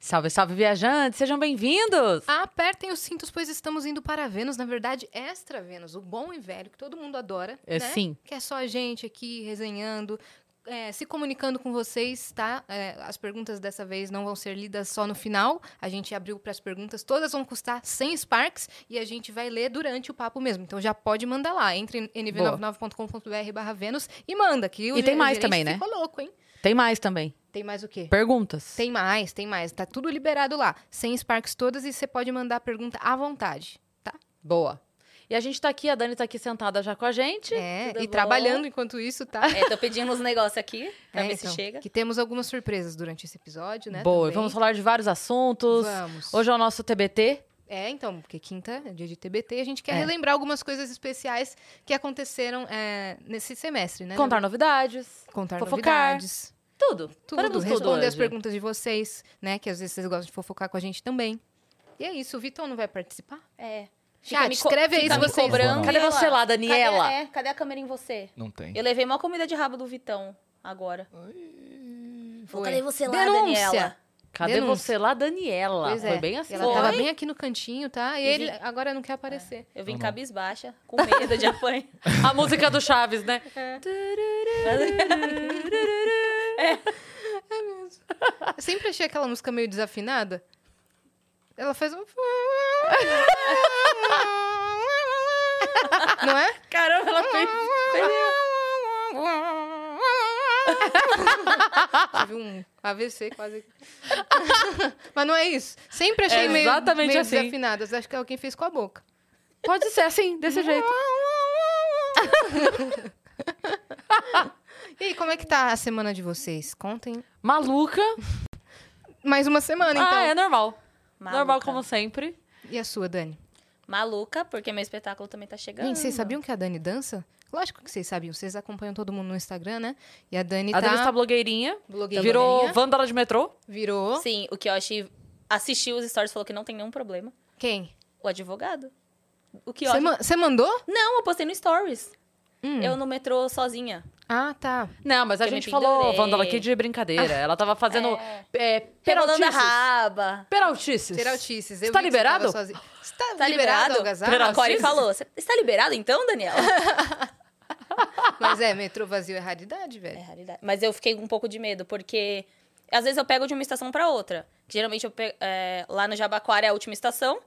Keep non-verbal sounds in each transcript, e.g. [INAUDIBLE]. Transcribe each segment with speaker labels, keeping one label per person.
Speaker 1: Salve, salve, viajantes! Sejam bem-vindos!
Speaker 2: Ah, Apertem os cintos, pois estamos indo para a Vênus, na verdade, extra Vênus, o bom e velho que todo mundo adora.
Speaker 1: É,
Speaker 2: né?
Speaker 1: sim.
Speaker 2: Que é só a gente aqui resenhando, é, se comunicando com vocês, tá? É, as perguntas dessa vez não vão ser lidas só no final. A gente abriu para as perguntas, todas vão custar 100 Sparks e a gente vai ler durante o papo mesmo. Então já pode mandar lá. Entre em nv99.com.br/barra Vênus e manda, que o
Speaker 1: E tem
Speaker 2: ge-
Speaker 1: mais
Speaker 2: gerente
Speaker 1: também, né?
Speaker 2: Ficou louco, hein?
Speaker 1: Tem mais também.
Speaker 2: Tem mais o quê?
Speaker 1: Perguntas.
Speaker 2: Tem mais, tem mais. Tá tudo liberado lá. Sem Sparks todas e você pode mandar a pergunta à vontade, tá?
Speaker 1: Boa. E a gente tá aqui, a Dani tá aqui sentada já com a gente.
Speaker 2: É,
Speaker 3: tudo
Speaker 2: e
Speaker 3: bom?
Speaker 2: trabalhando enquanto isso, tá?
Speaker 3: É, tô pedindo uns
Speaker 2: [LAUGHS]
Speaker 3: negócios aqui pra
Speaker 2: É,
Speaker 3: ver
Speaker 2: então,
Speaker 3: se chega.
Speaker 2: Que temos algumas surpresas durante esse episódio, né?
Speaker 1: Boa, e
Speaker 2: também.
Speaker 1: vamos falar de vários assuntos.
Speaker 2: Vamos.
Speaker 1: Hoje é o nosso TBT.
Speaker 2: É, então, porque quinta é dia de TBT e a gente quer
Speaker 1: É.
Speaker 2: relembrar algumas coisas especiais que aconteceram é, nesse semestre, né?
Speaker 1: Contar novidades.
Speaker 2: Contar
Speaker 1: fofocar.
Speaker 2: novidades.
Speaker 1: Tudo.
Speaker 2: Tudo,
Speaker 1: Faremos
Speaker 2: responder as
Speaker 1: hoje.
Speaker 2: perguntas de vocês, né? Que às vezes vocês gostam de fofocar com a gente também. E é isso, o Vitão não vai participar?
Speaker 3: É.
Speaker 2: Chat, escreve aí
Speaker 3: fica
Speaker 2: se
Speaker 3: me
Speaker 2: vocês-
Speaker 3: cobrando.
Speaker 1: Cadê
Speaker 3: e olha
Speaker 1: você lá, Daniela?
Speaker 3: Cadê, é, cadê a câmera em você?
Speaker 4: Não tem.
Speaker 3: Eu levei mó comida de rabo do Vitão agora.
Speaker 1: Hum,
Speaker 3: Falou,
Speaker 2: Foi.
Speaker 3: Cadê você lá,
Speaker 2: Denúncia!
Speaker 3: Daniela?
Speaker 1: Cadê
Speaker 2: Denúncia.
Speaker 1: você lá, Daniela?
Speaker 2: Pois é.
Speaker 1: Foi bem assim. Uhum.
Speaker 2: Ela
Speaker 3: Foi?
Speaker 2: tava bem aqui no cantinho, tá? E
Speaker 3: E
Speaker 2: ele
Speaker 3: vi-
Speaker 2: agora não quer aparecer.
Speaker 3: Eu vim
Speaker 4: Não, não.
Speaker 3: cabisbaixa, com medo
Speaker 2: [LAUGHS]
Speaker 3: de [LAUGHS] apanhar.
Speaker 1: A música do Chaves, né? É.
Speaker 2: Eu sempre achei aquela música meio desafinada. Ela faz um. [LAUGHS] Não é? [LAUGHS]
Speaker 3: Caramba, ela fez...
Speaker 2: Tive um AVC quase. [LAUGHS] Mas não é isso. Sempre achei
Speaker 1: É
Speaker 2: meio,
Speaker 1: exatamente
Speaker 2: meio
Speaker 1: assim.
Speaker 2: desafinadas. Acho que é alguém fez com a boca.
Speaker 1: Pode ser assim, desse jeito.
Speaker 2: [LAUGHS] E aí, como é que tá a semana de vocês? Contem.
Speaker 1: Maluca.
Speaker 2: Mais uma semana, então.
Speaker 1: Ah, é normal.
Speaker 3: Maluca.
Speaker 1: Normal como sempre.
Speaker 2: E a sua, Dani?
Speaker 3: Maluca, porque meu espetáculo também tá chegando.
Speaker 2: Gente, vocês sabiam que a Dani dança? Lógico que vocês sabiam. Vocês acompanham todo mundo no Instagram, né? E a Dani
Speaker 1: A
Speaker 2: tá...
Speaker 1: Dani está blogueirinha.
Speaker 2: blogueirinha.
Speaker 1: Virou vândala de metrô.
Speaker 2: Virou...
Speaker 3: Sim, o Kiyoshi assistiu os stories e falou que não tem nenhum problema.
Speaker 2: Quem?
Speaker 3: O advogado. O Kiyoshi...
Speaker 2: Você mandou?
Speaker 3: Não, eu postei no stories.
Speaker 2: Hum.
Speaker 3: Eu no metrô sozinha.
Speaker 2: Ah, tá.
Speaker 1: Não, mas a
Speaker 3: Que eu me
Speaker 1: gente falou
Speaker 3: pendurei.
Speaker 1: vândala aqui de brincadeira. Ela tava fazendo
Speaker 3: É.
Speaker 1: é,
Speaker 3: Rebolando a
Speaker 1: peraltices.
Speaker 3: raba.
Speaker 1: Peraltices.
Speaker 2: Peraltices.
Speaker 1: Você tá liberado?
Speaker 2: Está
Speaker 3: Tá liberado?
Speaker 2: algazarra?
Speaker 1: Liberado.
Speaker 3: A Corey
Speaker 1: Narciso?
Speaker 3: falou, você está liberado então, Daniel?
Speaker 2: [LAUGHS] Mas é, metrô vazio é raridade, velho.
Speaker 3: é raridade. Mas eu fiquei com um pouco de medo, porque às vezes eu pego de uma estação pra outra. Que Geralmente eu pego, é, lá no Jabaquara é a última estação.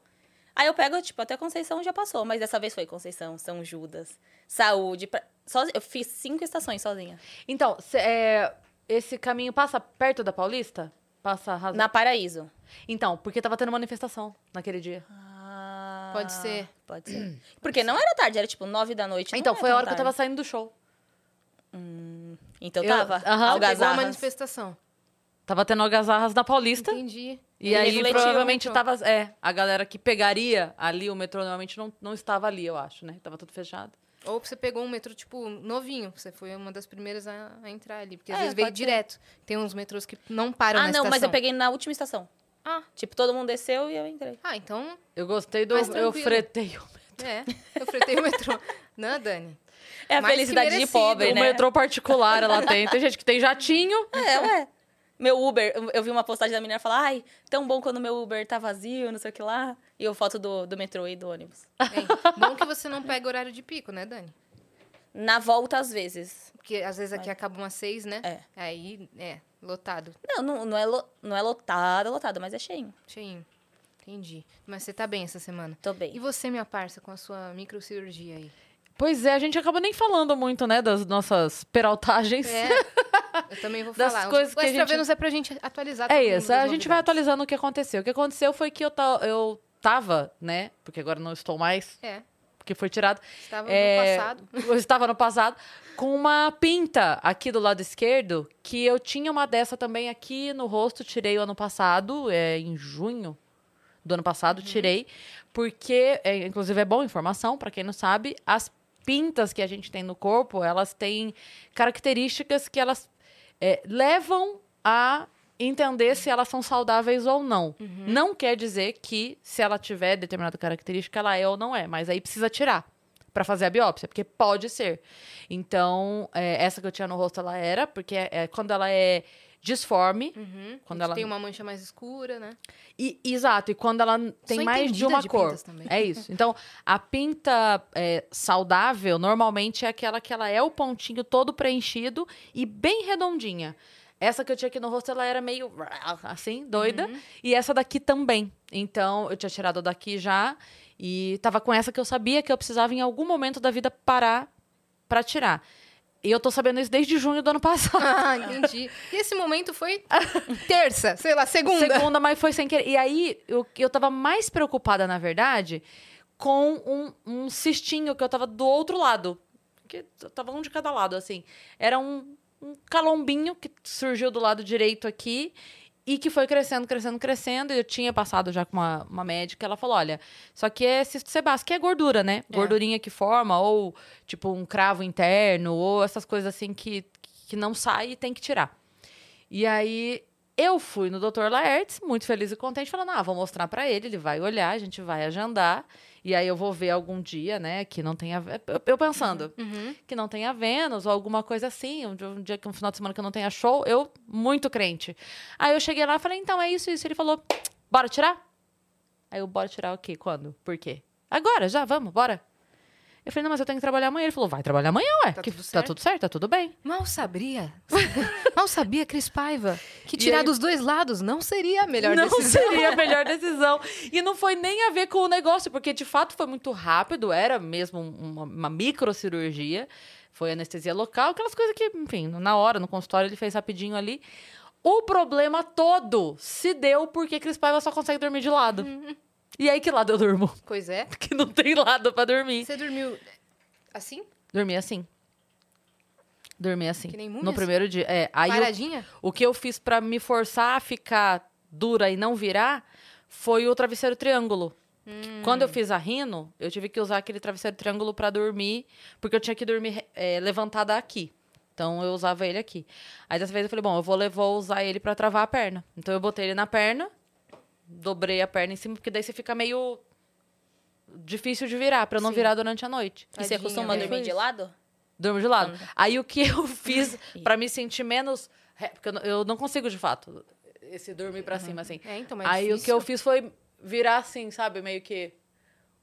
Speaker 3: Aí eu pego, tipo, até Conceição já passou, mas dessa vez foi Conceição, São Judas, Saúde. Pra... sozi- Eu fiz cinco estações sozinha.
Speaker 1: Então, cê- é, esse caminho passa perto da Paulista? Passa ras...
Speaker 3: Na Paraíso.
Speaker 1: Então, porque tava tendo manifestação naquele dia.
Speaker 3: Ah,
Speaker 2: Pode ser.
Speaker 3: Pode ser. Porque não era tarde, era tipo nove da noite. não
Speaker 1: então,
Speaker 3: é
Speaker 1: foi a
Speaker 3: tão
Speaker 1: hora que eu tava
Speaker 3: tarde.
Speaker 1: saindo do show.
Speaker 3: Então
Speaker 1: Eu-
Speaker 3: tava.
Speaker 1: Aham.
Speaker 2: Pegou uma
Speaker 3: algazarras.
Speaker 2: manifestação.
Speaker 1: Tava tendo algazarras na Paulista.
Speaker 2: Entendi.
Speaker 1: E
Speaker 3: Ele
Speaker 1: aí,
Speaker 3: refletiu
Speaker 1: provavelmente,
Speaker 2: muito.
Speaker 1: tava... É, a galera que pegaria ali o metrô, normalmente, não, não estava ali, eu acho, né? Tava tudo fechado.
Speaker 2: Ou você pegou um metrô, tipo, novinho. Você foi uma das primeiras a, a entrar ali. Porque às
Speaker 3: É,
Speaker 2: vezes veio
Speaker 3: pode ser.
Speaker 2: direto. Tem uns metrôs que não param
Speaker 3: Ah,
Speaker 2: na
Speaker 3: não,
Speaker 2: estação.
Speaker 3: mas eu peguei na última estação.
Speaker 2: Ah.
Speaker 3: Tipo, todo mundo desceu e eu entrei.
Speaker 2: Ah, então...
Speaker 1: Eu gostei do...
Speaker 2: Mas
Speaker 1: Eu
Speaker 2: tranquilo.
Speaker 1: fretei o
Speaker 2: É, eu fretei o metrô. [LAUGHS] Não, Dani?
Speaker 3: É a
Speaker 2: Mais que
Speaker 3: felicidade de
Speaker 2: merecido,
Speaker 3: pobre,
Speaker 1: O
Speaker 3: né?
Speaker 1: metrô particular ela tem. Tem gente que tem jatinho.
Speaker 3: É, ué. Meu Uber, eu- eu vi uma postagem da menina falar, ai, tão bom quando meu Uber tá vazio, não sei o que lá. E eu foto do, do metrô e do ônibus.
Speaker 2: Bem, bom que você não pega horário de pico, né, Dani?
Speaker 3: Na volta, às vezes.
Speaker 2: Porque às vezes aqui acaba umas seis, né?
Speaker 3: É.
Speaker 2: Aí, é, lotado,
Speaker 3: Não, não, não é, lo, não é lotado, lotado, mas é cheio.
Speaker 2: cheinho. Entendi. Mas você tá bem essa semana.
Speaker 3: Tô
Speaker 2: E
Speaker 3: bem.
Speaker 2: você, minha parça, com a sua microcirurgia aí?
Speaker 1: Pois é, a gente acaba nem falando muito, né, das nossas peraltagens. É,
Speaker 2: [LAUGHS] eu também vou
Speaker 1: Das
Speaker 2: falar.
Speaker 1: coisas
Speaker 2: o
Speaker 1: que a
Speaker 2: Extra
Speaker 1: gente-
Speaker 2: Vênus é pra gente
Speaker 1: [LAUGHS]
Speaker 2: atualizar todo mundo
Speaker 1: isso, a
Speaker 2: das
Speaker 1: gente vai
Speaker 2: novidades.
Speaker 1: atualizando o que aconteceu. O que aconteceu foi que eu, ta- eu tava, né, porque agora não estou mais,
Speaker 2: É,
Speaker 1: porque foi tirado.
Speaker 2: estava
Speaker 1: É,
Speaker 2: no passado.
Speaker 1: [LAUGHS] Eu estava no passado com uma pinta aqui do lado esquerdo, que eu tinha uma dessa também aqui no rosto, tirei o ano passado, é, em junho do ano passado,
Speaker 2: Uhum.
Speaker 1: tirei, porque, é, inclusive, é boa informação, para quem não sabe, as pintas que a gente tem no corpo, elas têm características que elas é, levam a entender se elas são saudáveis ou não.
Speaker 2: Uhum.
Speaker 1: Não quer dizer que se ela tiver determinada característica, ela é ou não é, mas aí precisa tirar para fazer a biópsia, porque pode ser. Então, é, essa que eu tinha no rosto, ela era, porque é, é, quando ela é disforme.
Speaker 2: Uhum.
Speaker 1: Quando
Speaker 2: A gente
Speaker 1: ela-
Speaker 2: Tem uma mancha mais escura, né?
Speaker 1: E, exato, e quando ela tem
Speaker 2: Sou
Speaker 1: mais de
Speaker 2: entendida
Speaker 1: uma
Speaker 2: de
Speaker 1: cor.
Speaker 2: pintas também. [LAUGHS]
Speaker 1: É isso. Então, a pinta é, saudável normalmente é aquela que ela é o pontinho todo preenchido e bem redondinha. Essa que eu tinha aqui no rosto, ela era meio assim, doida. E essa daqui também. Então, eu tinha tirado daqui já. E tava com essa que eu sabia que eu precisava em algum momento da vida parar pra tirar. E eu tô sabendo isso desde junho do ano passado.
Speaker 2: Ah, entendi. E esse
Speaker 1: [LAUGHS]
Speaker 2: momento foi terça, sei lá, segunda.
Speaker 1: Segunda, mas foi sem querer. E aí, eu, eu tava mais preocupada, na verdade, com um, um cistinho que eu tava do outro lado. Que t- tava um de cada lado, assim. Era um, um calombinho que surgiu do lado direito aqui. E que foi crescendo, crescendo, crescendo. E eu tinha passado já com uma, uma médica. Ela falou, olha, isso aqui é cisto sebáceo, que é gordura, né?
Speaker 2: É.
Speaker 1: Gordurinha que forma, ou tipo um cravo interno, ou essas coisas assim que, que não sai e tem que tirar. E aí eu fui no Dr. Laertes, muito feliz e contente, falando: ah, vou mostrar pra ele, ele vai olhar, a gente vai agendar. E aí eu vou ver algum dia, né, que não tenha. eu- Eu pensando,
Speaker 2: Uhum.
Speaker 1: que não tenha Vênus ou alguma coisa assim, um dia, um dia que um final de semana que eu não tenha show, eu muito crente. Aí eu cheguei lá e falei, então é isso, isso. Ele falou, bora tirar? Aí eu, bora tirar o quê? Quando? Por quê? Agora, já, vamos, bora. Eu falei, não, mas eu tenho que trabalhar amanhã. Ele falou, vai trabalhar amanhã, ué.
Speaker 2: Tá
Speaker 1: que,
Speaker 2: tudo
Speaker 1: tá
Speaker 2: certo."
Speaker 1: tudo certo, tá tudo bem.
Speaker 2: Mal sabia, [LAUGHS] mal sabia Cris Paiva, que
Speaker 1: E
Speaker 2: tirar
Speaker 1: aí-
Speaker 2: dos dois lados não seria a melhor
Speaker 1: não
Speaker 2: decisão.
Speaker 1: seria a
Speaker 2: [LAUGHS]
Speaker 1: melhor decisão. E não foi nem a ver com o negócio, porque de fato foi muito rápido, era mesmo um, uma, uma microcirurgia, foi anestesia local, aquelas coisas que, enfim, na hora, no consultório, ele fez rapidinho ali. O problema todo se deu porque Cris Paiva só consegue dormir de lado. E aí, que lado eu durmo? [LAUGHS]
Speaker 2: Pois é.
Speaker 1: Porque não tem lado pra dormir.
Speaker 2: Você dormiu assim?
Speaker 1: Dormi assim. Dormi assim.
Speaker 2: Que nem múmia,
Speaker 1: no
Speaker 2: assim?
Speaker 1: primeiro dia. É, aí eu-
Speaker 2: Paradinha?
Speaker 1: o que eu fiz pra me forçar a ficar dura e não virar foi o travesseiro triângulo. Quando
Speaker 2: Hum.
Speaker 1: eu fiz a rino, eu tive que usar aquele travesseiro triângulo pra dormir, porque eu tinha que dormir eh, levantada aqui. Então eu usava ele aqui. Aí dessa vez eu falei, bom, eu vou, le- vou usar ele pra travar a perna. Então eu botei ele na perna, dobrei a perna em cima, porque daí você fica meio difícil de virar, pra eu não
Speaker 2: Sim.
Speaker 1: virar durante a noite.
Speaker 3: E você
Speaker 2: Tadinha,
Speaker 3: costuma
Speaker 2: velho.
Speaker 3: dormir de lado?
Speaker 1: Durmo de lado. Aí o que eu [LAUGHS] fiz pra me sentir menos. é, Porque eu não, eu não consigo, de fato, esse dormir pra cima, assim.
Speaker 2: É, então, mas
Speaker 1: Aí o que eu fiz foi virar assim, sabe? Meio que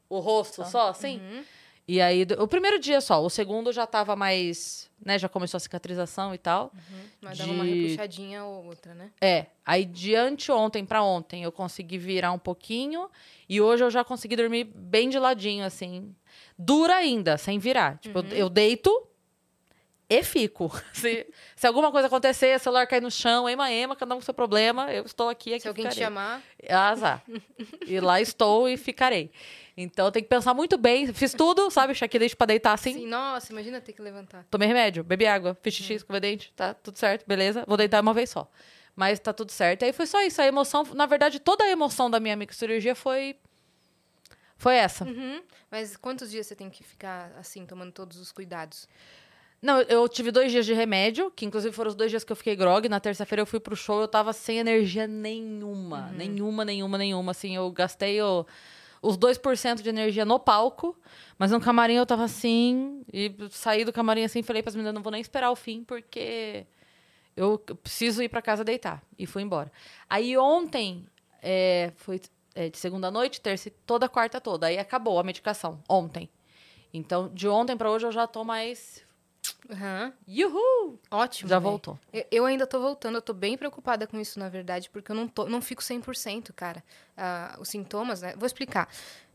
Speaker 1: o rosto só, assim.
Speaker 2: Uhum.
Speaker 1: E aí, do- o primeiro dia só. O segundo já tava mais. né? Já começou a cicatrização e tal.
Speaker 2: né? Mas dava uma
Speaker 1: de-
Speaker 2: repuxadinha ou outra, né?
Speaker 1: É. Aí de anteontem pra ontem eu consegui virar um pouquinho. E hoje eu já consegui dormir bem de ladinho, assim. Dura ainda, sem virar. Tipo,
Speaker 2: Uhum.
Speaker 1: eu- eu deito e fico. [LAUGHS] Se, se alguma coisa acontecer, celular cair no chão, ema, ema, cada um com seu problema, eu estou aqui, aqui
Speaker 2: Se alguém te
Speaker 1: ficarei. Ah,
Speaker 2: chamar,
Speaker 1: Azar. E lá estou e ficarei. Então tem que pensar muito bem. Fiz tudo, sabe? Shakira deixa pra deitar assim.
Speaker 2: assim, nossa, imagina ter que levantar.
Speaker 1: Tomei remédio, bebi água, fiz xixi, escovei dente, tá tudo certo, beleza. Vou deitar uma vez só. Mas tá tudo certo. Aí foi só isso. A emoção, na verdade, toda a emoção da minha microcirurgia foi. Foi essa.
Speaker 2: Uhum. Mas quantos dias você tem que ficar assim, tomando todos os cuidados?
Speaker 1: Não, eu eu tive dois dias de remédio, que inclusive foram os dois dias que eu fiquei grog. Na terça-feira eu fui pro show, eu tava sem energia nenhuma. Nenhuma, nenhuma, nenhuma. Assim, eu gastei o- os 2% de energia no palco, mas no camarim eu tava assim. E saí do camarim assim, falei pras meninas, não vou nem esperar o fim, porque eu preciso ir pra casa deitar. E fui embora. Aí ontem, é, foi é, de segunda à noite, terça e toda quarta toda. Aí acabou a medicação, ontem. Então, de ontem pra hoje eu já tô mais
Speaker 2: Aham.
Speaker 1: Uhul!
Speaker 2: Ótimo.
Speaker 1: Já
Speaker 2: né?
Speaker 1: voltou.
Speaker 2: Eu- Eu ainda tô voltando, eu tô bem preocupada com isso, na verdade, porque eu não, tô, não fico 100%, cara. Ah, os sintomas, né? Vou explicar.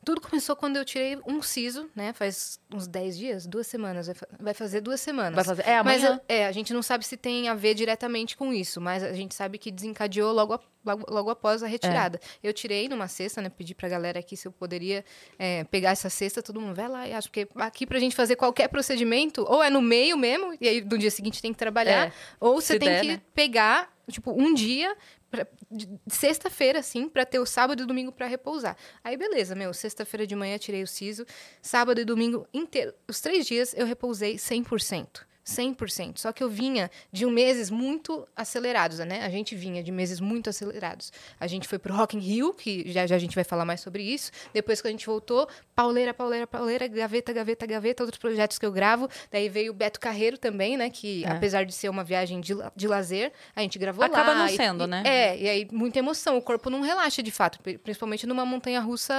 Speaker 2: Tudo começou quando eu tirei um siso, né? Faz uns 10 dias, duas semanas. vai fa- Vai fazer duas semanas.
Speaker 1: Vai fazer. É,
Speaker 2: Mas
Speaker 1: amanhã.
Speaker 2: é, é, a gente não sabe se tem a ver diretamente com isso, mas a gente sabe que desencadeou logo, a- logo, logo após a
Speaker 1: É.
Speaker 2: retirada. Eu tirei numa cesta, né? Pedi pra galera aqui se eu poderia é, pegar essa cesta, todo mundo vai lá e acho que aqui pra gente fazer qualquer procedimento, ou é no meio mesmo, e aí no dia seguinte tem que trabalhar,
Speaker 1: É,
Speaker 2: ou você
Speaker 1: se
Speaker 2: tem
Speaker 1: der,
Speaker 2: que
Speaker 1: né?
Speaker 2: pegar, tipo, um dia. pra- de- de Sexta-feira, assim, pra ter o sábado e domingo pra repousar. Aí, beleza, meu. Sexta-feira de manhã tirei o siso. Sábado e domingo inteiro. Os três dias eu repousei 100%. 100%. Só que eu vinha de um meses muito acelerados, né? A gente vinha de meses muito acelerados. A gente foi pro Rock in Rio, que já, já a gente vai falar mais sobre isso. Depois que a gente voltou, pauleira, pauleira, pauleira, gaveta, gaveta, gaveta, outros projetos que eu gravo. Daí veio o Beto Carreiro também, né? Que
Speaker 1: É.
Speaker 2: apesar de ser uma viagem de, la- de lazer, a gente gravou
Speaker 1: Acaba
Speaker 2: lá.
Speaker 1: não
Speaker 2: e-
Speaker 1: sendo,
Speaker 2: e-
Speaker 1: né?
Speaker 2: É, e aí muita emoção. O corpo não relaxa, de fato. pri- Principalmente
Speaker 1: [LAUGHS]
Speaker 2: numa montanha-russa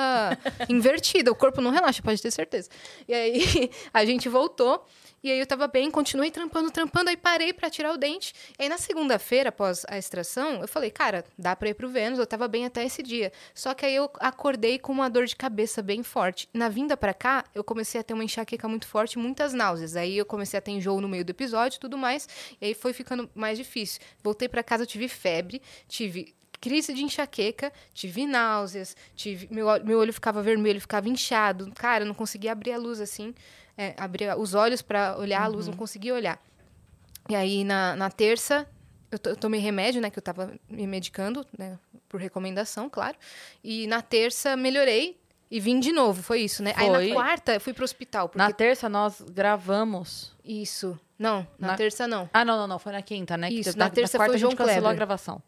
Speaker 2: invertida. O corpo não relaxa, pode ter certeza. E aí [LAUGHS] a gente voltou. E aí eu tava bem, continuei trampando, trampando, aí parei pra tirar o dente. E aí na segunda-feira, após a extração, eu falei, cara, dá pra ir pro Vênus, eu tava bem até esse dia. Só que aí eu acordei com uma dor de cabeça bem forte. Na vinda pra cá, eu comecei a ter uma enxaqueca muito forte, muitas náuseas. Aí eu comecei a ter enjoo no meio do episódio e tudo mais. E aí foi ficando mais difícil. Voltei pra casa, eu tive febre, tive crise de enxaqueca, tive náuseas, tive meu, ol- meu olho ficava vermelho, ficava inchado. Cara, eu não conseguia abrir a luz assim, é, abrir os olhos pra olhar a
Speaker 1: Uhum.
Speaker 2: luz, não conseguia olhar. E aí, na, na terça, eu, to- eu tomei remédio, né? Que eu tava me medicando, né? Por recomendação, claro. E na terça, melhorei e vim de novo. Foi isso, né? Aí
Speaker 1: Foi.
Speaker 2: na quarta, eu fui pro hospital. Porque...
Speaker 1: Na terça nós gravamos.
Speaker 2: Isso. Não, na,
Speaker 1: Na-
Speaker 2: terça não.
Speaker 1: Ah, não, não, não. Foi na quinta, né? Que
Speaker 2: Isso,
Speaker 1: teve-
Speaker 2: na terça
Speaker 1: quarta
Speaker 2: foi o
Speaker 1: a
Speaker 2: João
Speaker 1: gente cancelou
Speaker 2: Kleber.
Speaker 1: a gravação.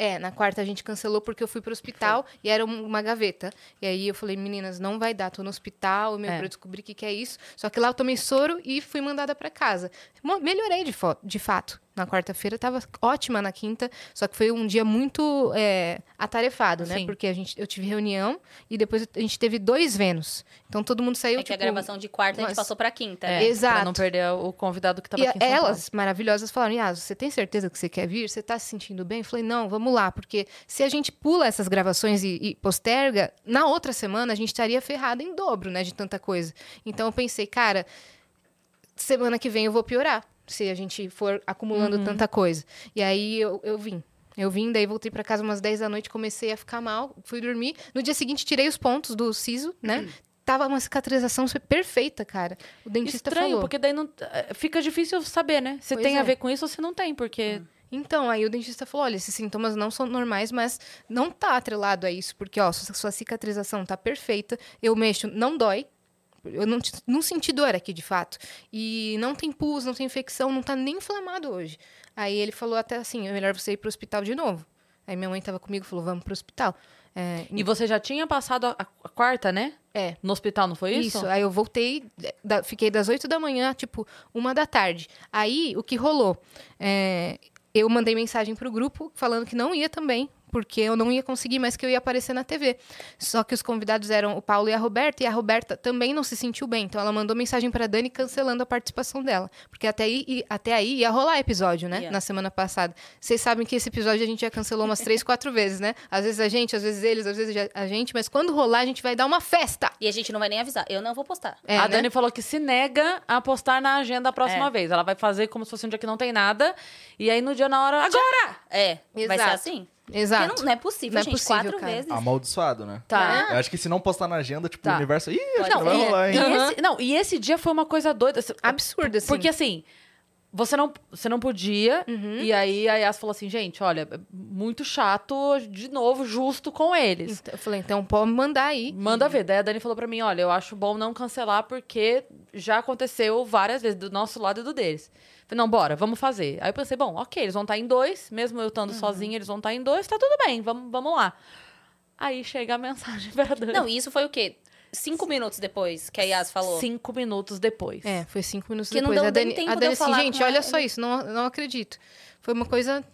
Speaker 2: É, na quarta a gente cancelou porque eu fui pro hospital e era um- uma gaveta. E aí eu falei, meninas, não vai dar, tô no hospital, meu,
Speaker 1: É.
Speaker 2: pra eu descobrir o que, que é isso. Só que lá eu tomei soro e fui mandada pra casa. Mo- Melhorei de, fo- de fato. Na quarta-feira tava ótima na quinta, só que foi um dia muito é, atarefado, né?
Speaker 1: Sim.
Speaker 2: Porque a gente, eu tive reunião e depois a gente teve dois Vênus. Então todo mundo saiu
Speaker 3: É que a
Speaker 2: tipo,
Speaker 3: gravação de quarta a
Speaker 2: nós-
Speaker 3: gente passou pra quinta.
Speaker 1: É,
Speaker 3: né?
Speaker 1: Pra não
Speaker 2: Exato.
Speaker 1: perder o convidado que tava
Speaker 2: E
Speaker 1: aqui em São Paulo.
Speaker 2: elas, maravilhosas, falaram: Yas, você tem certeza que você quer vir? Você tá se sentindo bem? Eu falei: não, vamos lá, porque se a gente pula essas gravações e, e posterga, na outra semana a gente estaria ferrada em dobro, né, de tanta coisa. Então eu pensei, cara, semana que vem eu vou piorar, se a gente for acumulando
Speaker 1: Uhum.
Speaker 2: tanta coisa. E aí eu, eu vim. Eu vim, daí voltei pra casa umas 10 da noite, comecei a ficar mal, fui dormir. No dia seguinte, tirei os pontos do siso,
Speaker 1: Hum.
Speaker 2: né? Tava uma cicatrização perfeita, cara. O dentista
Speaker 1: Estranho,
Speaker 2: falou.
Speaker 1: porque daí não, eh, fica difícil saber, né? Se
Speaker 2: Pois
Speaker 1: tem
Speaker 2: é.
Speaker 1: a ver com isso ou se não tem, porque
Speaker 2: Então, aí o dentista falou: olha, esses sintomas não são normais, mas não tá atrelado a isso, porque ó, sua sua cicatrização tá perfeita, eu mexo, não dói. Eu não, ti- não senti dor aqui de fato. E não tem pus, não tem infecção, não tá nem inflamado hoje. Aí ele falou até assim: é melhor você ir pro hospital de novo. Aí minha mãe tava comigo e falou: vamos pro hospital. É,
Speaker 1: E você já tinha passado a, a quarta, né?
Speaker 2: É.
Speaker 1: No hospital, não foi isso?
Speaker 2: Aí eu voltei, eh, da- fiquei das 8 da manhã, tipo, uma da tarde. Aí, o que rolou? É, eu mandei mensagem pro grupo falando que não ia também, porque eu não ia conseguir, mas que eu ia aparecer na TV. Só que os convidados eram o Paulo e a Roberta, e a Roberta também não se sentiu bem. Então, ela mandou mensagem pra Dani cancelando a participação dela. Porque até aí, e- até aí ia rolar episódio, né?
Speaker 3: Ia.
Speaker 2: Na semana passada. Vocês sabem que esse episódio a gente já cancelou umas três, quatro vezes, né? Às vezes a gente, às vezes eles, às vezes a gente. Mas quando rolar, a gente vai dar uma festa!
Speaker 3: E a gente não vai nem avisar. Eu não vou postar.
Speaker 2: É,
Speaker 1: a
Speaker 2: né?
Speaker 1: Dani falou que se nega a postar na agenda a próxima
Speaker 3: É.
Speaker 1: vez. Ela vai fazer como se fosse um dia que não tem nada. E aí no dia, na hora. Agora!
Speaker 3: É, vai ser
Speaker 2: Exato.
Speaker 3: assim. Porque
Speaker 2: Exato.
Speaker 3: não, não é possível,
Speaker 2: Não é
Speaker 3: gente.
Speaker 2: possível,
Speaker 3: quatro
Speaker 2: cara.
Speaker 3: vezes.
Speaker 4: Amaldiçoado, né?
Speaker 1: Tá.
Speaker 4: Eu acho que se não postar na agenda, tipo,
Speaker 1: Tá.
Speaker 4: o universo. Ih, acho que
Speaker 3: Não,
Speaker 4: não vai
Speaker 2: é.
Speaker 4: rolar, hein?
Speaker 1: E
Speaker 2: Aham.
Speaker 1: esse- não, e esse dia foi uma coisa doida.
Speaker 3: é
Speaker 1: assim,
Speaker 2: Absurdo, assim.
Speaker 1: Porque assim, você não, você não podia. E aí a Yas falou assim, gente, olha, muito chato, de novo, justo com eles.
Speaker 2: Então, eu falei, então pode mandar aí.
Speaker 1: Manda ver. Daí a Dani falou pra mim: olha, eu acho bom não cancelar, porque já aconteceu várias vezes do nosso lado e do deles. Falei, não, bora, vamos fazer. Aí eu pensei, bom, ok, eles vão estar em dois, mesmo eu estando sozinha, eles vão estar em dois, tá tudo bem, vamos, vamos lá. Aí chega a mensagem pra Dani.
Speaker 3: Não, e isso foi o quê? Cinco minutos depois que a Yas falou.
Speaker 1: Cinco minutos depois.
Speaker 2: É, foi cinco minutos
Speaker 3: Que não
Speaker 2: depois.
Speaker 3: deu
Speaker 2: a Dani,
Speaker 3: nem tempo
Speaker 2: a
Speaker 3: de
Speaker 2: Dani
Speaker 3: eu
Speaker 2: assim,
Speaker 3: falar
Speaker 2: gente,
Speaker 3: com
Speaker 2: olha
Speaker 3: ela." né?
Speaker 2: só isso, não, não acredito. Foi uma coisa.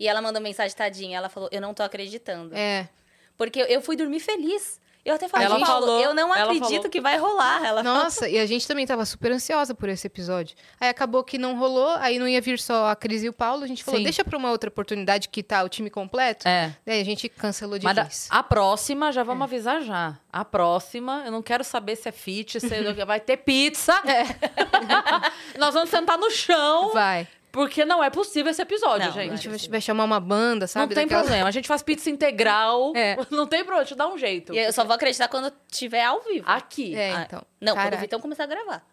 Speaker 3: E ela mandou mensagem tadinha. Ela falou, eu não tô acreditando.
Speaker 2: É.
Speaker 3: [LAUGHS] Porque eu fui dormir feliz. Eu até falei,
Speaker 2: Ela
Speaker 3: "Paulo,
Speaker 1: falou,
Speaker 3: eu não
Speaker 1: ela
Speaker 3: acredito
Speaker 1: falou.
Speaker 3: que vai rolar. Ela falou,
Speaker 2: Nossa, e a gente também tava super ansiosa por esse episódio. Aí acabou que não rolou, aí não ia vir só a Cris e o Paulo. A gente falou,
Speaker 1: Sim.
Speaker 2: deixa pra uma outra oportunidade que tá o time completo.
Speaker 1: É.
Speaker 2: Daí a gente cancelou de
Speaker 1: Mas
Speaker 2: vez.
Speaker 1: a, a próxima, já
Speaker 2: É.
Speaker 1: vamos avisar já. A próxima, eu não quero saber se é fit, se vai ter pizza. [LAUGHS] Nós vamos sentar no
Speaker 3: Ah,
Speaker 1: chão,
Speaker 2: É. Vai.
Speaker 1: porque não é possível esse episódio,
Speaker 3: Não,
Speaker 2: A
Speaker 1: gente.
Speaker 2: gente vai, vai chamar uma banda, sabe?
Speaker 1: não tem
Speaker 2: daquela-
Speaker 1: problema. A gente faz pizza integral.
Speaker 2: É.
Speaker 1: [LAUGHS] Não tem problema, te dá um jeito.
Speaker 3: E eu só vou acreditar quando tiver ao vivo.
Speaker 1: Aqui.
Speaker 2: É,
Speaker 3: Ah,
Speaker 2: então.
Speaker 3: Não, quando
Speaker 2: Caraca.
Speaker 3: o Vitão começar a gravar.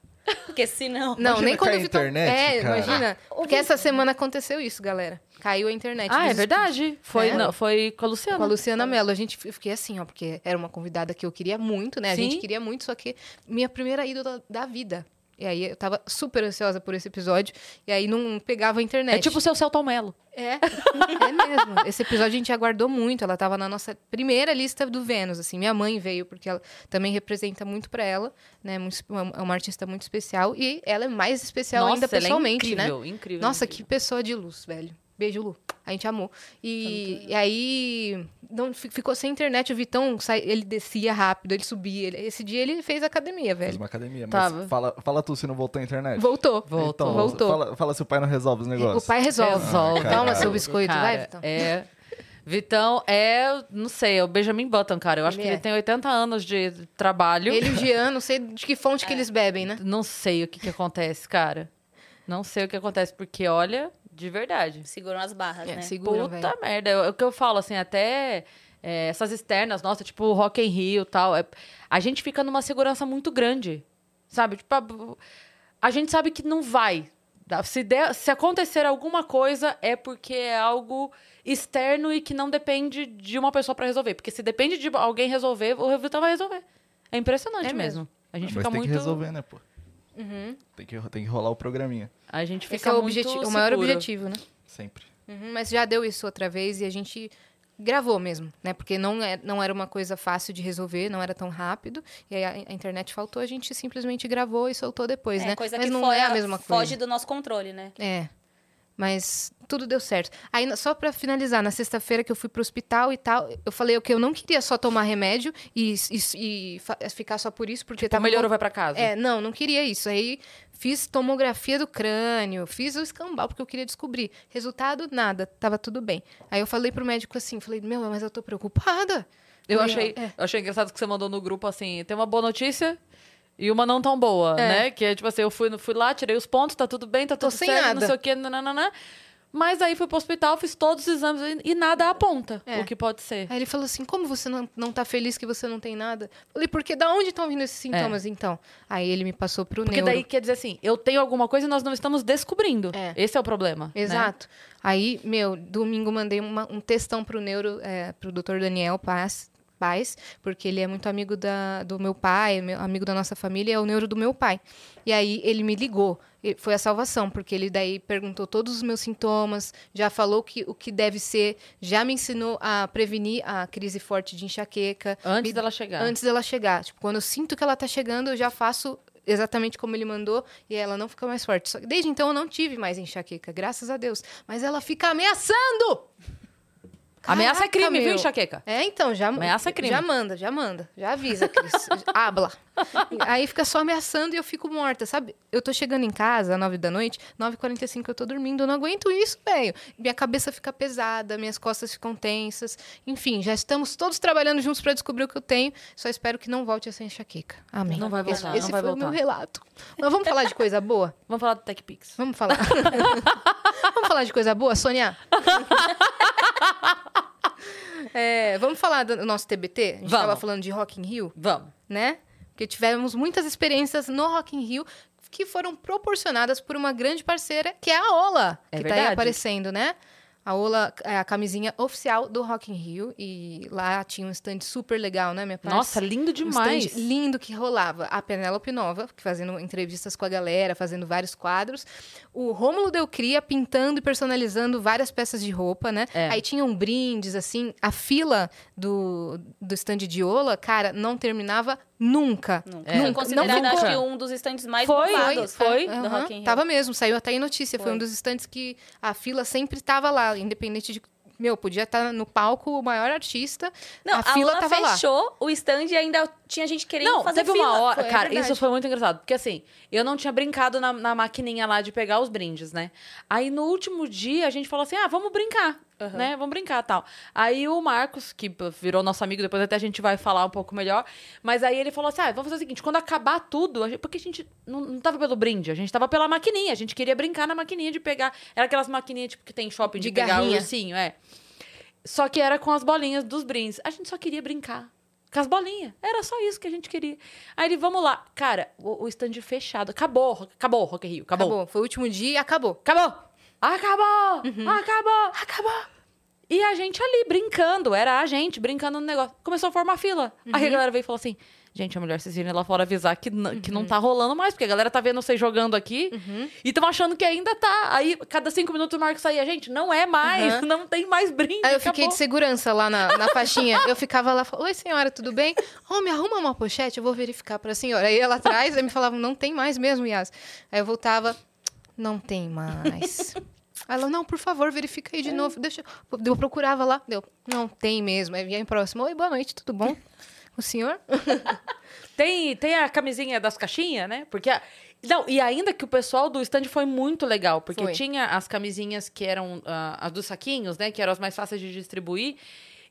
Speaker 3: Porque senão...
Speaker 2: Não,
Speaker 4: Imagina
Speaker 2: nem quando
Speaker 4: cair a
Speaker 2: Vitão-
Speaker 4: internet,
Speaker 2: É,
Speaker 4: cara.
Speaker 2: imagina. Porque essa semana aconteceu isso, galera. Caiu a internet.
Speaker 1: Ah, é
Speaker 2: Desespero.
Speaker 1: verdade. Foi,
Speaker 2: É.
Speaker 1: não, foi com a Luciana. Tá.
Speaker 2: Com a Luciana Mello, a gente eu fiquei assim, ó, porque era uma convidada que eu queria muito, né? A
Speaker 1: Sim.
Speaker 2: gente queria muito, só que minha primeira ídola da vida. E aí eu tava super ansiosa por esse episódio. E aí não pegava a internet.
Speaker 1: É tipo o seu Celton Mello.
Speaker 2: É, é mesmo. Esse episódio a gente aguardou muito. Ela estava na nossa primeira lista do Vênus, assim. Minha mãe veio, porque ela também representa muito para ela, né? Muito- é uma artista muito especial. E ela é mais especial
Speaker 1: Nossa,
Speaker 2: ainda
Speaker 1: ela é
Speaker 2: pessoalmente, né?
Speaker 1: incrível, incrível.
Speaker 2: Nossa, que
Speaker 1: incrível.
Speaker 2: pessoa de luz, velho. Beijo, Lu. A gente amou. E, e aí não, fi- ficou sem internet. O Vitão, sai- ele descia rápido, ele subia. ele- esse dia ele fez academia,
Speaker 4: Fez
Speaker 2: velho.
Speaker 4: uma academia, mas
Speaker 1: Tava.
Speaker 4: fala, fala tu se não voltou um a internet.
Speaker 2: Voltou.
Speaker 1: Voltou.
Speaker 4: Então,
Speaker 2: Voltou.
Speaker 4: Fala, fala se o pai não resolve os negócios.
Speaker 2: O pai resolve.
Speaker 1: Resolve.
Speaker 2: Toma
Speaker 4: caralho.
Speaker 2: é seu biscoito,
Speaker 1: É, Cara,
Speaker 2: vai, Vitão.
Speaker 1: É. Vitão é, não sei, é o Benjamin Button, cara. Eu acho
Speaker 2: Ele
Speaker 1: que
Speaker 2: é.
Speaker 1: ele tem 80 anos de trabalho.
Speaker 2: Ele e o Jean, não sei de que fonte que eles bebem, né?
Speaker 1: Não sei o que, que acontece, cara. Não sei o que acontece, porque olha, de verdade.
Speaker 3: Seguram as barras,
Speaker 2: É,
Speaker 3: né?
Speaker 2: segura,
Speaker 1: Puta
Speaker 2: velho.
Speaker 1: merda. É o que eu falo, assim, até é, essas externas, nossa, tipo Rock in Rio e tal. é- a gente fica numa segurança muito grande, sabe? Tipo, a, a gente sabe que não vai. Dá- Se, der- se acontecer alguma coisa, é porque é algo externo e que não depende de uma pessoa pra resolver. Porque se depende de alguém resolver, o Revitão vai resolver. É impressionante
Speaker 2: É mesmo.
Speaker 1: mesmo. A gente
Speaker 4: Ah, mas
Speaker 1: fica
Speaker 4: tem
Speaker 1: muito.
Speaker 4: que resolver, né, pô? Tem, que, tem que rolar o programinha.
Speaker 1: A gente fica
Speaker 2: Esse é o,
Speaker 1: muito
Speaker 2: objetivo, o maior
Speaker 1: seguro.
Speaker 2: objetivo, né?
Speaker 4: Sempre.
Speaker 2: Uhum, mas já deu isso outra vez e a gente gravou mesmo, né? Porque não, é, não era uma coisa fácil de resolver, não era tão rápido. E aí a, a internet faltou, a gente simplesmente gravou e soltou depois,
Speaker 3: É
Speaker 2: né?
Speaker 3: coisa
Speaker 2: mas
Speaker 3: que
Speaker 2: não
Speaker 3: fora-
Speaker 2: é a mesma coisa.
Speaker 3: foge do nosso controle, né?
Speaker 2: É. Mas tudo deu certo. Aí, na- só pra finalizar, na sexta-feira que eu fui pro hospital e tal, eu falei que eu não queria só tomar remédio e, e- e fa- ficar só por isso, porque
Speaker 1: Tá
Speaker 2: tava
Speaker 1: melhor ou vai pra casa?
Speaker 2: É, não, não queria isso. Aí fiz tomografia do crânio, fiz o escambau, porque eu queria descobrir. Resultado, nada, tava tudo bem. Aí eu falei pro médico assim, falei, meu, mas eu tô preocupada.
Speaker 1: Eu
Speaker 2: Falei,
Speaker 1: achei,
Speaker 2: "É,
Speaker 1: eu achei engraçado que você mandou no grupo assim: tem uma boa notícia e uma não tão boa, né? Que é tipo assim: eu fui, fui lá, tirei os pontos, tá tudo bem, tá
Speaker 2: Tô
Speaker 1: tudo
Speaker 2: sem
Speaker 1: certo,
Speaker 2: nada.
Speaker 1: não sei o quê, nananana. Mas aí fui pro hospital, fiz todos os exames e, e nada aponta
Speaker 2: É.
Speaker 1: o que pode ser.
Speaker 2: Aí ele falou assim, como você não, não tá feliz que você não tem nada? Falei, porque da onde estão vindo esses sintomas, então? Aí ele me passou pro
Speaker 1: É. Porque
Speaker 2: neuro.
Speaker 1: daí quer dizer assim: eu tenho alguma coisa e nós não estamos descobrindo.
Speaker 2: É.
Speaker 1: Esse é o problema. né?
Speaker 2: Exato. Aí, meu, domingo mandei uma- um textão pro neuro, é, pro doutor Daniel Paz, Paz, porque ele é muito amigo da, do meu pai, é meu- amigo da nossa família, é o neuro do meu pai. E aí ele me ligou. e Foi a salvação, porque ele daí perguntou todos os meus sintomas, já falou que, o que deve ser, já me ensinou a prevenir a crise forte de enxaqueca.
Speaker 1: Antes
Speaker 2: Me-
Speaker 1: dela chegar.
Speaker 2: Antes dela chegar. Tipo, quando eu sinto que ela tá chegando, eu já faço exatamente como ele mandou e ela não fica mais forte. Só que desde então eu não tive mais enxaqueca, graças a Deus. Mas ela fica ameaçando!
Speaker 1: Ameaça é
Speaker 2: Caraca,
Speaker 1: crime,
Speaker 2: meu.
Speaker 1: viu, enxaqueca?
Speaker 2: É, então, já
Speaker 1: Ameaça é crime.
Speaker 2: Já manda, já manda. Já avisa, Cris. [LAUGHS] Habla. Aí fica só ameaçando e eu fico morta, sabe? Eu tô chegando em casa às 9 da noite, 9h45 eu tô dormindo, eu não aguento isso, velho. Minha cabeça fica pesada, minhas costas ficam tensas. Enfim, já estamos todos trabalhando juntos pra descobrir o que eu tenho. Só espero que não volte essa enxaqueca. Amém.
Speaker 1: Não vai voltar,
Speaker 2: Esse,
Speaker 1: não
Speaker 2: esse
Speaker 1: vai
Speaker 2: foi o
Speaker 1: voltar.
Speaker 2: meu relato. Mas vamos falar de coisa boa?
Speaker 1: Vamos falar do TechPix.
Speaker 2: Vamos falar. [LAUGHS] vamos falar de coisa boa, Sônia? [LAUGHS] É, vamos falar do nosso TBT? A gente
Speaker 1: Vamos.
Speaker 2: estava falando de Rock in Rio,
Speaker 1: Vamos.
Speaker 2: né? Porque tivemos muitas experiências no Rock in Rio que foram proporcionadas por uma grande parceira, que é a Ola,
Speaker 1: É
Speaker 2: que está aí
Speaker 1: verdade.
Speaker 2: aparecendo, né? A Ola é a camisinha oficial do Rock in Rio e lá tinha um stand super legal, né, minha parça?
Speaker 1: Nossa, lindo
Speaker 2: Um
Speaker 1: demais.
Speaker 2: stand lindo que rolava. A Penélope Nova, que fazendo entrevistas com a galera, fazendo vários quadros. O Rômulo Delcria pintando e personalizando várias peças de roupa, né?
Speaker 1: É.
Speaker 2: Aí tinham brindes, assim. A fila do, do stand de Ola, cara, não terminava nunca.
Speaker 3: Nunca.
Speaker 1: É.
Speaker 3: Foi considerado,
Speaker 1: Nunca.
Speaker 3: acho que, um dos estantes mais
Speaker 1: Foi,
Speaker 3: bombados né,
Speaker 1: foi.
Speaker 3: do
Speaker 2: Aham,
Speaker 3: Rock in Rio.
Speaker 2: Tava mesmo, saiu até em notícia. Foi,
Speaker 3: Foi.
Speaker 2: um dos estantes que a fila sempre tava lá, independente de... Meu, podia estar no palco o maior artista,
Speaker 3: Não,
Speaker 2: a
Speaker 3: a,
Speaker 2: fila
Speaker 3: Lula
Speaker 2: tava lá.
Speaker 3: fechou o stand e ainda tinha gente querendo
Speaker 1: Não,
Speaker 3: fazer
Speaker 1: teve
Speaker 3: fila.
Speaker 1: uma hora.
Speaker 2: Foi, é
Speaker 1: cara,
Speaker 2: verdade.
Speaker 1: isso foi muito engraçado. Porque assim, eu não tinha brincado na, na maquininha lá de pegar os brindes, né? Aí no último dia a gente falou assim: ah, vamos brincar, né? Vamos brincar tal. Aí o Marcos, que p- virou nosso amigo, depois até a gente vai falar um pouco melhor. Mas aí ele falou assim: ah, vamos fazer o seguinte, quando acabar tudo, a gente- porque a gente não, não tava pelo brinde, a gente tava pela maquininha. A gente queria brincar na maquininha de pegar. Era aquelas maquininhas tipo, que tem em shopping de,
Speaker 2: De
Speaker 1: pegar o
Speaker 2: garrinha.
Speaker 1: ursinho, é. Só que era com as bolinhas dos brindes. A gente só queria brincar. Com as bolinhas. Era só isso que a gente queria. Aí ele, vamos lá. Cara, o, o stand fechado. Acabou, acabou o Rock in Rio. Acabou.
Speaker 2: Foi o último dia e acabou. Uhum.
Speaker 1: Acabou. Acabou. Acabou. Acabou. E
Speaker 2: Uhum.
Speaker 1: a gente ali, brincando. Era a gente brincando no negócio. Começou a formar fila. Aí a galera veio e falou assim, Gente, é melhor vocês irem lá fora avisar que, n- que
Speaker 2: Uhum.
Speaker 1: não tá rolando mais, porque a galera tá vendo vocês jogando aqui e estão achando que ainda tá. Aí, cada cinco minutos o Marcos saía. Gente, não é mais,
Speaker 2: Uhum.
Speaker 1: [LAUGHS] não tem mais brinde.
Speaker 2: Aí eu fiquei
Speaker 1: acabou.
Speaker 2: de segurança lá na, [LAUGHS] na faixinha. Eu ficava lá, falava, oi senhora, tudo bem? Ô, me arruma uma pochete, eu vou verificar pra senhora. Aí ela atrás, aí me falava, não tem mais mesmo, Yas. Aí eu voltava, não tem mais. Aí ela, não, por favor, verifica aí de novo. Deixa eu... eu procurava lá, deu, não tem mesmo. Aí vinha em próximo, oi, boa noite, tudo bom? O senhor?
Speaker 1: Tem, tem a camisinha das caixinhas, né? Porque. a- Não, e ainda que o pessoal do stand foi muito legal, porque
Speaker 2: Foi.
Speaker 1: tinha as camisinhas que eram ah, as dos saquinhos, né? Que eram as mais fáceis de distribuir.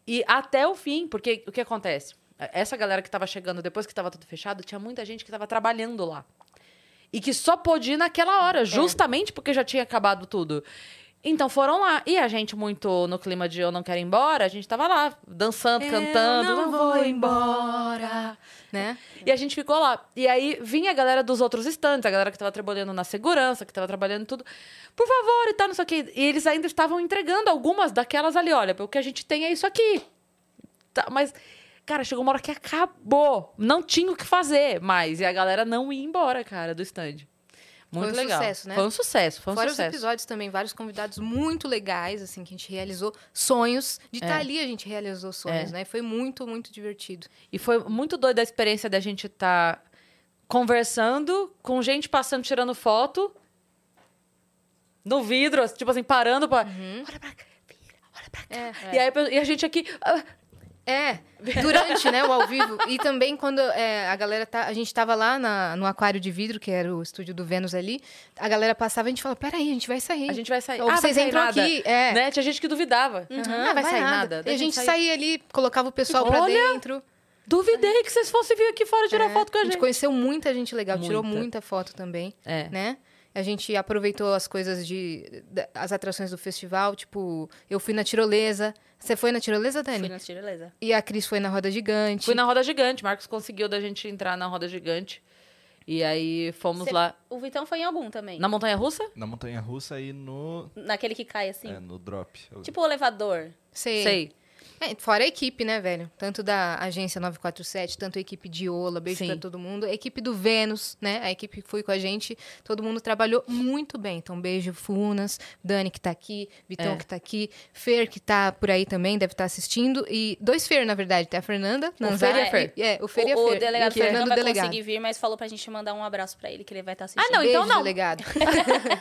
Speaker 1: E até o fim, porque o que acontece? Essa galera que tava chegando depois que tava tudo fechado, tinha muita gente que tava trabalhando lá. E que só podia ir naquela
Speaker 2: É.
Speaker 1: hora, justamente porque já tinha acabado tudo. Então foram lá. E a gente, muito no clima de eu não quero ir embora, a gente tava lá, dançando, cantando.
Speaker 2: Eu É, não vou embora. Né?
Speaker 1: E a gente ficou lá. E aí vinha a galera dos outros estantes, a galera que tava trabalhando na segurança, que tava trabalhando em tudo. Por favor, e tal, não sei o quê. E eles ainda estavam entregando algumas daquelas ali. Olha, o que a gente tem é isso aqui. Tá, mas, cara, chegou uma hora que acabou. Não tinha o que fazer mais. E a galera não ia embora, cara, do stand. Muito
Speaker 2: Foi um
Speaker 1: legal.
Speaker 2: sucesso, né?
Speaker 1: Foi um sucesso, foi um
Speaker 2: Fora os
Speaker 1: sucesso.
Speaker 2: episódios também, vários convidados muito legais, assim, que a gente realizou sonhos. De estar ali a gente realizou sonhos, né? Foi muito, muito divertido.
Speaker 1: E foi muito doida a experiência da gente estar conversando com gente passando, tirando foto no vidro, assim, tipo assim, parando pra.
Speaker 2: Uhum.
Speaker 1: Olha pra cá, vira, olha pra cá. E, aí, pe- e a gente aqui. ah,
Speaker 2: É, durante, né, o ao vivo. E também quando é, a galera tá. A gente tava lá na- no aquário de vidro, que era o estúdio do Vênus ali. A galera passava e a gente falava: peraí, a gente vai sair.
Speaker 1: a gente vai sair.
Speaker 2: Ou
Speaker 1: ah,
Speaker 2: vocês
Speaker 1: vai sair
Speaker 2: entram
Speaker 1: nada.
Speaker 2: aqui. É.
Speaker 1: Né? Tinha gente que duvidava.
Speaker 2: Uhum,
Speaker 1: Ah, vai, sair nada.
Speaker 2: E
Speaker 1: Daí
Speaker 2: a gente saía ali, colocava o pessoal pra
Speaker 1: Olha,
Speaker 2: dentro.
Speaker 1: Duvidei que vocês fossem vir aqui fora tirar
Speaker 2: É,
Speaker 1: foto com a
Speaker 2: A gente
Speaker 1: gente.
Speaker 2: conheceu muita gente legal, tirou
Speaker 1: Muita.
Speaker 2: muita foto também.
Speaker 1: É.
Speaker 2: né? A gente aproveitou as coisas de. da- as atrações do festival, tipo, eu fui na tirolesa. Você foi na tirolesa, Dani?
Speaker 3: Fui na tirolesa.
Speaker 2: E a Cris foi na roda gigante.
Speaker 1: Fui na roda gigante. Marcos conseguiu da gente entrar na roda gigante. E aí fomos
Speaker 3: Cê-
Speaker 1: lá.
Speaker 3: O Vitão foi em algum também.
Speaker 1: Na montanha russa?
Speaker 4: Na montanha russa e no.
Speaker 3: Naquele que cai assim.
Speaker 4: É, no drop. Eu-
Speaker 3: Tipo o elevador.
Speaker 2: Sei.
Speaker 1: Sei.
Speaker 2: É, fora a equipe, né, velho? Tanto da agência 947, tanto a equipe de Ola, beijo
Speaker 1: Sim.
Speaker 2: pra todo mundo. A equipe do Vênus, né? A equipe que foi com a gente. Todo mundo trabalhou muito bem. Então, beijo, Funas, Dani que tá aqui, Vitão
Speaker 1: É.
Speaker 2: que tá aqui, Fer que tá por aí também, deve estar assistindo. E dois Fer, na verdade, tem a Fernanda. Nanzar,
Speaker 1: Fer e a Fer.
Speaker 2: e- É, o Fer e a
Speaker 3: o,
Speaker 2: Fer.
Speaker 3: o delegado
Speaker 2: e o
Speaker 3: Fernando
Speaker 2: Fernando
Speaker 3: não vai
Speaker 2: Delegado.
Speaker 3: conseguir vir, mas falou pra gente mandar um abraço pra ele, que ele vai estar
Speaker 1: Ah,
Speaker 3: assistindo.
Speaker 1: não, então
Speaker 2: Beijo, delegado.
Speaker 1: [LAUGHS]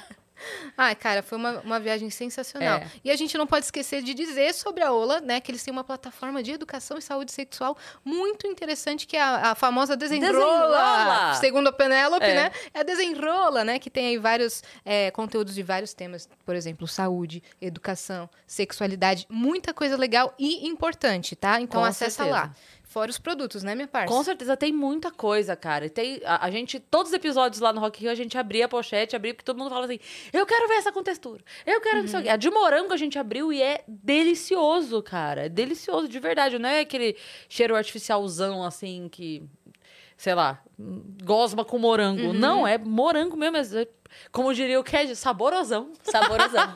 Speaker 2: Ai, cara, foi uma, uma viagem sensacional.
Speaker 1: É.
Speaker 2: E a gente não pode esquecer de dizer sobre a Ola, né? Que eles têm uma plataforma de educação e saúde sexual muito interessante, que é a, a famosa Desenrola.
Speaker 1: Desenrola!
Speaker 2: Segundo a Penélope,
Speaker 1: É.
Speaker 2: né? É a Desenrola, né? Que tem aí vários é, conteúdos de vários temas. Por exemplo, saúde, educação, sexualidade. Muita coisa legal e importante, tá? Então
Speaker 1: Com
Speaker 2: acessa
Speaker 1: certeza.
Speaker 2: lá. Fora os produtos, né, minha parça?
Speaker 1: Com certeza tem muita coisa, cara. E Tem, a, a gente, todos os episódios lá no Rock in Rio, a gente abria a pochete, abria, porque todo mundo falava assim: eu quero ver essa com textura. Eu quero não sei o quê. A de morango a gente abriu e é delicioso, cara. É delicioso, de verdade. Não é aquele cheiro artificialzão assim que, sei lá, gosma com morango. Não, é morango mesmo. é- como diria o Ked, saborosão.
Speaker 2: [LAUGHS]
Speaker 3: Saborosão.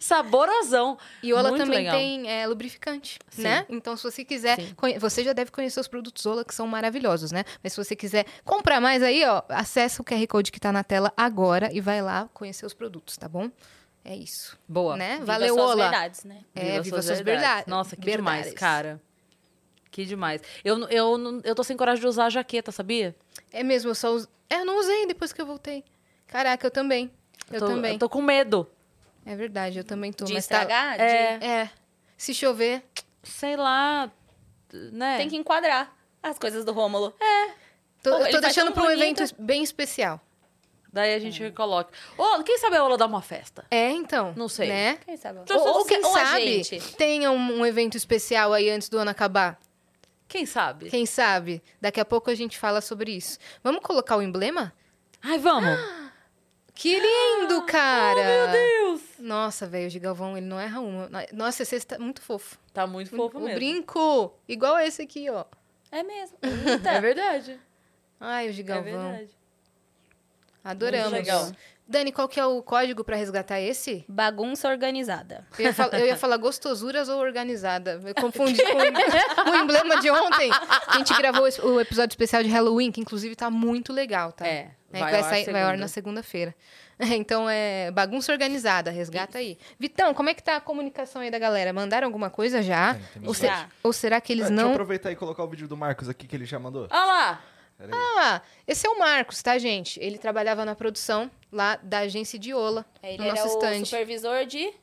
Speaker 1: Saborosão.
Speaker 2: E Ola
Speaker 1: Muito
Speaker 2: também
Speaker 1: legal.
Speaker 2: tem é, lubrificante,
Speaker 1: Sim.
Speaker 2: né? Então, se você quiser,
Speaker 1: Sim.
Speaker 2: conhe- você já deve conhecer os produtos Ola, que são maravilhosos, né? Mas se você quiser comprar mais aí, ó, acessa o QR Code que tá na tela agora e vai lá conhecer os produtos, tá bom? É isso,
Speaker 1: Boa.
Speaker 2: né?
Speaker 3: Viva
Speaker 2: Valeu,
Speaker 3: suas
Speaker 2: Ola!
Speaker 3: verdades, né?
Speaker 2: É, viva suas verdades.
Speaker 1: Nossa, que demais,
Speaker 2: Verdades.
Speaker 1: cara. Que demais. Eu, n- eu, n- eu tô sem coragem de usar a jaqueta, sabia?
Speaker 2: É mesmo, eu só us... É, eu não usei depois que eu voltei. Caraca, eu também. Eu,
Speaker 1: tô,
Speaker 2: também.
Speaker 1: Eu tô com medo.
Speaker 2: É verdade, eu também tô.
Speaker 3: De
Speaker 2: mas tá-
Speaker 3: estragar, de-
Speaker 1: É,
Speaker 2: É. Se chover,
Speaker 1: sei lá,
Speaker 2: É.
Speaker 1: né?
Speaker 3: Tem que enquadrar as coisas do Rômulo.
Speaker 2: tô-
Speaker 3: Pô,
Speaker 2: eu
Speaker 3: ele
Speaker 2: tô
Speaker 3: tá
Speaker 2: deixando
Speaker 3: tão
Speaker 2: pra um
Speaker 3: bonita.
Speaker 2: evento bem especial.
Speaker 1: Daí a gente coloca. Ô, quem sabe a Ola dá uma festa?
Speaker 2: É, então.
Speaker 1: Não sei.
Speaker 2: Né?
Speaker 3: Quem sabe?
Speaker 1: Então,
Speaker 2: ou,
Speaker 1: só
Speaker 2: ou
Speaker 1: se-
Speaker 2: quem
Speaker 3: ou a
Speaker 2: sabe
Speaker 3: gente.
Speaker 2: tenha um, um evento especial aí antes do ano acabar.
Speaker 1: Quem sabe?
Speaker 2: Quem sabe? Daqui a pouco a gente fala sobre isso. Vamos colocar o emblema?
Speaker 1: Ai, vamos.
Speaker 2: Ah! Que lindo, cara! meu
Speaker 1: Deus.
Speaker 2: Nossa, velho, o Gigalvão, ele não erra uma. Nossa, esse está muito fofo.
Speaker 1: Tá muito fofo
Speaker 2: o
Speaker 1: mesmo.
Speaker 2: brinco, igual esse aqui, ó.
Speaker 3: É mesmo.
Speaker 1: É
Speaker 2: [LAUGHS]
Speaker 3: Eita.
Speaker 1: verdade.
Speaker 2: Ai, o
Speaker 1: É
Speaker 2: Gigalvão.
Speaker 1: verdade.
Speaker 2: Adoramos.
Speaker 3: Muito legal.
Speaker 2: Dani, qual que é o código para resgatar esse?
Speaker 3: Bagunça organizada.
Speaker 2: Eu ia, fal- eu ia falar gostosuras ou organizada. Eu confundi com o emblema de ontem. A gente gravou es- o episódio especial de Halloween, que inclusive tá muito legal, tá?
Speaker 1: É, vai
Speaker 2: Né, que vai,
Speaker 1: ao ar
Speaker 2: sair, vai ao ar
Speaker 1: segunda.
Speaker 2: na segunda-feira. [LAUGHS] Então é bagunça organizada, resgata aí. Vitão, como é que tá a comunicação aí da galera? Mandaram alguma coisa já?
Speaker 4: Tem- tem
Speaker 2: ou,
Speaker 3: bastante.
Speaker 2: se- ou será que eles
Speaker 4: Ah, Deixa eu
Speaker 2: não.
Speaker 4: aproveitar e colocar o vídeo do Marcos aqui que ele já mandou.
Speaker 1: Olha lá!
Speaker 4: Pera aí.
Speaker 2: Ah, esse é o Marcos, tá, gente? Ele trabalhava na produção lá da agência Diola,
Speaker 3: É, Ele
Speaker 2: no
Speaker 3: era
Speaker 2: nosso
Speaker 3: o
Speaker 2: stand.
Speaker 3: supervisor de... É.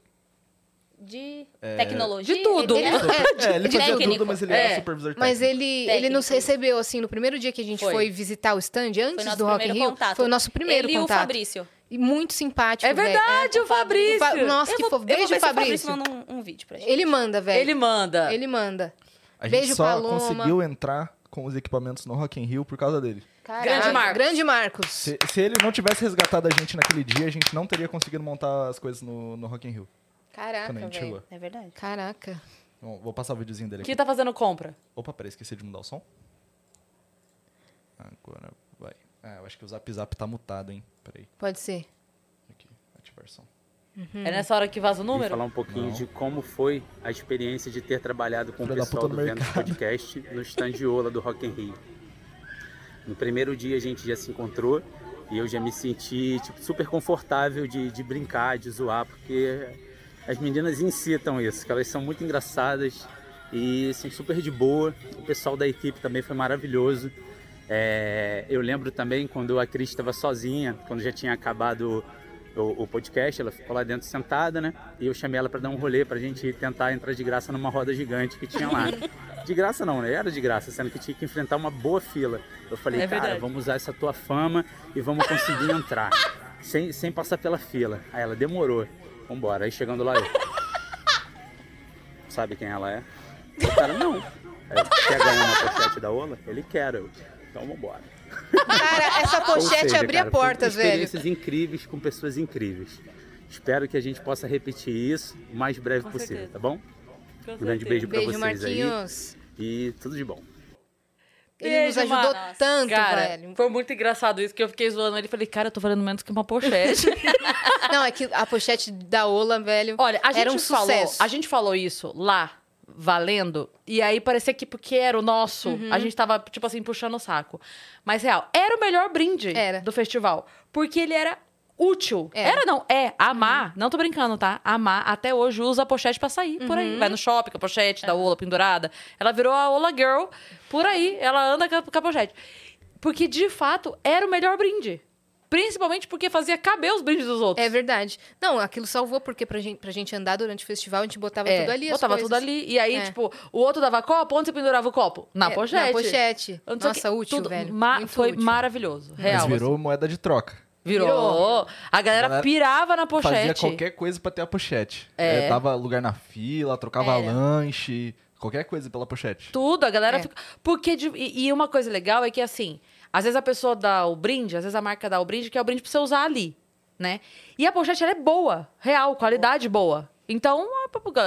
Speaker 3: De tecnologia.
Speaker 1: de tudo.
Speaker 3: Ele-
Speaker 2: Ele- é,
Speaker 4: É, ele
Speaker 2: de-
Speaker 4: fazia
Speaker 3: técnico.
Speaker 4: tudo, mas ele era
Speaker 1: É.
Speaker 4: supervisor
Speaker 2: Mas
Speaker 4: técnico.
Speaker 2: ele,
Speaker 3: Técnico.
Speaker 2: ele nos recebeu, assim, no primeiro dia que a gente foi,
Speaker 1: Foi.
Speaker 2: visitar o stand, antes
Speaker 3: nosso
Speaker 2: do Rock in
Speaker 3: primeiro
Speaker 2: Rio,
Speaker 3: contato.
Speaker 2: foi o nosso primeiro
Speaker 3: ele e o
Speaker 2: contato.
Speaker 3: Fabrício.
Speaker 2: E muito simpático,
Speaker 1: É
Speaker 2: velho.
Speaker 1: verdade, o Fabrício!
Speaker 2: O Fa- Nossa,
Speaker 3: Eu
Speaker 2: que
Speaker 3: vou-
Speaker 2: fofo.
Speaker 3: eu vou
Speaker 2: Beijo,
Speaker 3: ver se o
Speaker 2: Fabrício.
Speaker 3: manda um, um vídeo pra gente.
Speaker 2: Ele manda, velho.
Speaker 1: Ele manda.
Speaker 2: Ele manda.
Speaker 4: A gente
Speaker 2: Beijo,
Speaker 4: só
Speaker 2: Paloma.
Speaker 4: conseguiu entrar com os equipamentos no Rock in Rio por causa dele.
Speaker 2: Caraca,
Speaker 1: Grande Marcos.
Speaker 2: Grande Marcos.
Speaker 4: Se, se ele não tivesse resgatado a gente naquele dia, a gente não teria conseguido montar as coisas no, no Rock in Rio.
Speaker 2: Caraca,
Speaker 4: quando a gente
Speaker 2: velho.
Speaker 4: chegou.
Speaker 3: É verdade.
Speaker 2: Caraca.
Speaker 4: Bom, vou passar o videozinho dele aqui.
Speaker 1: Que tá fazendo compra.
Speaker 4: Opa, peraí, esqueci de mudar o som. Agora vai. Ah, eu acho que o Zap Zap tá mutado, hein. Peraí,
Speaker 2: Pode ser.
Speaker 4: aqui, ativar o som.
Speaker 2: Hum.
Speaker 1: É nessa hora que vaza o
Speaker 5: E
Speaker 1: número?
Speaker 5: falar um pouquinho
Speaker 4: Não.
Speaker 5: de como foi a experiência de ter trabalhado com o
Speaker 4: Filha da
Speaker 5: pessoal
Speaker 4: puta do
Speaker 5: do Vênus
Speaker 4: mercado.
Speaker 5: Podcast no Estandiola do Rock in Rio. No primeiro dia a gente já se encontrou e eu já me senti tipo, super confortável de, de brincar, de zoar, porque as meninas incitam isso, que elas são muito engraçadas e são super de boa. O pessoal da equipe também foi maravilhoso. É, eu lembro também quando a Cris estava sozinha, quando já tinha acabado o, o podcast, ela ficou lá dentro sentada, né? E eu chamei ela para dar um rolê pra gente tentar entrar de graça numa roda gigante que tinha
Speaker 1: [LAUGHS]
Speaker 5: lá. De graça não, né? Era de graça, sendo que tinha que enfrentar uma boa fila. Eu falei,
Speaker 1: É
Speaker 5: cara,
Speaker 1: verdade.
Speaker 5: vamos usar essa tua fama e vamos
Speaker 1: [LAUGHS]
Speaker 5: conseguir entrar. sem, sem passar pela fila. Aí ela demorou. Vambora. Aí chegando lá eu. [LAUGHS] Sabe quem ela é? O cara, não. Aí eu, quer ganhar uma pochete da Ola? Ele quer, eu. Então vambora.
Speaker 2: Cara, essa
Speaker 5: Ou
Speaker 2: pochete
Speaker 5: seja,
Speaker 2: abria
Speaker 5: cara,
Speaker 2: portas,
Speaker 5: foram
Speaker 2: velho.
Speaker 5: Experiências incríveis com pessoas incríveis. Espero que a gente possa repetir isso o mais breve
Speaker 1: Com
Speaker 5: possível,
Speaker 1: certeza.
Speaker 5: tá bom?
Speaker 1: Com
Speaker 5: grande
Speaker 1: certeza.
Speaker 5: beijo pra
Speaker 2: Beijo,
Speaker 5: vocês aí.
Speaker 2: Marquinhos.
Speaker 5: E tudo de bom.
Speaker 2: Ele nos
Speaker 1: Beijo,
Speaker 2: ajudou
Speaker 1: mano.
Speaker 2: tanto,
Speaker 1: Cara,
Speaker 2: velho.
Speaker 1: foi muito engraçado isso, que eu fiquei zoando ele. Falei, cara, eu tô valendo menos que uma pochete.
Speaker 2: Não, é que a pochete da Ola, velho,
Speaker 1: Olha, a gente
Speaker 2: era um
Speaker 1: falou,
Speaker 2: sucesso.
Speaker 1: a gente falou isso lá, valendo, e aí parecia que porque era o nosso,
Speaker 2: Uhum.
Speaker 1: a gente tava tipo assim puxando o saco. Mas real, era o melhor brinde
Speaker 2: Era.
Speaker 1: do festival, porque ele era útil.
Speaker 2: Era. Uhum.
Speaker 1: Era não, é, amar, não tô brincando, tá? Amar até hoje usa a pochete pra sair por
Speaker 2: Uhum.
Speaker 1: aí, vai no shopping com a pochete
Speaker 2: É.
Speaker 1: da Ola pendurada. Ela virou a Ola Girl por aí, ela anda com a, com a pochete. Porque de fato era o melhor brinde. Principalmente porque fazia caber os brindes dos outros.
Speaker 2: É verdade. Não, aquilo salvou porque pra gente, pra gente andar durante o festival, a gente botava
Speaker 1: É,
Speaker 2: tudo ali. as
Speaker 1: Botava
Speaker 2: coisas.
Speaker 1: tudo ali. E aí,
Speaker 2: É.
Speaker 1: tipo, o outro dava copo, onde você pendurava o copo? Na
Speaker 2: É,
Speaker 1: pochete.
Speaker 2: Na pochete.
Speaker 1: Eu não sei o
Speaker 2: Nossa,
Speaker 1: quê.
Speaker 2: útil,
Speaker 1: Tudo
Speaker 2: velho.
Speaker 1: ma-
Speaker 2: Muito
Speaker 1: foi
Speaker 2: útil.
Speaker 1: maravilhoso. Real.
Speaker 4: Mas virou moeda de troca.
Speaker 1: assim. Virou.
Speaker 2: Virou.
Speaker 1: A galera
Speaker 4: A galera
Speaker 1: pirava na pochete.
Speaker 4: Fazia qualquer coisa pra ter a pochete.
Speaker 1: É.
Speaker 4: É, dava lugar na fila, trocava
Speaker 2: Era.
Speaker 4: lanche, qualquer coisa pela pochete.
Speaker 1: Tudo, a galera
Speaker 2: É.
Speaker 1: fica. Porque. de- E, e uma coisa legal é que, assim, às vezes a pessoa dá o brinde, às vezes a marca dá o brinde, que é o brinde pra você usar ali, né? E a pochete, ela é boa, real, qualidade boa. Então, a-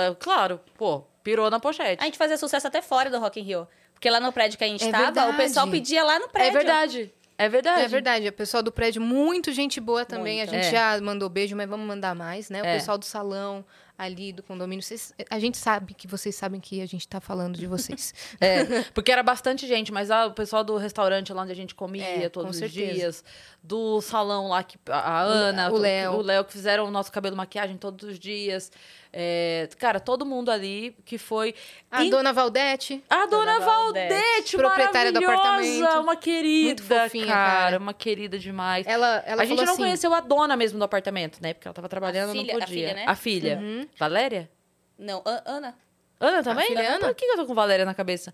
Speaker 1: a- claro, pô, pirou na pochete.
Speaker 3: A gente fazia sucesso até fora do Rock in Rio. Porque lá no prédio que a gente
Speaker 2: É
Speaker 3: tava,
Speaker 2: verdade.
Speaker 3: o pessoal pedia lá no
Speaker 1: é
Speaker 3: prédio.
Speaker 1: verdade. É verdade.
Speaker 2: É verdade, o pessoal do prédio, muito gente boa também.
Speaker 3: Muita.
Speaker 2: A gente
Speaker 1: É.
Speaker 2: já mandou beijo, mas vamos mandar mais, né? O
Speaker 1: É.
Speaker 2: pessoal do salão ali, do condomínio. vocês- a gente sabe que vocês sabem que a gente tá falando de
Speaker 1: [LAUGHS]
Speaker 2: vocês.
Speaker 1: É, porque era bastante gente, mas ah, o pessoal do restaurante lá onde a gente comia
Speaker 2: É, com
Speaker 1: todos os
Speaker 2: certeza.
Speaker 1: dias, do salão lá que a- a Ana,
Speaker 2: o
Speaker 1: to-
Speaker 2: Léo.
Speaker 1: o Léo que fizeram o nosso cabelo e maquiagem todos os dias. É, cara, todo mundo ali que foi
Speaker 2: A
Speaker 1: In-
Speaker 2: dona Valdete.
Speaker 1: a dona,
Speaker 3: Dona Valdete,
Speaker 1: Valdete,
Speaker 2: proprietária do
Speaker 1: maravilhosa,
Speaker 2: apartamento.
Speaker 1: uma querida,
Speaker 2: Muito fofinha, cara.
Speaker 1: uma querida demais.
Speaker 2: Ela, ela
Speaker 1: a gente
Speaker 2: falou
Speaker 1: não
Speaker 2: assim,
Speaker 1: conheceu a dona mesmo do apartamento, né? Porque ela tava trabalhando,
Speaker 3: A filha-
Speaker 1: não
Speaker 3: a
Speaker 1: podia.
Speaker 3: filha, né?
Speaker 1: A filha.
Speaker 2: "Uhum."
Speaker 1: Valéria?
Speaker 3: Não, An- Ana.
Speaker 1: Ana também?
Speaker 2: filha é Ana?
Speaker 1: Por que eu tô com Valéria na cabeça?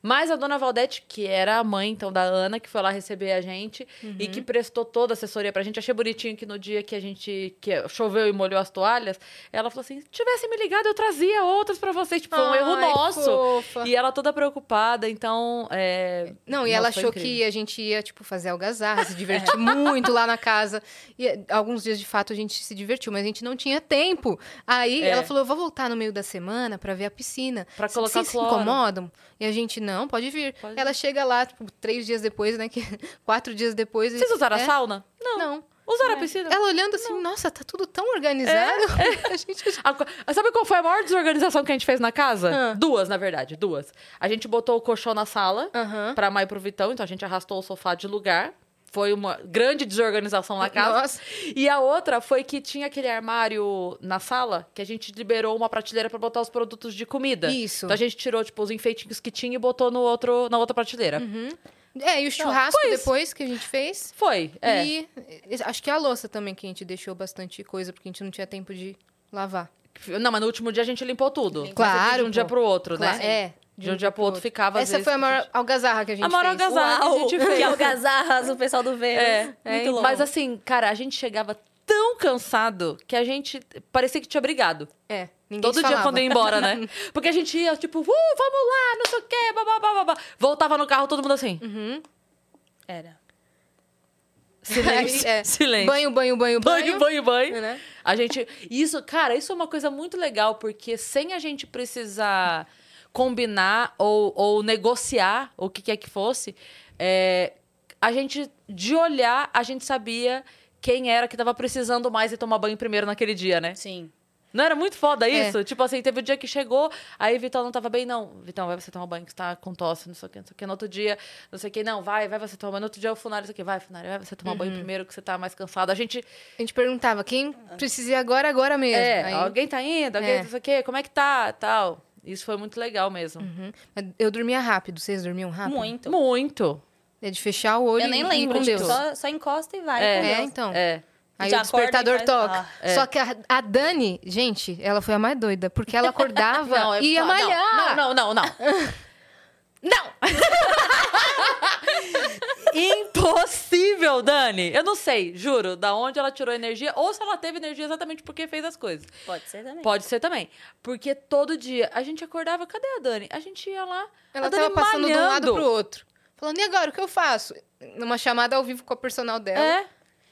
Speaker 1: Mas a dona Valdete, que era a mãe, então, da Ana, que foi lá receber a gente e
Speaker 2: Uhum.
Speaker 1: que prestou toda a assessoria pra gente. Achei bonitinho que no dia que a gente que choveu e molhou as toalhas, ela falou assim: tivessem me ligado, eu trazia outras pra vocês. Tipo, foi um erro
Speaker 2: "Ai,
Speaker 1: nosso.
Speaker 2: fofa."
Speaker 1: E ela toda preocupada, então. É...
Speaker 2: Não, e
Speaker 1: Nossa,
Speaker 2: ela
Speaker 1: foi
Speaker 2: achou
Speaker 1: incrível.
Speaker 2: que a gente ia, tipo, fazer algazarra, se divertir [LAUGHS] muito lá na casa. E eh, alguns dias, de fato, a gente se divertiu, mas a gente não tinha tempo. Aí
Speaker 1: É.
Speaker 2: ela falou, eu vou voltar no meio da semana pra ver a piscina.
Speaker 1: Pra colocar
Speaker 2: Vocês se
Speaker 1: cloro."
Speaker 2: incomodam? E a gente, Não, pode vir.
Speaker 1: Pode.
Speaker 2: Ela chega lá, tipo, três dias depois, né? que- [LAUGHS] quatro dias depois. e-
Speaker 1: Vocês usaram
Speaker 2: é?
Speaker 1: a sauna?
Speaker 2: Não.
Speaker 1: Usaram a piscina?
Speaker 2: Ela olhando assim, nossa, tá tudo tão organizado.
Speaker 1: É,
Speaker 2: [LAUGHS] A gente-
Speaker 1: A co- sabe qual foi a maior desorganização que a gente fez na casa?
Speaker 2: Ah.
Speaker 1: Duas, na verdade, duas. A gente botou o colchão na sala
Speaker 2: Aham.
Speaker 1: pra Mai e pro Vitão, então a gente arrastou o sofá de lugar. Foi uma grande desorganização na casa.
Speaker 2: Nossa.
Speaker 1: E a outra foi que tinha aquele armário na sala que a gente liberou uma prateleira pra botar os produtos de comida.
Speaker 2: Isso.
Speaker 1: Então a gente tirou, tipo, os enfeitinhos que tinha e botou no outro, na outra prateleira.
Speaker 2: É, e o churrasco
Speaker 1: foi isso.
Speaker 2: depois que a gente fez.
Speaker 1: Foi. É.
Speaker 2: E e- acho que é a louça também, que a gente deixou bastante coisa, porque a gente não tinha tempo de lavar.
Speaker 1: Não, mas no último dia a gente limpou tudo.
Speaker 2: Limpou.
Speaker 1: Mas De um
Speaker 2: Claro,
Speaker 1: dia
Speaker 2: pô.
Speaker 1: pro outro,
Speaker 2: Claro,
Speaker 1: né?
Speaker 2: É.
Speaker 1: De um dia pro outro ficava. às
Speaker 2: Essa
Speaker 1: vezes,
Speaker 2: foi a maior algazarra que a gente
Speaker 1: A maior
Speaker 2: fez.
Speaker 1: algazarra. Algazarras
Speaker 3: Uau!
Speaker 1: a gente fez. É,
Speaker 3: Que [LAUGHS] algazarras o pessoal do Vênus. Muito louco.
Speaker 1: Mas assim, cara, a gente chegava tão cansado que a gente parecia que tinha brigado.
Speaker 2: É, ninguém
Speaker 1: Todo
Speaker 2: se
Speaker 1: dia
Speaker 2: falava.
Speaker 1: quando ia embora, né? Porque a gente ia, tipo, uh, vamos lá, não sei o quê, babá, babá, babá. Voltava no carro, todo mundo assim.
Speaker 2: Uhum.
Speaker 1: [LAUGHS]
Speaker 3: Era.
Speaker 1: Silêncio.
Speaker 2: [LAUGHS] É.
Speaker 1: Silêncio.
Speaker 2: Banho, banho,
Speaker 1: [LAUGHS]
Speaker 2: banho,
Speaker 1: banho,
Speaker 2: banho.
Speaker 1: banho, banho.
Speaker 2: Né?
Speaker 1: A gente. Isso, cara, isso é uma coisa muito legal, porque sem a gente precisar combinar ou, ou negociar o que quer que fosse, é, a gente, de olhar, a gente sabia quem era que tava precisando mais e tomar banho primeiro naquele dia, né?
Speaker 3: Sim.
Speaker 1: Não era muito foda
Speaker 2: É.
Speaker 1: isso? Tipo assim, teve o dia que chegou, aí o Vitão não tava bem, não. Vitão, vai você tomar banho, que você tá com tosse, não sei o que, não sei o que. No outro dia, não sei o que, não, vai, vai você tomar banho. No outro dia, o Funari, não sei o que, vai, Funari, vai você tomar banho
Speaker 2: Uhum.
Speaker 1: primeiro, que você tá mais cansado. A gente,
Speaker 2: A gente perguntava, quem precisa ir agora, agora mesmo.
Speaker 1: é,
Speaker 2: Aí-
Speaker 1: alguém tá indo, alguém
Speaker 2: É.
Speaker 1: não sei o que, como é que tá, tal. Isso foi muito legal mesmo.
Speaker 2: Uhum. Eu dormia rápido. Vocês dormiam rápido?
Speaker 3: Muito.
Speaker 1: Muito.
Speaker 2: É de fechar o olho
Speaker 3: Eu nem
Speaker 2: e ir
Speaker 3: lembro,
Speaker 2: com
Speaker 3: tipo,
Speaker 2: Deus.
Speaker 3: só, só encosta e vai.
Speaker 1: É.
Speaker 3: com
Speaker 2: É,
Speaker 3: Deus.
Speaker 2: então.
Speaker 1: É.
Speaker 2: Aí
Speaker 3: Já
Speaker 2: o
Speaker 3: acorda e
Speaker 2: despertador
Speaker 3: faz-
Speaker 2: toca.
Speaker 3: Ah,
Speaker 1: é.
Speaker 2: Só que a, a Dani, gente, ela foi a mais doida, porque ela
Speaker 1: [LAUGHS]
Speaker 2: acordava
Speaker 1: Não, é
Speaker 2: e ia
Speaker 1: não,
Speaker 2: malhar.
Speaker 1: Não, não, não, não. não! Impossível, Dani! Eu não sei, juro, da onde ela tirou energia ou se ela teve energia exatamente porque fez as coisas.
Speaker 3: Pode ser também.
Speaker 1: Pode ser também. Porque todo dia a gente acordava, cadê a Dani? A gente ia lá.
Speaker 2: Ela
Speaker 1: a Dani
Speaker 2: tava passando de um
Speaker 1: tá malhando.
Speaker 2: lado pro outro. Falando, e agora, o que eu faço? Numa chamada ao vivo com a personal dela.
Speaker 1: É,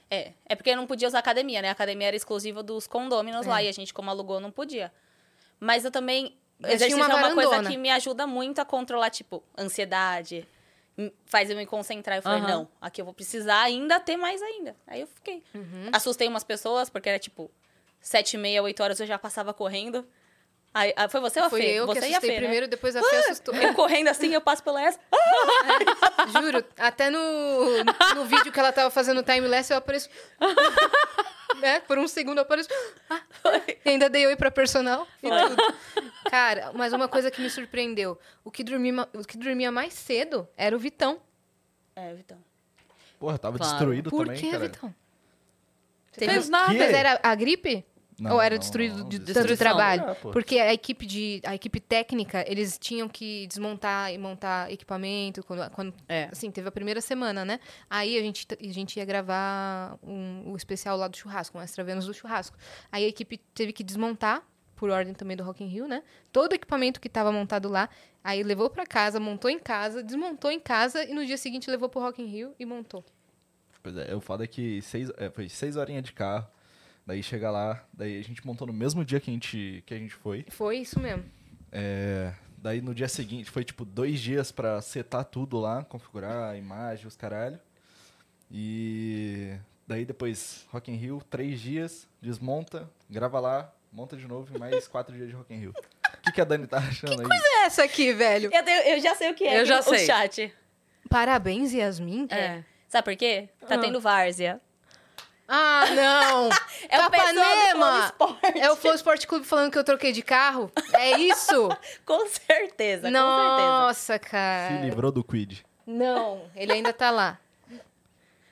Speaker 3: É. É porque não podia usar academia, né? A academia era exclusiva dos condôminos lá
Speaker 2: É.
Speaker 3: e a gente, como alugou, não podia. Mas eu também.
Speaker 2: Mas
Speaker 3: Exercício
Speaker 2: tinha uma
Speaker 3: é uma coisa
Speaker 2: varandona.
Speaker 3: que me ajuda muito a controlar, tipo, ansiedade. m- Faz eu me concentrar. Eu falei,
Speaker 1: Aham.
Speaker 3: não, aqui eu vou precisar ainda ter mais ainda. Aí eu fiquei.
Speaker 2: Uhum.
Speaker 3: Assustei umas pessoas, porque era tipo sete e meia, oito horas, eu já passava correndo. Aí, ah, foi você ou a
Speaker 2: Foi
Speaker 3: Fê?
Speaker 2: eu
Speaker 3: você
Speaker 2: que
Speaker 3: e a
Speaker 2: assustei
Speaker 3: Fê, né?
Speaker 2: primeiro, depois a Fê assustou.
Speaker 3: [LAUGHS] Eu correndo assim, eu passo pela
Speaker 2: [LAUGHS]
Speaker 3: essa.
Speaker 2: Juro, até no, no vídeo que ela tava fazendo timelapse, eu apareço... né? Por um segundo eu apareço... Ah, e ainda dei oi pra personal e tudo. Cara, mas uma coisa que me surpreendeu. O que, dormi, ma- o que dormia mais cedo era o Vitão.
Speaker 3: É, Vitão.
Speaker 4: Porra, tava
Speaker 1: Claro.
Speaker 4: destruído
Speaker 2: Por
Speaker 4: também,
Speaker 2: que,
Speaker 4: cara.
Speaker 2: Vitão?
Speaker 1: não
Speaker 2: Teve-
Speaker 1: fez nada.
Speaker 4: Que?
Speaker 2: Mas era a gripe?
Speaker 4: Não,
Speaker 2: Ou era
Speaker 4: não,
Speaker 2: destruído
Speaker 4: não,
Speaker 2: de
Speaker 4: destruição.
Speaker 2: tanto trabalho?
Speaker 4: Ah, pô.
Speaker 2: Porque a equipe de a equipe técnica, eles tinham que desmontar e montar equipamento quando, quando
Speaker 1: É.
Speaker 2: assim, teve a primeira semana, né? Aí a gente t- a gente ia gravar um, o especial lá do churrasco, um extra Vênus do churrasco. Aí a equipe teve que desmontar por ordem também do Rock in Rio, né? Todo o equipamento que estava montado lá, aí levou pra casa, montou em casa, desmontou em casa e no dia seguinte levou pro Rock in Rio e montou.
Speaker 4: Pois é, eu falo é que seis, é, foi seis horinhas de carro, daí chega lá, daí a gente montou no mesmo dia que a gente, que a gente foi.
Speaker 2: Foi isso mesmo.
Speaker 4: É, daí no dia seguinte, foi tipo dois dias pra setar tudo lá, configurar a imagem, os caralho. E daí depois Rock in Rio, três dias, desmonta, grava lá, monta de novo e mais [LAUGHS] quatro dias de Rock in Rio. O que, que a Dani tá achando aí?
Speaker 2: É Essa aqui, velho.
Speaker 3: Eu, tenho- eu já sei o que é
Speaker 1: Eu
Speaker 3: aqui
Speaker 1: já
Speaker 3: no-
Speaker 1: sei.
Speaker 3: o chat.
Speaker 2: Parabéns, Yasmin.
Speaker 1: É.
Speaker 3: Sabe por quê? Tá tendo várzea.
Speaker 2: Ah, não!
Speaker 3: É o pessoal do
Speaker 2: Capanema!
Speaker 3: Flow Sport.
Speaker 2: É o Flow Sport Clube falando que eu troquei de carro? É isso?
Speaker 3: [LAUGHS] [LAUGHS] Com certeza, com certeza.
Speaker 2: Nossa,
Speaker 4: Se
Speaker 2: cara.
Speaker 4: livrou do Quid.
Speaker 2: Não, ele ainda tá lá.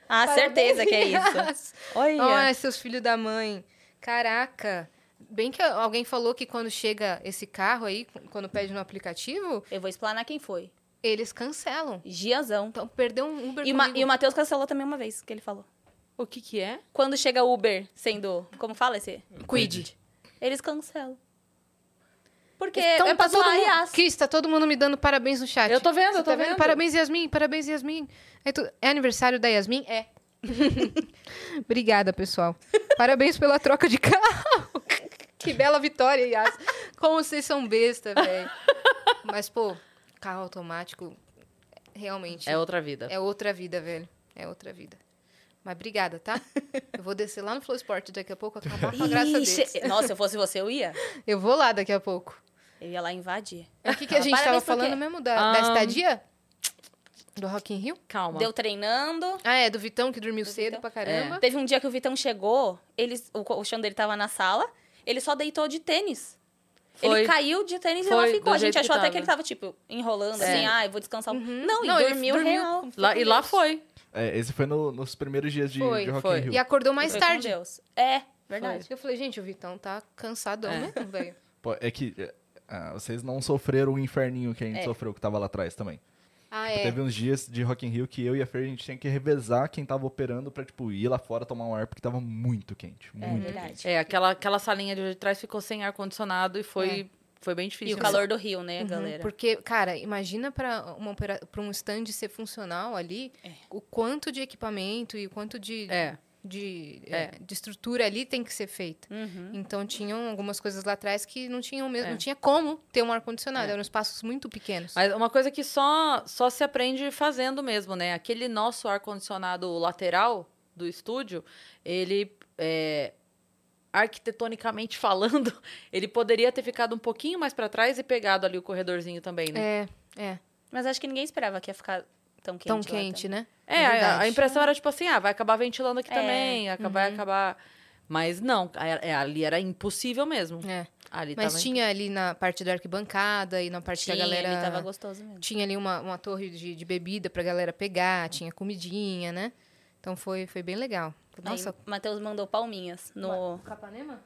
Speaker 3: Ah, certeza que é
Speaker 2: [LAUGHS]
Speaker 3: isso.
Speaker 2: Parabéns.
Speaker 3: Olha.
Speaker 2: Ai, seus filhos da mãe. Caraca. Bem que alguém falou que quando chega esse carro aí, quando pede no aplicativo,
Speaker 3: Eu vou explanar quem foi.
Speaker 2: eles cancelam.
Speaker 3: Giazão.
Speaker 2: Então, perdeu um Uber
Speaker 3: E, o Ma-
Speaker 2: comigo.
Speaker 3: e o Matheus cancelou também uma vez, que ele falou.
Speaker 1: O que que é?
Speaker 3: Quando chega o Uber sendo... Como fala esse? Quid. Eles cancelam. Porque
Speaker 2: Então
Speaker 3: é pra
Speaker 2: tá todo
Speaker 3: zoar a
Speaker 2: mundo...
Speaker 3: Yas.
Speaker 2: Cris, tá todo mundo me dando parabéns no chat.
Speaker 1: Eu tô vendo,
Speaker 2: Você
Speaker 1: eu tô
Speaker 2: tá
Speaker 1: vendo.
Speaker 2: Parabéns, Yasmin, parabéns, Yasmin. É, tu- é aniversário da Yasmin? É. [LAUGHS] Obrigada, pessoal. Parabéns pela troca de carro. [LAUGHS] que bela vitória, Yas. Como vocês são besta, velho. Mas, pô, Carro automático, realmente.
Speaker 1: É outra vida.
Speaker 2: É outra vida, velho. É outra vida. Mas obrigada, tá? Eu vou descer lá no Flow Sport daqui a pouco, acabar com a graça
Speaker 3: Ixi,
Speaker 1: é
Speaker 2: deles.
Speaker 3: Nossa, se eu fosse você, eu ia.
Speaker 2: Eu vou lá daqui a pouco.
Speaker 3: Eu ia lá invadir.
Speaker 2: E É O que, que a
Speaker 3: Ah,
Speaker 2: gente tava
Speaker 3: parabéns por quê?
Speaker 2: falando mesmo? Da, da
Speaker 1: Ahn.
Speaker 2: estadia? Do Rock in Rio?
Speaker 1: É, Calma.
Speaker 3: Deu treinando.
Speaker 2: Ah, é, do Vitão que dormiu
Speaker 3: Do
Speaker 2: cedo
Speaker 3: Vitão.
Speaker 2: pra caramba.
Speaker 3: Teve um dia que o Vitão chegou, ele, o, co- o chão dele tava na sala, ele só deitou de tênis.
Speaker 1: Foi.
Speaker 3: Ele caiu de tênis
Speaker 1: Foi,
Speaker 3: e lá ficou.
Speaker 1: do
Speaker 3: A gente
Speaker 1: jeito que
Speaker 3: achou até
Speaker 1: tava.
Speaker 3: que ele tava, tipo, enrolando,
Speaker 1: É.
Speaker 3: assim, ah, eu vou descansar um pouco. Não, e
Speaker 2: Não, ele
Speaker 3: dormiu,
Speaker 2: dormiu
Speaker 3: real.
Speaker 1: Lá, e lá foi.
Speaker 4: É, esse foi no- nos primeiros dias de,
Speaker 2: Foi,
Speaker 4: de Rock
Speaker 1: foi.
Speaker 4: in Rio.
Speaker 2: E acordou mais
Speaker 3: Foi com
Speaker 2: tarde.
Speaker 3: Deus. É, verdade.
Speaker 2: Eu falei, gente, o Vitão tá cansadão
Speaker 1: É.
Speaker 2: mesmo, velho.
Speaker 4: Pô, é que é, ah, vocês não sofreram o inferninho que a gente
Speaker 3: É.
Speaker 4: sofreu, que tava lá atrás também.
Speaker 2: [LAUGHS] Ah, é.
Speaker 4: Teve um uns dias de Rock in Rio que eu e a Fer, a gente tinha que revezar quem tava operando pra, tipo, ir lá fora tomar um ar, porque tava muito quente.
Speaker 3: É,
Speaker 4: Muito quente.
Speaker 3: verdade.
Speaker 1: É, aquela, aquela salinha de trás ficou sem ar-condicionado e foi, foi bem
Speaker 3: E
Speaker 1: difícil.
Speaker 3: o calor do Rio,
Speaker 2: Uhum,
Speaker 3: né, galera?
Speaker 2: Porque, cara, imagina pra uma opera- pra um stand ser funcional ali,
Speaker 3: É.
Speaker 2: o quanto de equipamento e o quanto de,
Speaker 1: É.
Speaker 2: de, é, de estrutura ali tem que ser feita.
Speaker 3: Uhum.
Speaker 2: Então tinham algumas coisas lá atrás que não tinham mesmo, não tinha como ter um ar condicionado, eram espaços muito pequenos.
Speaker 1: Mas uma coisa que só, só se aprende fazendo mesmo, né? Aquele nosso ar-condicionado lateral do estúdio, ele é, arquitetonicamente falando, [LAUGHS] ele poderia ter ficado um pouquinho mais pra trás e pegado ali o corredorzinho também, né?
Speaker 2: É, é,
Speaker 3: Mas acho que ninguém esperava que ia ficar tão quente.
Speaker 2: tão
Speaker 3: lá
Speaker 2: quente, né?
Speaker 1: É, a- a,
Speaker 2: verdade.
Speaker 1: impressão era tipo assim, ah, vai acabar ventilando aqui
Speaker 3: É.
Speaker 1: também, aca- vai acabar... Mas não, é- é, ali era impossível mesmo.
Speaker 2: É.
Speaker 1: Ali
Speaker 2: Mas
Speaker 1: tava
Speaker 2: tinha ali na parte da arquibancada e na parte
Speaker 3: Tinha,
Speaker 2: que a galera...
Speaker 3: ele tava gostoso mesmo.
Speaker 2: Tinha ali uma, uma torre de, de bebida pra galera pegar, tinha comidinha, né? Então foi, foi bem legal. Nossa,
Speaker 3: Aí, Matheus mandou palminhas no,
Speaker 2: Capanema?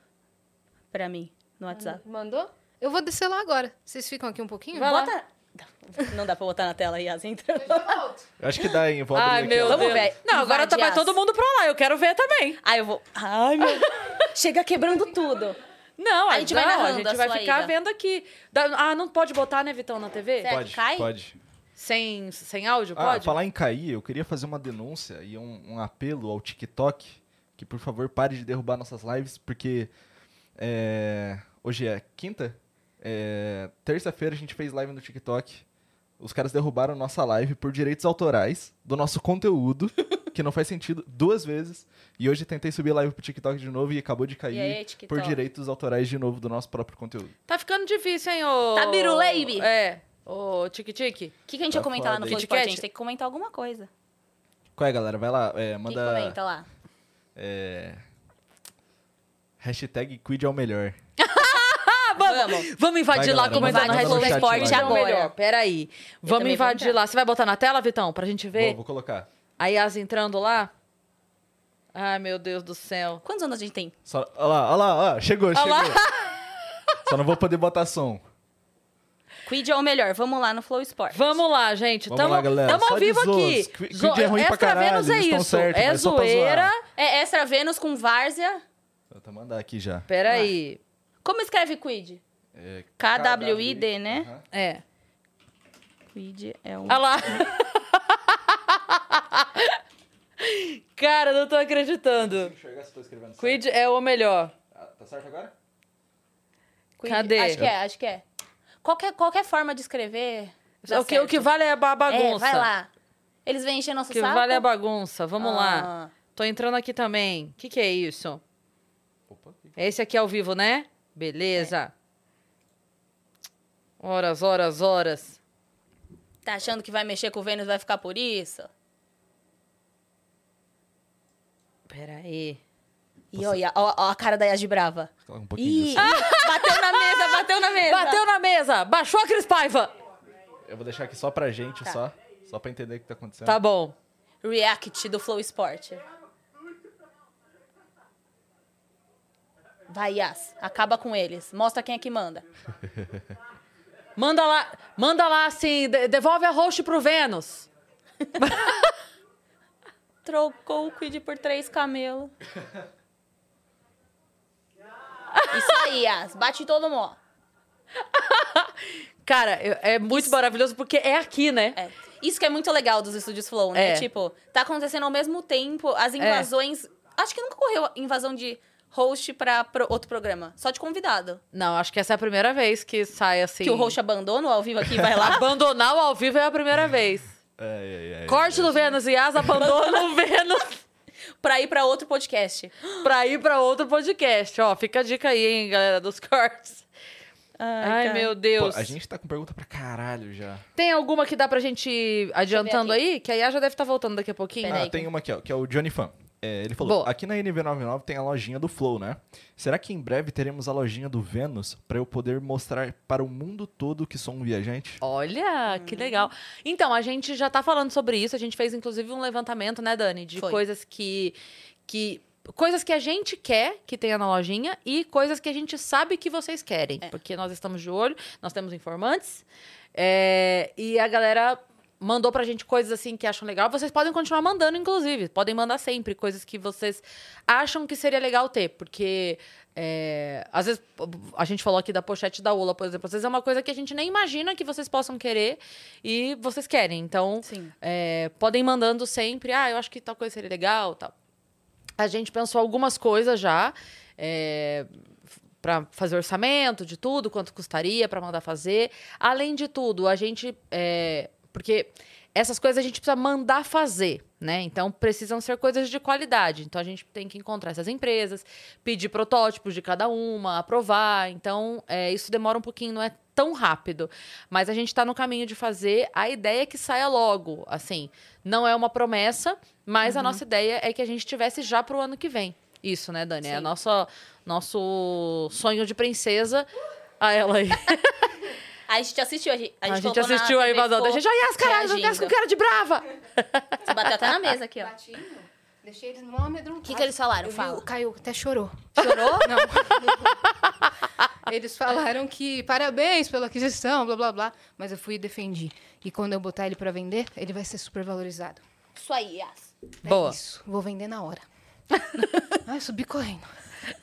Speaker 3: pra mim, no WhatsApp.
Speaker 2: Mandou? Eu vou descer lá agora. Vocês ficam aqui um pouquinho?
Speaker 1: Hum, Vai lá.
Speaker 3: Bota... Não dá pra botar na tela, Yas, então. entrou.
Speaker 4: Eu acho que dá, hein? Eu vou abrir
Speaker 1: Ai,
Speaker 4: aqui,
Speaker 1: meu
Speaker 4: ó.
Speaker 1: Deus.
Speaker 3: Vamos ver.
Speaker 1: Não, agora tá, vai
Speaker 3: Invadias.
Speaker 1: todo mundo pra lá. Eu quero ver também.
Speaker 3: [LAUGHS] Aí eu vou... Ai, meu... Chega quebrando tudo.
Speaker 1: Não,
Speaker 3: A
Speaker 1: a
Speaker 3: gente
Speaker 1: gente
Speaker 3: vai
Speaker 1: não,
Speaker 3: narrando
Speaker 1: a gente
Speaker 3: a
Speaker 1: vai
Speaker 3: sua
Speaker 1: ficar
Speaker 3: ida.
Speaker 1: vendo aqui. Da- ah, não pode botar, né, Vitão, na TV?
Speaker 3: Certo.
Speaker 4: Pode,
Speaker 3: Cai?
Speaker 4: pode.
Speaker 1: Sem, sem áudio,
Speaker 4: Ah,
Speaker 1: pode?
Speaker 4: falar em cair, eu queria fazer uma denúncia e um, um apelo ao TikTok que, por favor, pare de derrubar nossas lives, porque é, hoje é quinta, é, terça-feira a gente fez live no TikTok. Os caras derrubaram nossa live por direitos autorais do nosso
Speaker 3: [LAUGHS]
Speaker 4: conteúdo, que não faz sentido, duas vezes. E hoje tentei subir a live pro TikTok de novo e acabou de cair
Speaker 3: E aí, TikTok?
Speaker 4: Tá por direitos autorais de novo do nosso próprio conteúdo.
Speaker 1: Tá ficando difícil, hein, ô...
Speaker 3: Tá biruleibe.
Speaker 1: É. Ô, tique-tique.
Speaker 3: O que, que a gente ia
Speaker 4: Tá
Speaker 3: comentar lá
Speaker 4: foda.
Speaker 3: no Flow
Speaker 1: Kit
Speaker 3: Sport? A
Speaker 1: Kat?
Speaker 3: gente tem que comentar alguma coisa.
Speaker 4: Qual é, galera? Vai lá, é,
Speaker 3: O que, que
Speaker 4: manda
Speaker 3: comenta lá?
Speaker 4: É, hashtag quid é o melhor.
Speaker 1: Ah, vamos! Vamos invadir
Speaker 4: Vai,
Speaker 1: lá,
Speaker 4: galera,
Speaker 1: comentar no
Speaker 3: vamos lá no
Speaker 1: Flow
Speaker 3: chat
Speaker 1: Esporte
Speaker 3: lá.
Speaker 1: agora.
Speaker 3: Melhor.
Speaker 1: Peraí. Vamos
Speaker 3: também vou
Speaker 1: invadir
Speaker 3: entrar.
Speaker 1: lá. Você vai botar na tela, Vitão, pra gente ver?
Speaker 4: Vou, vou colocar.
Speaker 1: A Yas entrando lá. Ai, meu Deus do céu.
Speaker 3: Quantos anos a gente tem?
Speaker 4: Só, olha lá, olha lá, olha lá, chegou,
Speaker 1: Olha
Speaker 4: chegou.
Speaker 1: lá. [LAUGHS]
Speaker 4: Só não vou poder botar som.
Speaker 3: Quid é o melhor. Vamos lá no Flow Sport.
Speaker 1: Vamos lá, gente.
Speaker 4: Vamos
Speaker 1: tamo,
Speaker 4: lá, galera.
Speaker 1: tamo
Speaker 4: Só
Speaker 1: ao
Speaker 4: de
Speaker 1: vivo
Speaker 4: zoas.
Speaker 1: aqui.
Speaker 4: Qui-
Speaker 1: Zo-
Speaker 4: vídeo é ruim pra
Speaker 1: Extra
Speaker 4: caralho,
Speaker 1: Vênus é
Speaker 4: eles tão
Speaker 1: isso.
Speaker 4: certo,
Speaker 1: é
Speaker 4: mas só pra zoar.
Speaker 1: zoeira.
Speaker 3: É Extra Vênus com Várzea.
Speaker 4: Vou até mandar aqui já.
Speaker 1: Peraí.
Speaker 3: Como escreve Quid?
Speaker 4: É,
Speaker 3: KWID, né?
Speaker 4: Aham.
Speaker 1: É.
Speaker 3: Quid é o...
Speaker 1: Olha lá. Cara, não tô acreditando.
Speaker 4: Consigo enxergar se tô escrevendo certo.
Speaker 1: Quid é o melhor.
Speaker 4: Ah, Tá certo agora?
Speaker 3: Quid.
Speaker 1: Cadê?
Speaker 3: Acho que é, acho que é. Qualquer, qualquer forma de escrever... dá
Speaker 1: O que, o que
Speaker 3: Tá certo.
Speaker 1: vale é a ba- bagunça.
Speaker 3: É, vai lá. Eles vêm encher nosso
Speaker 1: O que
Speaker 3: saco?
Speaker 1: vale é a bagunça. Vamos lá.
Speaker 3: Ah.
Speaker 1: Tô entrando aqui também. O que, que é isso?
Speaker 4: Opa, aqui.
Speaker 1: Esse aqui é ao vivo, né? Beleza. Horas, horas, horas.
Speaker 3: Tá achando que vai mexer com o Vênus e vai ficar por isso?
Speaker 1: Peraí.
Speaker 3: E olha, ó, ó a cara da Yas de brava.
Speaker 4: Coloca um pouquinho
Speaker 3: Ih,
Speaker 4: disso.
Speaker 3: [LAUGHS] bateu na mesa, bateu na mesa.
Speaker 1: Bateu na mesa! Baixou a Cris Paiva!
Speaker 4: Eu vou deixar aqui só pra gente, só. Só pra entender o que tá acontecendo.
Speaker 1: Tá bom.
Speaker 3: React do Flow Sport. Vai, Yas. Acaba com eles. Mostra quem é que manda.
Speaker 1: Manda lá, manda lá assim, de- devolve a host pro Vênus.
Speaker 3: Trocou o Quid por três camelo. Isso aí, Yas. Bate em todo mundo.
Speaker 1: Cara, eu- é muito maravilhoso porque é aqui, né?
Speaker 3: É. Isso que é muito legal dos estúdios Flow, né?
Speaker 1: É.
Speaker 3: Tipo, tá acontecendo ao mesmo tempo as invasões. Acho que nunca ocorreu invasão de host pra pro- outro programa. Só de convidado.
Speaker 1: Não, acho que essa é a primeira vez que é sai assim.
Speaker 3: Que o host abandona o ao vivo aqui e vai lá.
Speaker 1: Abandonar o ao vivo é a primeira vez.
Speaker 4: É, é, é.
Speaker 1: Corte do Vênus e Asa [LAUGHS] abandona o Vênus
Speaker 3: [LAUGHS] pra ir pra outro podcast.
Speaker 1: pra ir pra outro podcast. Ó, fica a dica aí, hein, galera dos cortes. Ai,
Speaker 3: cara.
Speaker 1: meu
Speaker 4: Pô,
Speaker 1: Deus.
Speaker 4: a gente tá com pergunta pra caralho já.
Speaker 1: Tem alguma que dá pra gente ir adiantando
Speaker 3: aqui.
Speaker 1: aí? Que a Yá já deve estar voltando daqui a pouquinho.
Speaker 3: Peraí.
Speaker 4: Ah, tem uma aqui, ó, que é o Johnny Fan. É, ele falou,
Speaker 1: Boa.
Speaker 4: aqui na NV99 tem a lojinha do Flow, né? Será que em breve teremos a lojinha do Vênus pra eu poder mostrar para o mundo todo que sou um viajante?
Speaker 1: Olha, que legal. Então, a gente já tá falando sobre isso. A gente fez, inclusive, um levantamento, né, Dani? De
Speaker 3: Foi.
Speaker 1: coisas que, que... Coisas que a gente quer que tenha na lojinha e coisas que a gente sabe que vocês querem. Porque nós estamos de olho, nós temos informantes. é, e a galera mandou pra gente coisas assim que acham legal. Vocês podem continuar mandando, inclusive. Podem mandar sempre coisas que vocês acham que seria legal ter. Porque é, às vezes, a gente falou aqui da pochete da Ola, por exemplo. Às vezes é uma coisa que a gente nem imagina que vocês possam querer e vocês querem. Então,
Speaker 3: Sim.
Speaker 1: é, podem ir mandando sempre. Ah, eu acho que tal coisa seria legal, tal. A gente pensou algumas coisas já. É, para fazer orçamento de tudo, quanto custaria para mandar fazer. Além de tudo, a gente. é, porque essas coisas a gente precisa mandar fazer, né? Então precisam ser coisas de qualidade. Então a gente tem que encontrar essas empresas, pedir protótipos de cada uma, aprovar. Então é, isso demora um pouquinho, não é tão rápido. Mas a gente está no caminho de fazer. A ideia é que saia logo. Assim, não é uma promessa, mas
Speaker 3: Uhum.
Speaker 1: a nossa ideia é que a gente tivesse já para o ano que vem. Isso, né, Dani? É a
Speaker 3: Sim.
Speaker 1: nossa nosso sonho de princesa. A ela aí.
Speaker 3: Aí a gente assistiu, a gente, a
Speaker 1: [LAUGHS] A
Speaker 3: gente,
Speaker 1: gente,
Speaker 3: colocou na
Speaker 1: assistiu aí,
Speaker 3: TV,
Speaker 1: vazando. A
Speaker 3: ficou
Speaker 1: gente, ai, as caralho, não desce com
Speaker 3: reagindo.
Speaker 1: cara de brava.
Speaker 3: Você bateu até na mesa
Speaker 4: [LAUGHS]
Speaker 3: aqui, ó.
Speaker 2: Batinho, deixei eles mal amedrontados.
Speaker 3: O que que eles falaram?
Speaker 2: Eu vi
Speaker 3: Fala.
Speaker 2: O Caio até chorou.
Speaker 3: Chorou?
Speaker 2: [LAUGHS] Não. Eles falaram que parabéns pela aquisição, blá blá blá. Mas eu fui e defendi. E quando eu botar ele pra vender, ele vai ser super valorizado.
Speaker 3: Isso aí, Yas.
Speaker 1: Boa.
Speaker 2: É isso. Vou vender
Speaker 1: [LAUGHS]
Speaker 2: na hora. Ai, subi correndo.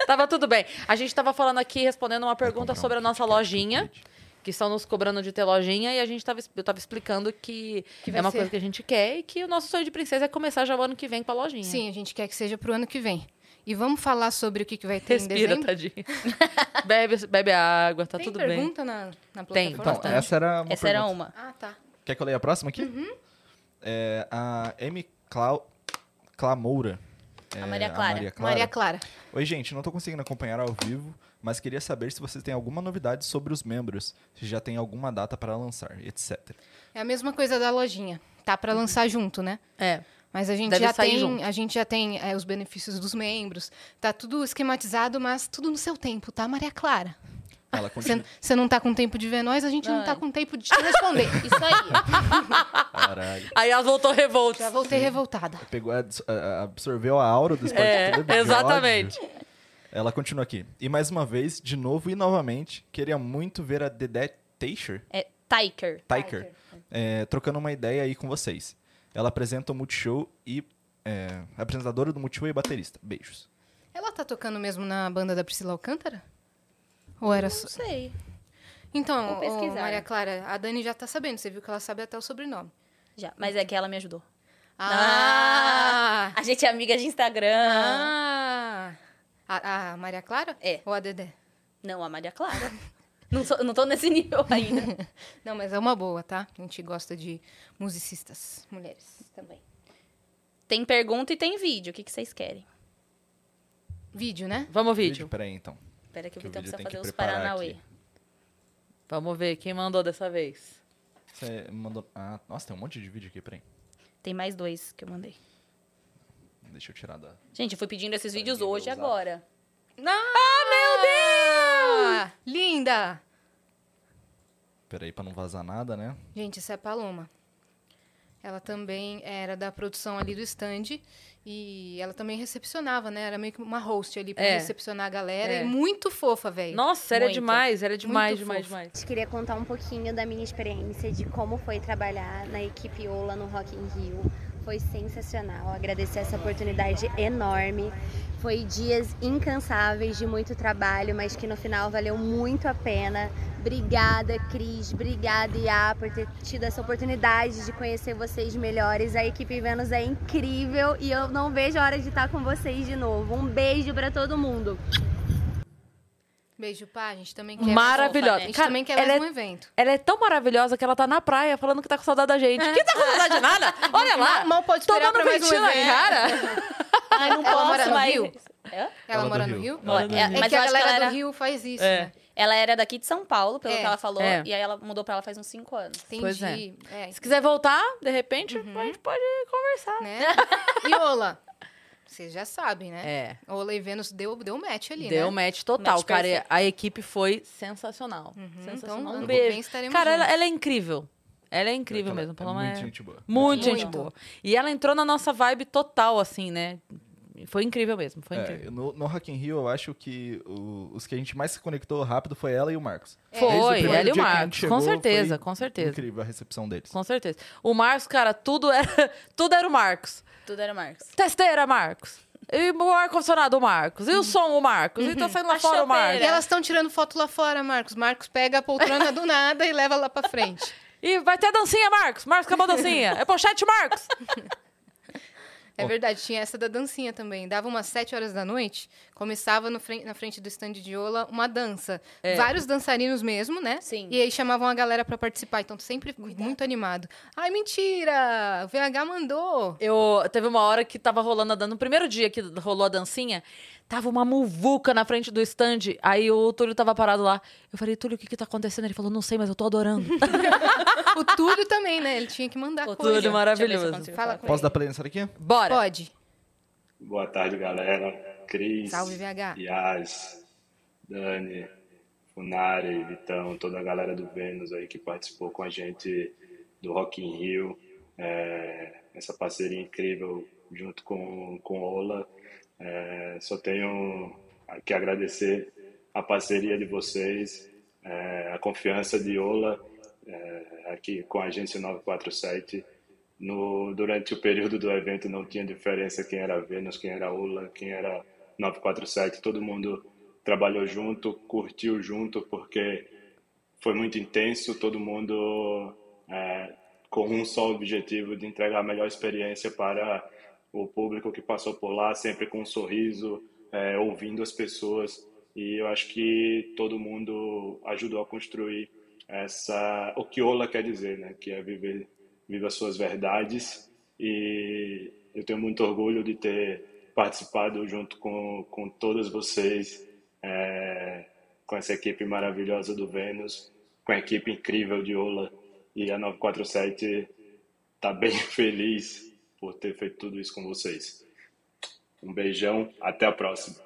Speaker 1: Tava tudo bem. A gente tava falando aqui, respondendo uma pergunta
Speaker 4: comprar um
Speaker 1: sobre a nossa
Speaker 4: Kit Kat
Speaker 1: lojinha,
Speaker 4: chocolate.
Speaker 1: que estão nos cobrando de ter lojinha, e a gente tava, es- eu tava explicando que,
Speaker 2: Que vai
Speaker 1: é uma
Speaker 2: ser.
Speaker 1: coisa que a gente quer e que o nosso sonho de princesa é começar já o ano que vem com a lojinha.
Speaker 2: Sim, a gente quer que seja pro ano que vem. E vamos falar sobre o que, que vai ter em
Speaker 1: Respira,
Speaker 2: dezembro?
Speaker 1: tadinha. [LAUGHS] Bebe, bebe água, tá
Speaker 2: Tem
Speaker 1: tudo bem.
Speaker 2: pergunta na, na
Speaker 1: Tem,
Speaker 2: plataforma? Tá.
Speaker 4: Então, essa era uma
Speaker 3: Essa era
Speaker 4: pergunta.
Speaker 3: uma. Uhum.
Speaker 2: Ah, tá.
Speaker 4: Quer que eu leia a próxima aqui? É, a M. Clau... Clamoura.
Speaker 3: A
Speaker 4: É,
Speaker 3: Maria Clara.
Speaker 2: Maria Clara.
Speaker 4: Oi, gente, não tô conseguindo acompanhar ao vivo, mas queria saber se vocês têm alguma novidade sobre os membros, se já tem alguma data para lançar, etc.
Speaker 2: É a mesma coisa da lojinha. Tá pra lançar junto, né?
Speaker 1: É.
Speaker 2: Mas a gente
Speaker 1: Deve
Speaker 2: já
Speaker 1: sair
Speaker 2: tem,
Speaker 1: junto.
Speaker 2: a gente já tem é, os benefícios dos membros. Tá tudo esquematizado, mas tudo no seu tempo, tá, Maria Clara?
Speaker 3: [LAUGHS]
Speaker 4: Ela
Speaker 2: Você
Speaker 4: continua.
Speaker 2: você não tá com tempo de ver nós, a gente não,
Speaker 3: Não,
Speaker 2: tá
Speaker 3: é.
Speaker 2: com tempo de te [LAUGHS] responder.
Speaker 3: Isso aí.
Speaker 4: Caralho.
Speaker 1: Aí elas voltou revoltas.
Speaker 2: já voltei revoltada.
Speaker 4: Pegou, a- a- absorveu a aura do esporte
Speaker 1: É,
Speaker 4: clube, de
Speaker 1: exatamente.
Speaker 4: ódio. Ela continua aqui. E mais uma vez, de novo e novamente, queria muito ver a Dedé Teicher,
Speaker 3: É Tiker.
Speaker 4: Tiker, é, trocando uma ideia aí com vocês. Ela apresenta o Multishow e... É, apresentadora do Multishow e baterista. Beijos.
Speaker 2: Ela tá tocando mesmo na banda da Priscila Alcântara? Ou era só...
Speaker 3: Não sei.
Speaker 2: Então,
Speaker 3: Vou
Speaker 2: ô,
Speaker 3: pesquisar.
Speaker 2: Maria Clara, a Dani já tá sabendo, você viu que ela sabe até o sobrenome.
Speaker 3: Já. Mas é que ela me ajudou.
Speaker 2: Ah!
Speaker 3: A gente é amiga de Instagram.
Speaker 2: Ah! A, a Maria Clara?
Speaker 3: É.
Speaker 2: Ou a Dedé?
Speaker 3: Não, a Maria Clara. [LAUGHS] não, sou- não tô nesse nível ainda.
Speaker 2: Não, mas é uma boa, tá? A gente gosta de musicistas, mulheres também.
Speaker 3: Tem pergunta e tem vídeo. O que, que vocês querem?
Speaker 2: Vídeo, né?
Speaker 1: Vamos ao vídeo.
Speaker 4: Peraí, então.
Speaker 3: Espera que o
Speaker 4: Que o
Speaker 3: Vitão
Speaker 4: vídeo
Speaker 3: precisa
Speaker 4: tem que
Speaker 3: fazer os
Speaker 4: preparar
Speaker 3: Paranauê.
Speaker 4: aqui.
Speaker 1: Vamos ver quem mandou dessa vez.
Speaker 4: Você mandou... Ah, nossa, tem um monte de vídeo aqui, peraí.
Speaker 3: Tem mais dois que eu mandei.
Speaker 4: Deixa eu tirar da...
Speaker 3: Gente, eu fui pedindo esses vídeos
Speaker 4: ninguém
Speaker 3: hoje,
Speaker 4: usar.
Speaker 3: agora.
Speaker 2: Ah, meu Deus! Linda!
Speaker 4: Peraí, pra não vazar nada, né?
Speaker 2: Gente, essa é a Paloma. Ela também era da produção ali do stand e ela também recepcionava, né? Era meio que uma host ali pra
Speaker 1: É.
Speaker 2: recepcionar a galera.
Speaker 1: É.
Speaker 2: E muito fofa, velho.
Speaker 1: Nossa, era
Speaker 3: Muito.
Speaker 1: demais, era demais,
Speaker 2: Muito
Speaker 1: demais,
Speaker 2: fofa.
Speaker 1: demais.
Speaker 6: gente queria contar um pouquinho da minha experiência de como foi trabalhar na equipe Ola no Rock in Rio. Foi sensacional, agradecer essa oportunidade enorme. Foi dias incansáveis de muito trabalho, mas que no final valeu muito a pena Obrigada, Cris. Obrigada, Iá, por ter tido essa oportunidade de conhecer vocês melhores. A equipe Vênus é incrível e eu não vejo a hora de estar com vocês de novo. Um beijo pra todo mundo.
Speaker 2: Beijo, pá. A gente também quer.
Speaker 1: Maravilhosa.
Speaker 2: A gente
Speaker 1: Cara,
Speaker 2: também quer
Speaker 1: ela
Speaker 2: mais
Speaker 1: é-
Speaker 2: um evento.
Speaker 1: Ela é tão maravilhosa que ela tá na praia falando que tá com saudade da
Speaker 2: É.
Speaker 1: gente. Que tá com saudade de
Speaker 2: [LAUGHS]
Speaker 1: nada? Olha lá.
Speaker 2: Mal pode esperar
Speaker 1: Tomando
Speaker 2: pra mais um
Speaker 1: ventinho na
Speaker 2: evento. [LAUGHS]
Speaker 1: cara.
Speaker 3: Ai, não
Speaker 2: Ela
Speaker 3: posso,
Speaker 2: mora no
Speaker 3: mas...
Speaker 2: Rio?
Speaker 3: Hã?
Speaker 2: Ela, mora no Rio?
Speaker 3: Mora no Rio.
Speaker 2: É
Speaker 3: Mas
Speaker 2: que
Speaker 3: eu
Speaker 2: a
Speaker 3: acho
Speaker 2: galera
Speaker 3: que ela
Speaker 2: do
Speaker 3: era-
Speaker 2: Rio faz isso,
Speaker 1: É.
Speaker 2: né?
Speaker 3: Ela era daqui de São Paulo, pelo
Speaker 2: É,
Speaker 3: que ela falou.
Speaker 1: é.
Speaker 3: E aí ela mudou pra lá faz uns cinco anos.
Speaker 2: Entendi.
Speaker 1: Pois é.
Speaker 2: É,
Speaker 1: Se quiser voltar, de repente,
Speaker 2: Uhum.
Speaker 1: a gente pode conversar.
Speaker 2: né? E Ola, vocês já sabem, né?
Speaker 1: É.
Speaker 2: Ola e Vênus deu, deu match ali,
Speaker 1: Deu um
Speaker 2: né?
Speaker 1: match total,
Speaker 3: Match
Speaker 1: cara. E
Speaker 3: perfeito.
Speaker 1: A equipe foi sensacional.
Speaker 2: Uhum,
Speaker 1: sensacional.
Speaker 2: então, ano
Speaker 1: um
Speaker 2: que
Speaker 1: beijo.
Speaker 2: vem estaremos
Speaker 1: cara, ela,
Speaker 2: juntos.
Speaker 1: ela é incrível. Ela é incrível
Speaker 4: Ela
Speaker 1: mesmo.
Speaker 4: É
Speaker 1: Pelo
Speaker 4: muito
Speaker 1: menos.
Speaker 4: gente boa.
Speaker 1: Muito gente
Speaker 2: Muito.
Speaker 1: boa. E ela entrou na nossa vibe total, assim, né? Foi incrível mesmo, foi
Speaker 4: É,
Speaker 1: incrível.
Speaker 4: no, no Rock in Rio, eu acho que o- os que a gente mais se conectou rápido foi ela e o Marcos. Desde o
Speaker 1: Foi,
Speaker 4: primeiro
Speaker 1: ela e o
Speaker 4: dia que a gente
Speaker 1: Marcos.
Speaker 4: chegou,
Speaker 1: Com certeza,
Speaker 4: foi
Speaker 1: com certeza.
Speaker 4: Incrível a recepção deles.
Speaker 1: Com certeza. O Marcos, cara, tudo era, [LAUGHS] tudo era o Marcos.
Speaker 3: Tudo era Marcos.
Speaker 1: Testeira, Marcos. E o ar-condicionado, o Marcos. E
Speaker 2: Uhum.
Speaker 1: o som, o Marcos. E tá saindo lá
Speaker 3: A
Speaker 1: fora, o
Speaker 2: E
Speaker 1: Marcos.
Speaker 3: chopeira.
Speaker 2: elas estão tirando foto lá fora, Marcos. Marcos pega a poltrona do nada e leva lá pra frente.
Speaker 1: E vai ter dancinha, Marcos. Marcos, acabou a dancinha. É pochete, Marcos.
Speaker 2: É
Speaker 4: Bom.
Speaker 2: verdade, tinha essa da dancinha também. Dava umas 7 horas da noite, começava no fren- na frente do stand de Ola uma dança. Vários dançarinos mesmo, né?
Speaker 3: Sim.
Speaker 2: E aí chamavam a galera pra participar, então sempre muito animado. Ai, mentira! O VH mandou!
Speaker 1: Eu teve uma hora que tava rolando a dança. No primeiro dia que rolou a dancinha, tava uma muvuca na frente do stand. Aí o Túlio tava parado lá. Eu falei, Túlio, o que que tá acontecendo? Ele falou, não sei, mas eu tô adorando.
Speaker 2: O Túlio também, né? Ele tinha que mandar
Speaker 3: Ô,
Speaker 2: coisa.
Speaker 1: Túlio, maravilhoso.
Speaker 3: deixa eu ver se eu consigo
Speaker 2: Fala
Speaker 3: falar.
Speaker 2: com
Speaker 4: Posso
Speaker 2: ele.
Speaker 4: dar play nessa daqui?
Speaker 1: [LAUGHS] Bora.
Speaker 2: Pode.
Speaker 7: Boa tarde, galera. Cris,
Speaker 2: Salve, VH.
Speaker 7: Yas, Dani, Funari, Vitão, toda a galera do Vênus aí que participou com a gente do Rock in Rio. É, essa parceria incrível junto com, com Ola. É, só tenho que agradecer a parceria de vocês, é, a confiança de Ola é, aqui com a agência 947. No, durante o período do evento não tinha diferença quem era Vênus, quem era Ola, quem era 947, todo mundo trabalhou junto, curtiu junto, porque foi muito intenso, todo mundo é, com um só objetivo de entregar a melhor experiência para o público que passou por lá, sempre com um sorriso, é, ouvindo as pessoas. E eu acho que todo mundo ajudou a construir essa, o que Ola quer dizer, né? Que é viver, viver as suas verdades. E eu tenho muito orgulho de ter participado junto com, com todas vocês. é, com essa equipe maravilhosa do Vênus, com a equipe incrível de Ola. E a 947 está tá bem [LAUGHS] feliz por ter feito tudo isso com vocês. Um beijão, até a próxima.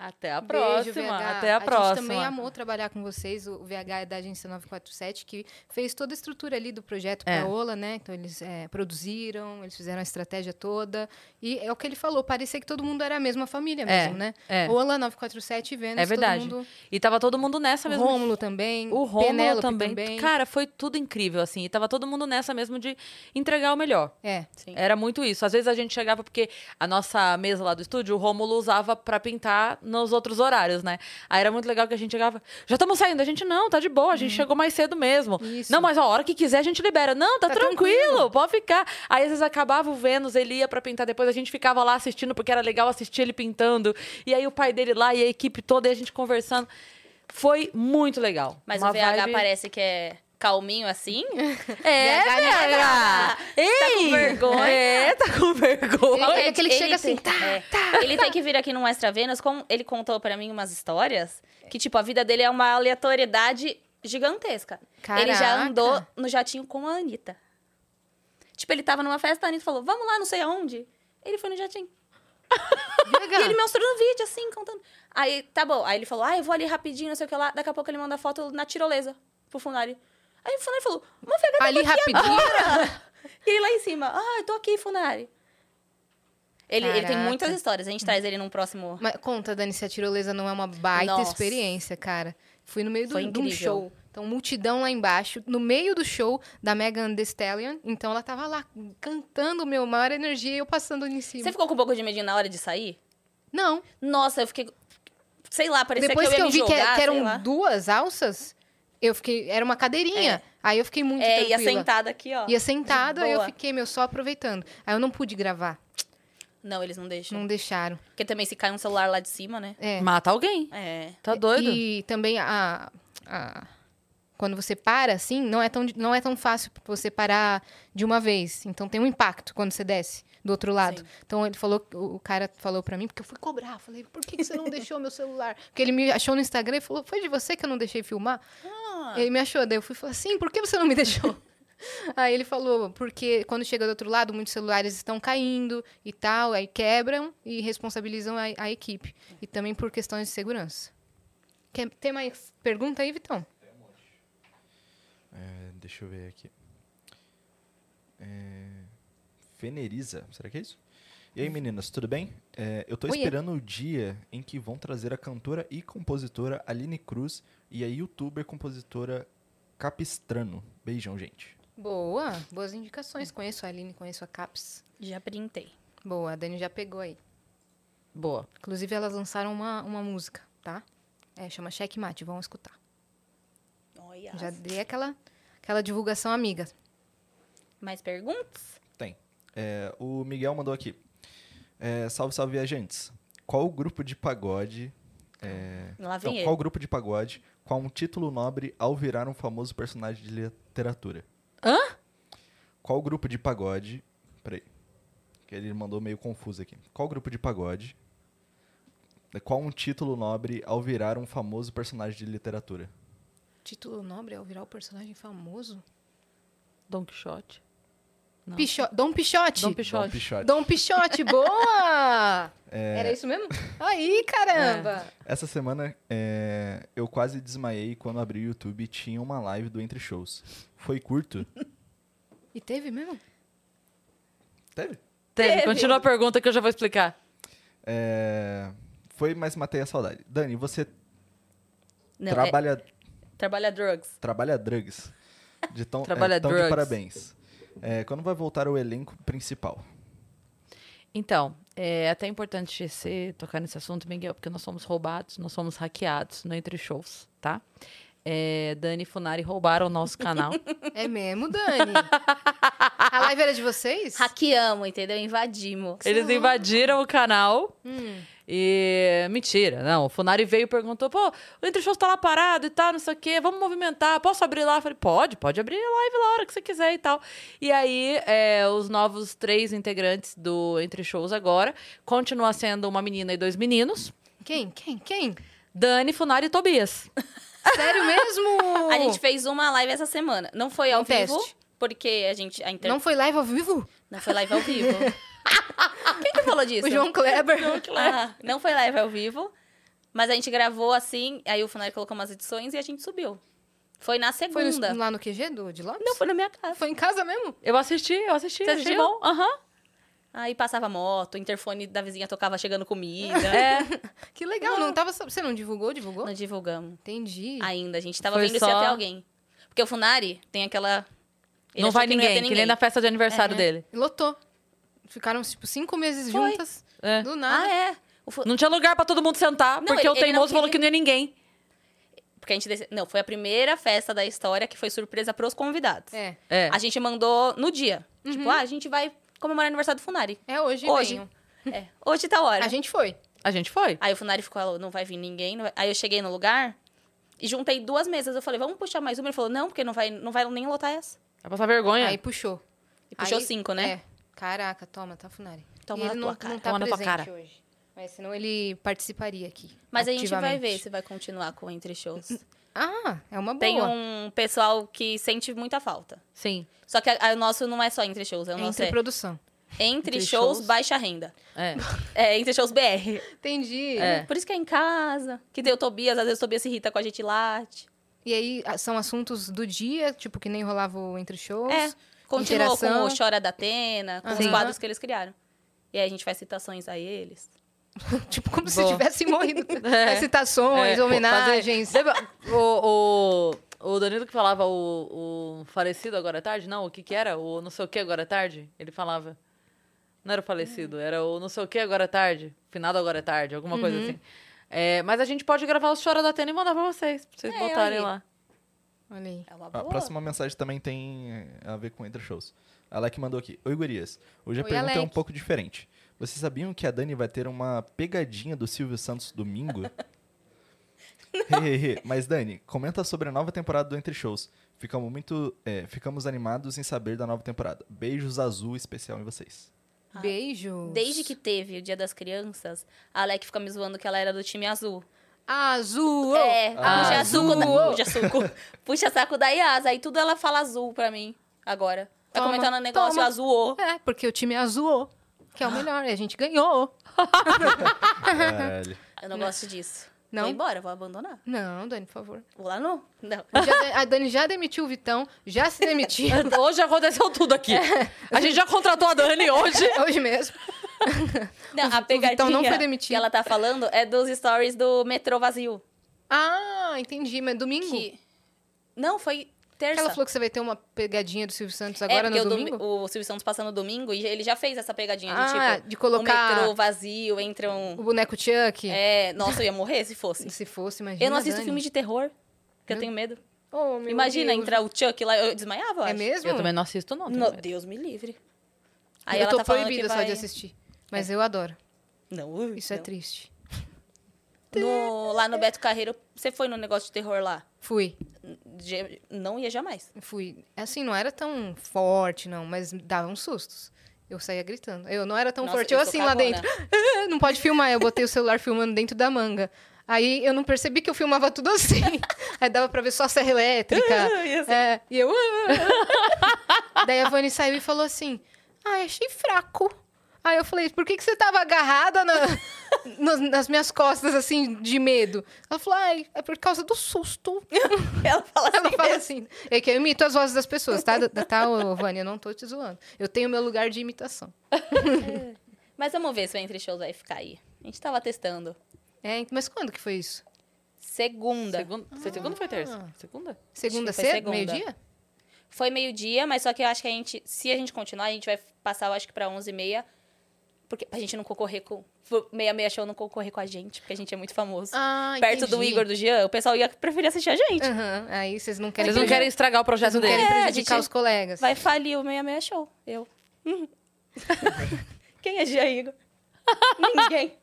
Speaker 1: Até a
Speaker 2: Beijo,
Speaker 1: próxima.
Speaker 2: VH.
Speaker 1: Até a,
Speaker 2: A
Speaker 1: próxima.
Speaker 2: gente também amou trabalhar com vocês. O VH é da agência 947, que fez toda a estrutura ali do projeto
Speaker 1: É.
Speaker 2: para Ola, né? Então eles eh, produziram, eles fizeram a estratégia toda. E é o que ele falou, parecia que todo mundo era a mesma família mesmo, né?
Speaker 1: É.
Speaker 2: Ola 947 e Vênus,
Speaker 1: É verdade.
Speaker 2: todo mundo.
Speaker 1: E tava todo mundo nessa mesmo.
Speaker 2: Rômulo também.
Speaker 1: O Rômulo
Speaker 2: Penélope
Speaker 1: também. Cara, foi tudo incrível, assim. E tava todo mundo nessa mesmo de entregar o melhor.
Speaker 2: É.
Speaker 3: Sim.
Speaker 1: Era muito isso. Às vezes a gente chegava, porque a nossa mesa lá do estúdio, o Rômulo usava pra pintar nos outros horários, né? Aí era muito legal que a gente chegava, já estamos saindo. A gente, não, tá de boa, a gente chegou mais cedo mesmo.
Speaker 2: Isso.
Speaker 1: Não, mas ó, a hora que quiser a gente libera. Não, tá,
Speaker 2: Tá
Speaker 1: tranquilo, pode ficar. Aí às vezes acabava o Vênus, ele ia pra pintar depois, a gente ficava lá assistindo, porque era legal assistir ele pintando. E aí o pai dele lá e a equipe toda e a gente conversando. Foi muito legal.
Speaker 3: Mas
Speaker 1: Uma
Speaker 3: o VH
Speaker 1: vibe-
Speaker 3: parece que é
Speaker 2: [LAUGHS]
Speaker 3: calminho assim.
Speaker 1: É,
Speaker 2: VH não é
Speaker 1: Vera! Ei!
Speaker 3: Tá com vergonha?
Speaker 1: É, [LAUGHS] tá com vergonha.
Speaker 2: Ele- é aquele que chega assim, tá,
Speaker 3: tá, Ele tem que vir aqui no Extra Vênus. com- ele contou pra mim umas histórias que, tipo, a vida dele é uma aleatoriedade gigantesca. Ele já
Speaker 2: Caraca. [LAUGHS]
Speaker 3: andou no jatinho com a Anitta. Tipo, ele tava numa festa, a Anitta falou, vamos lá, não sei aonde. Ele foi no jatinho. E ele
Speaker 2: VH.
Speaker 3: me mostrou no vídeo, assim, contando. Aí, tá bom. Aí ele falou, ah, eu vou ali rapidinho, não sei o que lá. Daqui a pouco ele manda foto na tirolesa pro Funari. Aí o Funari falou, mas VH
Speaker 2: Ali rapidinho.
Speaker 3: e ele lá em cima, ah, eu tô aqui, Funari. Ele, ele tem
Speaker 2: Caraca.
Speaker 3: muitas histórias, a gente traz ele num próximo.
Speaker 2: Mas conta, Dani, se a tirolesa não é uma baita
Speaker 3: Nossa.
Speaker 2: experiência, cara. Fui no meio do,
Speaker 3: Foi
Speaker 2: de um
Speaker 3: incrível.
Speaker 2: show. Então, multidão lá embaixo, no meio do show da Megan Thee Stallion. Então, ela tava lá cantando, meu, maior energia, e eu passando ali em cima.
Speaker 3: Você ficou com um pouco de medinho na hora de sair?
Speaker 2: Não.
Speaker 3: Nossa, eu fiquei. Sei lá, parecia
Speaker 2: Depois que
Speaker 3: que
Speaker 2: eu,
Speaker 3: eu ia me
Speaker 2: vi que- um
Speaker 3: jogar,
Speaker 2: que,
Speaker 3: sei
Speaker 2: eram
Speaker 3: lá.
Speaker 2: duas alças, Eu fiquei. Era uma cadeirinha.
Speaker 3: É.
Speaker 2: Aí eu fiquei muito
Speaker 3: é, ia
Speaker 2: tranquila.
Speaker 3: sentada aqui, ó.
Speaker 2: Ia sentada,
Speaker 3: De
Speaker 2: eu
Speaker 3: boa.
Speaker 2: fiquei, meu, só aproveitando. Aí eu não pude gravar.
Speaker 3: Não, eles não deixam.
Speaker 2: Não deixaram.
Speaker 3: Porque também se cai um celular lá de cima, né?
Speaker 2: É.
Speaker 1: Mata alguém.
Speaker 3: É.
Speaker 1: Tá doido?
Speaker 2: E também a, a- quando você para assim, não é tão di- não é tão fácil você parar de uma vez. Então tem um impacto quando você desce do outro lado.
Speaker 3: Sim.
Speaker 2: Então ele falou, o o cara falou pra mim porque eu fui cobrar, Eu falei: "Por que, que você
Speaker 1: [LAUGHS]
Speaker 2: não deixou meu celular?" Porque ele me achou no Instagram e falou: "Foi de você que eu não deixei filmar?"
Speaker 1: Ah.
Speaker 2: Ele me achou, daí eu fui falar: "Sim, por que você não me
Speaker 1: [LAUGHS]
Speaker 2: deixou?" Aí ele falou, porque quando chega do outro lado, muitos celulares estão caindo e tal, aí quebram e responsabilizam a, a equipe. E também por questões de segurança. Quer- tem mais pergunta aí, Vitão?
Speaker 4: É, deixa eu ver aqui. É, Feneriza, será que é isso? E aí, meninas, tudo bem? É, eu tô
Speaker 2: Oiê.
Speaker 4: esperando o dia em que vão trazer a cantora e compositora Aline Cruz e a youtuber compositora Capistrano. Beijão, gente.
Speaker 2: Boa, boas indicações. Conheço a Aline, conheço a Caps.
Speaker 3: Já printei.
Speaker 2: Boa, a Dani já pegou aí.
Speaker 1: Boa.
Speaker 2: Inclusive, elas lançaram uma, uma música, tá? É, chama Checkmate, vão escutar.
Speaker 3: Olha.
Speaker 2: Já dei aquela, aquela divulgação amiga.
Speaker 3: Mais perguntas?
Speaker 4: Tem. É, o Miguel mandou aqui. É, salve, salve, viajantes. Qual o grupo de pagode... é,
Speaker 3: Lá
Speaker 4: Então,
Speaker 3: vem
Speaker 4: qual
Speaker 3: ele.
Speaker 4: grupo de pagode qual um título nobre ao virar um famoso personagem de literatura?
Speaker 1: Hã?
Speaker 4: Qual grupo de pagode. Peraí. Que ele mandou meio confuso aqui. Qual grupo de pagode. Qual um título nobre ao virar um famoso personagem de literatura?
Speaker 2: Título nobre ao virar o personagem famoso?
Speaker 1: Don Quixote. Não.
Speaker 2: Picho- Dom Pichote.
Speaker 1: Dom Pichote. É.
Speaker 4: Dom Pichote.
Speaker 2: Dom Pichote, boa! Era isso mesmo? Aí, caramba!
Speaker 4: Essa semana é, eu quase desmaiei quando abri o YouTube e tinha uma live do Entre Shows. Foi curto?
Speaker 2: E teve mesmo?
Speaker 4: Teve?
Speaker 1: Teve. Continua a pergunta que eu já vou explicar.
Speaker 4: É, foi, mas matei a saudade. Dani, você
Speaker 3: Não, é-
Speaker 4: trabalha
Speaker 3: trabalha drugs.
Speaker 4: Trabalha drugs. De tão,
Speaker 1: Trabalha
Speaker 4: é, tão de
Speaker 1: drugs.
Speaker 4: parabéns. É, quando vai voltar o elenco principal?
Speaker 1: Então, é até importante você tocar nesse assunto, Miguel, porque nós somos roubados, nós somos hackeados no Entre Shows, tá? É, Dani e Funari roubaram o nosso [LAUGHS] canal.
Speaker 2: É mesmo, [LAUGHS] Dani? A live era de vocês?
Speaker 3: Hackeamos, entendeu? Invadimos.
Speaker 1: Eles invadiram o canal.
Speaker 2: Hum.
Speaker 1: E. Mentira, não. O Funari veio e perguntou: pô, o Entre Shows tá lá parado e tal, não sei o quê, vamos movimentar, posso abrir lá? Eu falei: pode, pode abrir live lá a hora que você quiser e tal. E aí, é, os novos três integrantes do Entre Shows agora continua sendo uma menina e dois meninos:
Speaker 2: Quem? Quem? Quem?
Speaker 1: Dani, Funari e Tobias.
Speaker 2: Sério mesmo?
Speaker 3: [LAUGHS] A gente fez uma live essa semana. Não foi ao
Speaker 2: Um teste.
Speaker 3: vivo, porque a gente. A inter...
Speaker 2: Não foi live ao vivo?
Speaker 3: [LAUGHS] Não foi live ao
Speaker 2: [LAUGHS]
Speaker 3: vivo. Quem que falou disso?
Speaker 2: O João Kleber.
Speaker 3: Ah, não foi live ao vivo, mas a gente gravou assim, aí o Funari colocou umas edições e a gente subiu. Foi na
Speaker 2: Foi no-
Speaker 3: segunda.
Speaker 2: lá no QG do de Lopes?
Speaker 3: Não, foi na minha casa.
Speaker 2: Foi em casa mesmo?
Speaker 1: Eu assisti, eu assisti.
Speaker 3: Você
Speaker 1: achei
Speaker 3: assistiu?
Speaker 1: bom. Aham.
Speaker 3: Aí passava moto, o interfone da vizinha tocava
Speaker 2: [LAUGHS]
Speaker 3: chegando comida. É.
Speaker 2: Que legal. Não tava, sab- você não divulgou? Divulgou?
Speaker 3: Não divulgamos
Speaker 2: Entendi.
Speaker 3: ainda. A gente tava
Speaker 1: Foi
Speaker 3: vendo se
Speaker 1: só-
Speaker 3: ia ter alguém. Porque o Funari tem aquela. ele
Speaker 1: Não
Speaker 3: achou
Speaker 1: vai
Speaker 3: que
Speaker 1: ninguém, É.
Speaker 3: ia ter
Speaker 1: que nem na festa de aniversário dele.
Speaker 2: Lotou. Ficaram, tipo, cinco meses
Speaker 3: Foi.
Speaker 2: juntas.
Speaker 1: É.
Speaker 2: Do nada.
Speaker 3: Ah, é. O Fu-
Speaker 1: Não tinha lugar pra todo mundo sentar,
Speaker 3: Não,
Speaker 1: porque
Speaker 3: ele-
Speaker 1: o
Speaker 3: ele não
Speaker 1: teimoso falou
Speaker 3: queria-
Speaker 1: que não ia ninguém.
Speaker 3: Porque a gente. desse- Não, foi a primeira festa da história que foi surpresa pros convidados.
Speaker 2: É.
Speaker 1: É. Uhum.
Speaker 3: A gente mandou no dia. Tipo, ah, a gente vai comemorar o aniversário do Funari.
Speaker 2: É hoje.
Speaker 3: Hoje.
Speaker 2: venham.
Speaker 3: É, hoje tá a hora.
Speaker 2: A gente foi.
Speaker 1: Uhum. A gente foi.
Speaker 3: Aí o Funari ficou, ela, não vai vir ninguém. não vai- Aí eu cheguei no lugar e juntei duas mesas. Eu falei, vamos puxar mais uma? Ele falou, não, porque não vai, não vai nem lotar essa.
Speaker 1: Vai passar vergonha.
Speaker 2: Aí puxou.
Speaker 3: E puxou
Speaker 2: Aí-
Speaker 3: cinco, É. né?
Speaker 2: É. Caraca, toma, tá, Funari.
Speaker 3: Toma
Speaker 2: E ele
Speaker 3: na
Speaker 2: não,
Speaker 3: tua cara.
Speaker 2: não tá
Speaker 1: Toma na tua
Speaker 2: presente
Speaker 1: cara.
Speaker 2: hoje. Mas senão ele participaria aqui.
Speaker 3: Mas a gente vai
Speaker 2: ativamente.
Speaker 3: ver se vai continuar com o Entre Shows.
Speaker 2: Ah, é uma boa.
Speaker 3: Tem um pessoal que sente muita falta.
Speaker 1: Sim.
Speaker 3: Só que a- a- o nosso não é só Entre Shows, é o nosso
Speaker 2: Entre
Speaker 3: é
Speaker 2: produção.
Speaker 3: Entre,
Speaker 1: Entre
Speaker 3: shows,
Speaker 1: Shows.
Speaker 3: Baixa Renda.
Speaker 1: É.
Speaker 3: É, Entre Shows BR.
Speaker 2: Entendi.
Speaker 1: É.
Speaker 3: Por isso que é em casa. Que deu Tobias, às vezes o Tobias se irrita com a gente e late.
Speaker 2: E aí a- são assuntos do dia, tipo que nem rolava o entre shows.
Speaker 3: É. Continuou
Speaker 2: Interação.
Speaker 3: com o Chora da Atena, com os
Speaker 2: Aham.
Speaker 3: quadros que eles criaram. E aí a gente faz citações a eles.
Speaker 2: [LAUGHS] tipo como se
Speaker 1: Boa.
Speaker 2: tivessem morrido.
Speaker 1: [LAUGHS] É.
Speaker 2: As Citações,
Speaker 1: É.
Speaker 2: homenagens.
Speaker 1: Lembra [LAUGHS] o, o, o Danilo que falava o, o falecido agora é tarde? Não, o que que era? O não sei o que agora é tarde? Ele falava. Não era o falecido, era o não sei o que agora é tarde. Finado agora é tarde, alguma coisa assim. É, mas a gente pode gravar os Chora da Atena e mandar pra vocês, pra vocês
Speaker 3: É,
Speaker 1: botarem
Speaker 3: olha aí.
Speaker 1: lá.
Speaker 2: Olha aí.
Speaker 3: É uma
Speaker 4: A
Speaker 3: boa.
Speaker 4: próxima mensagem também tem é, a ver com entre shows. A Alec mandou aqui. Oi, gurias. Hoje a
Speaker 2: Oi,
Speaker 4: pergunta é um
Speaker 2: Alec.
Speaker 4: pouco diferente. Vocês sabiam que a Dani vai ter uma pegadinha do Silvio
Speaker 3: [LAUGHS]
Speaker 4: Santos domingo? Hehehe. Mas, Dani, comenta sobre a nova temporada do Entre Shows. Ficamos muito... é, ficamos animados em saber da nova temporada. Beijos azul especial em vocês.
Speaker 2: Beijo.
Speaker 3: Ah. Desde que teve o Dia das Crianças, a Alec fica me zoando que ela era do time azul.
Speaker 2: Azul.
Speaker 3: É,
Speaker 4: Ah,
Speaker 3: puxa
Speaker 4: azul.
Speaker 3: suco, da, puxa suco. puxa saco da Yasa. Aí tudo ela fala azul pra mim agora. Tá
Speaker 2: Toma,
Speaker 3: comentando um negócio
Speaker 2: toma.
Speaker 3: azul. ô.
Speaker 2: É, porque o time é azul, que é
Speaker 3: Ah.
Speaker 2: o melhor, e a gente ganhou.
Speaker 4: Caralho.
Speaker 3: Eu não, gosto disso.
Speaker 2: Não?
Speaker 3: Vou embora, vou abandonar.
Speaker 2: Não, Dani, por
Speaker 3: [LAUGHS]
Speaker 2: favor.
Speaker 3: Vou lá não. Não.
Speaker 2: Já- a Dani já demitiu o Vitão, já se
Speaker 3: [LAUGHS]
Speaker 2: demitiu.
Speaker 1: [LAUGHS] Hoje aconteceu tudo aqui. A gente já contratou a Dani hoje.
Speaker 2: [LAUGHS] Hoje mesmo.
Speaker 3: [LAUGHS] Não, a pegadinha
Speaker 2: Vitão não foi demitido.
Speaker 3: que ela tá falando é dos stories do metrô vazio.
Speaker 2: Ah, entendi. Mas domingo?
Speaker 3: Que... Não, foi
Speaker 2: Que
Speaker 3: terça.
Speaker 2: ela falou que você vai ter uma pegadinha do Silvio Santos
Speaker 3: É,
Speaker 2: agora
Speaker 3: porque
Speaker 2: no
Speaker 3: o domi-
Speaker 2: domingo?
Speaker 3: O Silvio Santos passa no domingo e ele já fez essa pegadinha de
Speaker 2: Ah,
Speaker 3: tipo...
Speaker 2: de colocar-
Speaker 3: O metrô vazio, entra um...
Speaker 2: O boneco Chuck?
Speaker 3: É, nossa, eu ia morrer se fosse.
Speaker 2: Se fosse, imagina.
Speaker 3: Eu não assisto
Speaker 2: Dani.
Speaker 3: filme de terror, porque eu tenho medo.
Speaker 2: Oh, meu
Speaker 3: Imagina
Speaker 2: Deus.
Speaker 3: entrar o Chuck lá, eu desmaiava, eu
Speaker 2: É
Speaker 3: acho.
Speaker 2: mesmo?
Speaker 1: Eu também não assisto, não. tenho
Speaker 3: No,
Speaker 1: medo.
Speaker 3: Deus me livre.
Speaker 2: eu tô
Speaker 3: tá falando
Speaker 2: proibida
Speaker 3: que
Speaker 2: só
Speaker 3: vai- É.
Speaker 2: de assistir. Mas eu adoro.
Speaker 3: Não, ui,
Speaker 2: Isso é
Speaker 3: não.
Speaker 2: triste.
Speaker 3: No- lá no Beto Carreiro, você foi no negócio de terror lá.
Speaker 2: Fui.
Speaker 3: Je- Não ia jamais. [LAUGHS]
Speaker 2: Fui. Assim, não era tão forte, não, mas dava uns sustos. Eu saía gritando. Eu não era tão
Speaker 3: Nossa,
Speaker 2: forte. Eu,
Speaker 3: eu sou
Speaker 2: assim lá
Speaker 3: cagona.
Speaker 2: dentro. "Ah, [LAUGHS] não pode filmar. Eu botei o celular filmando dentro da manga. Aí eu não percebi que eu filmava tudo assim. [LAUGHS] Aí dava pra ver só a serra elétrica.
Speaker 3: [LAUGHS] E assim?
Speaker 2: É, e eu. "Ah". Daí a Vani saiu e falou assim: Ah, achei fraco. Aí eu falei: Por que, que você tava agarrada na- [LAUGHS] nas, nas minhas costas, assim, de medo? Ela falou: Ai, é por causa do susto.
Speaker 3: Ela fala assim,
Speaker 2: Ela fala assim. É que eu imito as vozes das pessoas, tá? Da- Tá, ô, Vânia? Eu não tô te zoando. Eu tenho meu lugar de imitação.
Speaker 3: Mas vamos ver se o Entre Shows vai ficar aí. A gente tava testando.
Speaker 2: É, mas quando que foi isso?
Speaker 3: Segunda.
Speaker 1: Segunda, foi segunda ou foi terça? Segunda?
Speaker 2: Segunda
Speaker 3: que foi
Speaker 2: cedo?
Speaker 3: segunda.
Speaker 2: Meio-dia?
Speaker 3: Foi meio-dia, mas só que eu acho que a gente... Se a gente continuar, a gente vai passar, eu acho que pra 11h30. Porque pra gente não concorrer com... pro Meia-meia show não concorrer com a gente, porque a gente é muito famoso.
Speaker 2: Ah,
Speaker 3: Perto do
Speaker 2: entendi.
Speaker 3: Igor, do Jean, o pessoal ia preferir assistir a gente.
Speaker 2: Aham, Aí vocês não querem.
Speaker 1: Vocês É não
Speaker 2: prejudicar-
Speaker 1: querem estragar o
Speaker 2: vocês
Speaker 1: projeto
Speaker 2: não
Speaker 1: dele.
Speaker 2: querem
Speaker 3: É, a
Speaker 2: prejudicar
Speaker 3: gente
Speaker 2: os colegas.
Speaker 3: Vai falir o 66 Show. Eu. [LAUGHS] Quem é Jean Igor? Ninguém.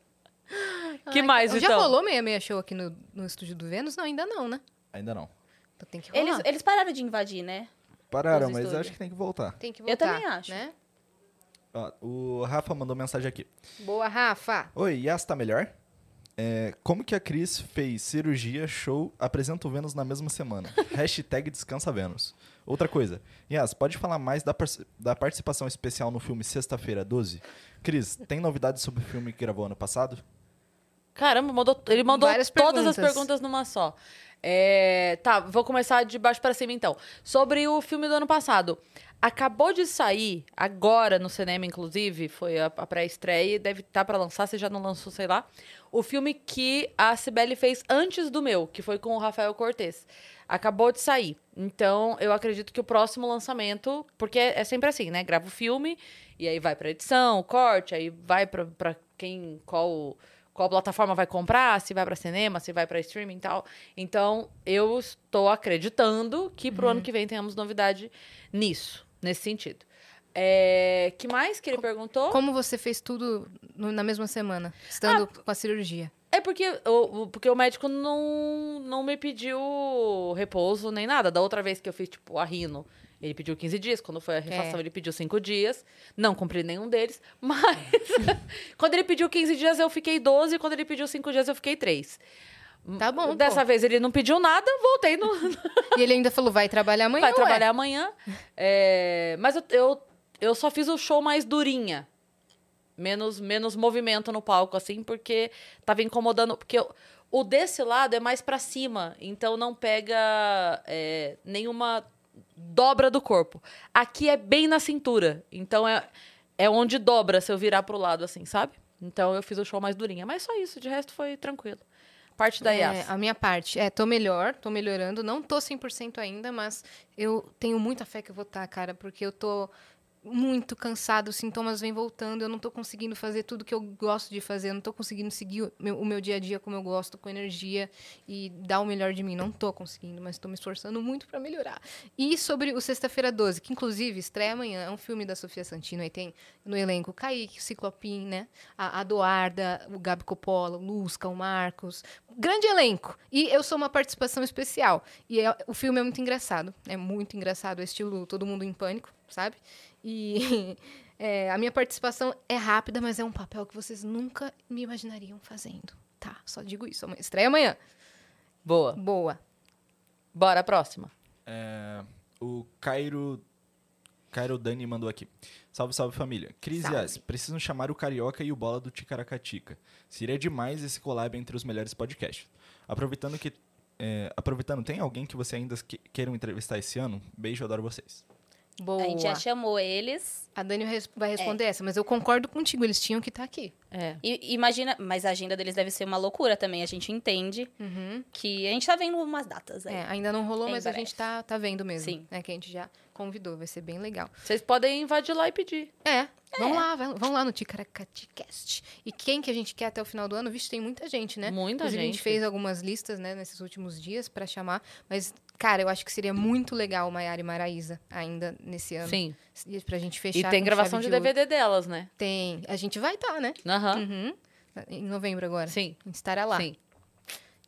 Speaker 1: que mais,
Speaker 2: Já
Speaker 1: então?
Speaker 2: rolou meia-meia show aqui no, no estúdio do Vênus? Não, ainda não, né?
Speaker 4: [LAUGHS] Ainda não.
Speaker 2: Então tem que rolar.
Speaker 3: Eles, eles pararam de invadir, né?
Speaker 4: Pararam,
Speaker 3: Os
Speaker 4: mas
Speaker 3: estúdios.
Speaker 4: acho que tem que voltar.
Speaker 2: Tem que voltar.
Speaker 3: Eu também acho.
Speaker 2: Né?
Speaker 4: Ó, o Rafa mandou mensagem aqui.
Speaker 2: Boa, Rafa.
Speaker 4: Oi, Yas tá melhor? É, como que a Cris fez cirurgia, show, apresenta o Vênus na mesma semana? Hashtag descansa Vênus. Outra coisa, Yas, pode falar mais da, parce- da participação especial no filme Sexta-feira 12? Cris, tem novidades sobre o filme que gravou ano passado?
Speaker 1: Caramba, mandou- ele mandou
Speaker 2: Várias
Speaker 1: todas as
Speaker 2: perguntas.
Speaker 1: perguntas numa só. É, tá, vou começar de baixo pra cima então. Sobre o filme do ano passado. Acabou de sair, agora no cinema, inclusive, foi a, a pré-estreia, e deve estar pra lançar, se já não lançou, sei lá. O filme que a Cibele fez antes do meu, que foi com o Rafael Cortez. Acabou de sair. Então, eu acredito que o próximo lançamento, porque é, é sempre assim, né? Grava o filme, e aí vai pra edição, corte, aí vai pra, pra quem, qual qual plataforma vai comprar, se vai para cinema, se vai para streaming e tal. Então, eu estou acreditando que pro ano que vem tenhamos novidade nisso, nesse sentido. É, que mais que ele perguntou?
Speaker 2: Como você fez tudo no- na mesma semana? Estando
Speaker 3: Ah.
Speaker 2: com a cirurgia.
Speaker 1: É porque o, o- porque o médico não, não me pediu repouso nem nada. Da outra vez que eu fiz, tipo, a rino, ele pediu 15 dias. Quando foi a refação,
Speaker 2: É.
Speaker 1: ele pediu 5 dias. Não cumpri nenhum deles. [LAUGHS] Mas quando ele pediu 15 dias, eu fiquei 12. Quando ele pediu 5 dias, eu fiquei 3.
Speaker 2: Tá bom, pô.
Speaker 1: Dessa vez ele não pediu nada, voltei no.
Speaker 2: E ele ainda falou, vai trabalhar amanhã.
Speaker 1: Vai
Speaker 2: ué.
Speaker 1: trabalhar amanhã. É, mas eu, eu, eu só fiz o show mais durinha. Menos, menos movimento no palco, assim, porque tava incomodando. Porque eu- o desse lado é mais pra cima, então não pega é, nenhuma dobra do corpo. Aqui é bem na cintura, então é, é onde dobra se eu virar pro lado, assim, sabe? Então eu fiz o show mais durinha. Mas só isso, de resto foi tranquilo. Parte da
Speaker 2: É,
Speaker 1: Yas.
Speaker 2: a minha parte. É, tô melhor, tô melhorando. Não tô 100% ainda, mas tá, eu tenho muita fé que eu vou estar, cara, porque eu tô muito cansado, os sintomas vêm voltando, eu não tô conseguindo fazer tudo que eu gosto de fazer, eu não tô conseguindo seguir o meu, o meu dia a dia como eu gosto, com energia e dar o melhor de mim. Não tô conseguindo, mas tô me esforçando muito para melhorar. E sobre o Sexta-feira 12, que inclusive estreia amanhã, é um filme da Sofia Santino, aí tem no elenco o Kaique, o Ciclopim, né? A, a Doarda, o Gabi Coppola, o Lusca, o Marcos. Grande elenco! E eu sou uma participação especial. E é- o filme é muito engraçado, é muito engraçado, é estilo Todo Mundo em Pânico, sabe? E [LAUGHS] é, a minha participação é rápida, mas é um papel que vocês nunca me imaginariam fazendo. Tá, só digo isso. Amanhã- Estreia amanhã.
Speaker 1: Boa.
Speaker 2: Boa.
Speaker 1: Bora, próxima.
Speaker 4: O Cairo. Cairo Dani mandou aqui. Salve, salve família. Cris
Speaker 2: Salve.
Speaker 4: e As, precisam chamar o Carioca e o Bola do Ticaracatica. Seria demais esse collab entre os melhores podcasts. Aproveitando que. é, aproveitando, tem alguém que você ainda que, queiram entrevistar esse ano? Beijo, adoro vocês.
Speaker 2: Boa.
Speaker 3: A
Speaker 2: A,
Speaker 3: gente já É. chamou eles.
Speaker 2: Dani res- vai responder essa, mas eu concordo contigo, eles tinham que estar aqui.
Speaker 1: É.
Speaker 3: E, imagina, mas a agenda deles deve ser uma loucura também. A gente entende
Speaker 2: Uhum.
Speaker 3: que a gente tá vendo umas datas aí.
Speaker 2: É, ainda não rolou,
Speaker 3: Em
Speaker 2: mas a
Speaker 3: breve.
Speaker 2: gente tá, tá vendo mesmo.
Speaker 3: Sim.
Speaker 2: É que a gente já convidou, vai ser bem legal.
Speaker 1: Vocês podem invadir lá e pedir.
Speaker 2: É, vamos lá, vai- vamos lá no Ticaracaticast. E quem que a gente quer até o final do ano? Vixe, tem muita gente, né?
Speaker 1: Muita
Speaker 2: Inclusive, a gente
Speaker 1: gente.
Speaker 2: fez algumas listas, né, nesses últimos dias pra chamar, mas cara, eu acho que seria muito legal Maiara e Maraísa ainda nesse ano.
Speaker 1: Sim.
Speaker 2: E é Pra gente um fechar.
Speaker 1: E tem
Speaker 2: com
Speaker 1: gravação de
Speaker 2: chave ouro.
Speaker 1: DVD delas, né?
Speaker 2: Tem. A gente vai estar, né?
Speaker 1: Aham.
Speaker 2: Uhum. Em novembro agora.
Speaker 1: Tá. Sim.
Speaker 2: A gente estará lá.
Speaker 1: Sim.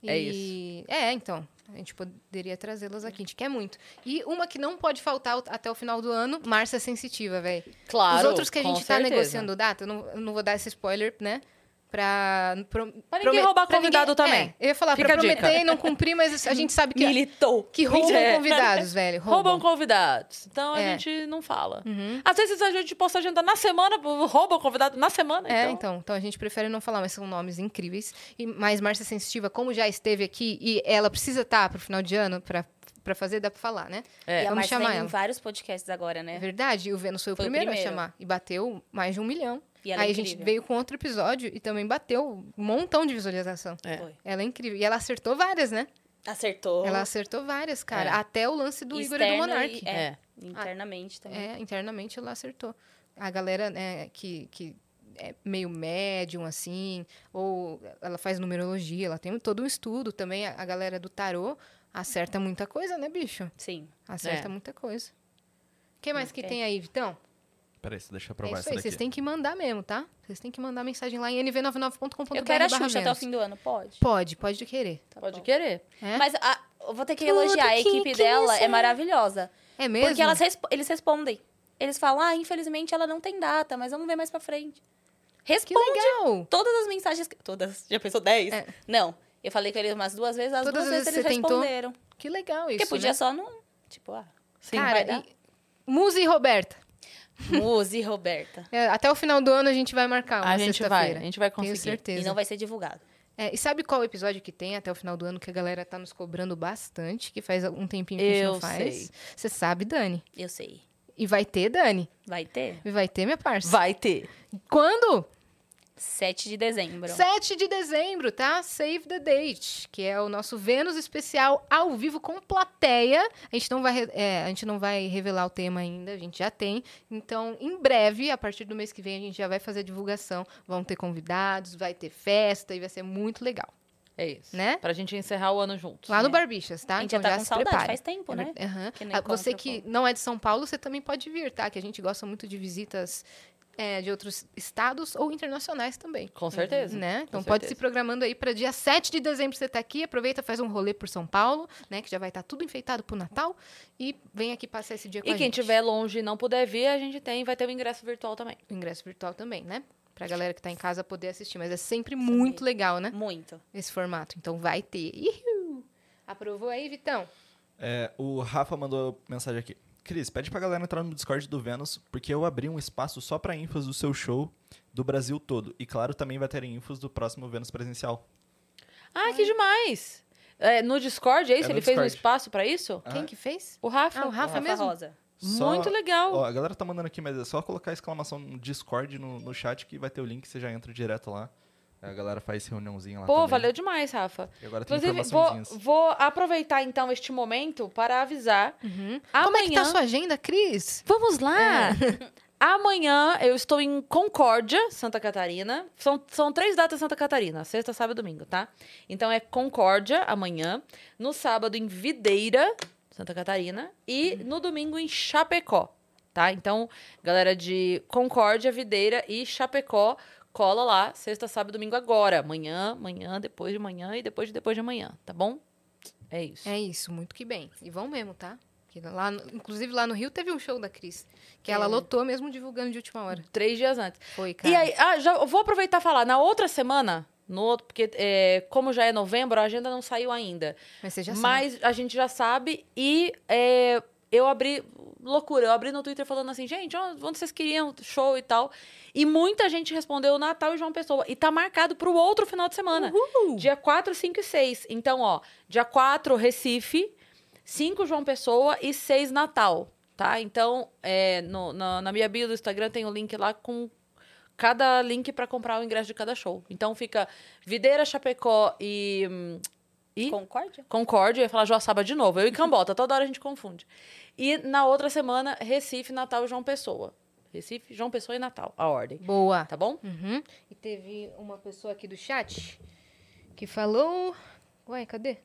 Speaker 1: É
Speaker 2: E- É, então. A gente poderia trazê-las aqui, a gente quer muito. E uma que não pode faltar o- até o final do ano, Márcia Sensitiva, velho.
Speaker 1: Claro.
Speaker 2: Os outros que a
Speaker 1: com
Speaker 2: gente tá
Speaker 1: certeza.
Speaker 2: negociando data, eu não, eu não vou dar esse spoiler, né? Pra, pro,
Speaker 1: Pra ninguém roubar convidado também.
Speaker 2: É, eu ia falar,
Speaker 1: Fica
Speaker 2: pra
Speaker 1: a dica.
Speaker 2: prometer e não cumprir, mas a gente sabe que, é
Speaker 3: Militou.
Speaker 2: que
Speaker 1: [LAUGHS]
Speaker 2: roubam
Speaker 1: É.
Speaker 2: convidados, velho. Roubam.
Speaker 1: Roubam convidados. Então a
Speaker 2: É.
Speaker 1: gente não fala.
Speaker 2: Uhum.
Speaker 1: Às vezes a gente posta agendar na semana, roubam convidado na semana.
Speaker 2: É,
Speaker 1: então.
Speaker 2: então, então a gente prefere não falar, mas são nomes incríveis. E mais Márcia Sensitiva, como já esteve aqui e ela precisa estar pro final de ano pra, pra fazer, dá pra falar, né?
Speaker 1: É.
Speaker 3: E a
Speaker 2: Vamos
Speaker 3: Márcia
Speaker 2: chamar
Speaker 3: vem em
Speaker 2: ela.
Speaker 3: vários podcasts agora,
Speaker 2: É
Speaker 3: né?
Speaker 2: verdade, e o Vênus foi,
Speaker 3: Foi
Speaker 2: o
Speaker 3: o
Speaker 2: primeiro, a
Speaker 3: primeiro.
Speaker 2: chamar. E bateu mais de um milhão.
Speaker 3: E ela
Speaker 2: Aí
Speaker 3: é
Speaker 2: a gente
Speaker 3: incrível.
Speaker 2: veio com outro episódio e também bateu um montão de visualização.
Speaker 1: É.
Speaker 3: Foi.
Speaker 2: Ela é incrível. E ela acertou várias, né?
Speaker 3: Acertou.
Speaker 2: Ela acertou várias, cara.
Speaker 1: É.
Speaker 2: Até o lance do Igor e do
Speaker 3: Externo
Speaker 2: Monark.
Speaker 3: Oh. e- é.
Speaker 1: É.
Speaker 3: Internamente também.
Speaker 2: É, internamente ela acertou. A galera né, que, que é meio médium, assim, ou ela faz numerologia, ela tem todo um estudo também. A, a galera do tarô acerta muita coisa, né, bicho?
Speaker 3: Sim.
Speaker 2: Acerta
Speaker 1: É.
Speaker 2: muita coisa. O que mais que
Speaker 3: Ok.
Speaker 2: tem aí, Vitão?
Speaker 4: Peraí, deixa eu
Speaker 2: É
Speaker 4: provar
Speaker 2: isso
Speaker 4: essa
Speaker 2: aí,
Speaker 4: daqui.
Speaker 2: vocês têm que mandar mesmo, tá? Vocês têm que mandar mensagem lá em nv99.com.br.
Speaker 3: Eu quero a Xuxa até o
Speaker 2: Vênus.
Speaker 3: fim do ano, pode? Tá
Speaker 2: Pode, pode querer.
Speaker 1: Pode
Speaker 3: bom.
Speaker 1: querer.
Speaker 2: É,
Speaker 3: Mas a- eu vou ter que
Speaker 2: Tudo
Speaker 3: elogiar, a
Speaker 2: que-
Speaker 3: equipe
Speaker 2: que
Speaker 3: dela
Speaker 2: isso é.
Speaker 3: é maravilhosa.
Speaker 2: é mesmo?
Speaker 3: Porque elas resp- eles respondem. Eles falam, ah, infelizmente ela não tem data, mas vamos ver mais pra frente.
Speaker 2: Que
Speaker 3: Responde
Speaker 2: legal!
Speaker 3: todas as mensagens. que- Todas? Já pensou 10?
Speaker 2: É.
Speaker 3: Não. Eu falei com eles umas duas vezes, as
Speaker 2: Todas
Speaker 3: duas
Speaker 2: as
Speaker 3: vezes
Speaker 2: vezes
Speaker 3: eles
Speaker 2: você tentou?
Speaker 3: responderam.
Speaker 2: Que legal isso,
Speaker 3: porque podia
Speaker 2: né?
Speaker 3: só não.
Speaker 2: [LAUGHS]
Speaker 3: Tipo, ah.
Speaker 1: Sim,
Speaker 2: Cara,
Speaker 1: vai
Speaker 3: dar.
Speaker 2: e- Musa e Roberta.
Speaker 3: Muse, Roberta.
Speaker 2: É, até o final do ano a gente vai marcar uma
Speaker 1: A gente vai.
Speaker 2: sexta-feira.
Speaker 1: A gente vai
Speaker 2: Tenho
Speaker 1: conseguir.
Speaker 3: E
Speaker 2: certeza.
Speaker 3: não vai ser divulgado.
Speaker 2: É, e sabe qual episódio que tem até o final do ano que a galera tá nos cobrando bastante, que faz um tempinho que a gente não
Speaker 1: Eu
Speaker 2: faz?
Speaker 1: sei.
Speaker 2: Você sabe, Dani.
Speaker 3: Eu sei.
Speaker 2: E vai ter, Dani.
Speaker 3: Vai ter?
Speaker 2: E vai ter, minha parça.
Speaker 1: Vai ter.
Speaker 2: Quando?
Speaker 3: 7 de dezembro.
Speaker 2: 7 de dezembro, tá? Save the date, que é o nosso Vênus especial ao vivo com plateia. A gente não vai, re- é, a gente não vai revelar o tema ainda, a gente já tem. Então, em breve, a partir do mês que vem, a gente já vai fazer a divulgação. Vão ter convidados, vai ter festa e vai ser muito legal,
Speaker 1: É isso.
Speaker 2: né?
Speaker 1: Pra gente encerrar o ano juntos.
Speaker 2: Lá no
Speaker 1: É.
Speaker 2: Barbichas, tá?
Speaker 3: a gente
Speaker 2: então
Speaker 3: já tá
Speaker 2: já
Speaker 3: com
Speaker 2: se
Speaker 3: saudade,
Speaker 2: prepare.
Speaker 3: faz tempo, né?
Speaker 2: É ver- Aham.
Speaker 3: que não
Speaker 2: Ah,
Speaker 3: encontra
Speaker 2: Você
Speaker 3: o
Speaker 2: que
Speaker 3: povo.
Speaker 2: não é de São Paulo, você também pode vir, tá? Que a gente gosta muito de visitas é, de outros estados ou internacionais também.
Speaker 1: Com certeza.
Speaker 2: Né? Então
Speaker 1: Com
Speaker 2: pode se
Speaker 1: certeza.
Speaker 2: programando aí para dia 7 de dezembro você tá aqui, aproveita, faz um rolê por São Paulo, né, que já vai estar tudo enfeitado pro Natal e vem aqui passar esse dia com
Speaker 1: E
Speaker 2: a
Speaker 1: quem
Speaker 2: gente.
Speaker 1: tiver longe e não puder vir, a gente tem, vai ter o ingresso virtual também.
Speaker 2: o ingresso virtual também, né? Pra galera que tá em casa poder assistir, mas é sempre muito legal, né?
Speaker 3: Muito.
Speaker 2: Esse formato. Então vai ter. Ihu! Aprovou aí, Vitão?
Speaker 4: É, o Rafa mandou mensagem aqui. Cris, pede pra galera entrar no Discord do Vênus, porque eu abri um espaço só pra infos do seu show do Brasil todo. E claro, também vai ter infos do próximo Vênus presencial.
Speaker 1: Ah, que demais! É, no Discord, é isso?
Speaker 4: É no
Speaker 1: Ele fez um
Speaker 4: Discord.
Speaker 1: espaço pra isso?
Speaker 4: Ah.
Speaker 2: Quem que fez?
Speaker 1: O Rafa.
Speaker 2: Ah, o Rafa,
Speaker 3: Rafa
Speaker 2: mesmo.
Speaker 3: Rosa.
Speaker 4: Só-
Speaker 1: Muito legal.
Speaker 4: Ó, a galera tá mandando aqui, mas é só colocar exclamação no Discord no, no chat que vai ter o link, você já entra direto lá. A galera faz reuniãozinha lá
Speaker 1: Pô,
Speaker 4: também.
Speaker 1: valeu demais, Rafa.
Speaker 4: E agora tem
Speaker 1: Inclusive, vou,
Speaker 4: informaçõezinhas.
Speaker 1: vou aproveitar então este momento para avisar. é
Speaker 2: Uhum.
Speaker 1: Amanhã.
Speaker 2: Como é que tá a sua agenda, Cris?
Speaker 1: Vamos lá! [LAUGHS] Amanhã eu estou em Concórdia, Santa Catarina. São, são três datas em Santa Catarina: sexta, sábado e domingo, tá? Então é Concórdia amanhã. No sábado, em Videira, Santa Catarina. E
Speaker 2: Uhum.
Speaker 1: no domingo, em Chapecó, tá? Então, galera de Concórdia, Videira e Chapecó, cola lá, sexta, sábado e domingo agora. Amanhã, amanhã, depois de amanhã e depois de depois de amanhã, tá bom? É isso.
Speaker 2: É isso, muito que bem. E vão mesmo, tá? Que Lá, no- inclusive lá no Rio teve um show da Cris, que ela lotou mesmo divulgando de última hora.
Speaker 1: Três dias antes.
Speaker 2: Foi, cara.
Speaker 1: E aí, ah, já eu vou aproveitar e falar. Na outra semana, no outro, porque é, como já é novembro, a agenda não saiu ainda.
Speaker 2: Mas você já sabe.
Speaker 1: mas a gente já sabe e é, eu abri. Loucura, eu abri no Twitter falando assim, gente, onde onde vocês queriam show e tal. E muita gente respondeu Natal e João Pessoa. E tá marcado pro outro final de semana. Dia 4, 5 e 6. Então, ó, dia 4, Recife, 5 João Pessoa e 6 Natal, tá? Então, é, no- na, na minha bio do Instagram tem o link lá com cada link pra comprar o ingresso de cada show. Então fica Videira, Chapecó e. hum, e?
Speaker 3: Concórdia?
Speaker 1: Concórdia, eu ia falar Joaçaba de novo. Eu e Cambota, toda hora a gente confunde. E na outra semana, Recife, Natal e João Pessoa. Recife, João Pessoa e Natal, a ordem.
Speaker 2: Boa.
Speaker 1: Tá bom?
Speaker 2: Uhum. E teve uma pessoa aqui do chat que falou. Ué, cadê?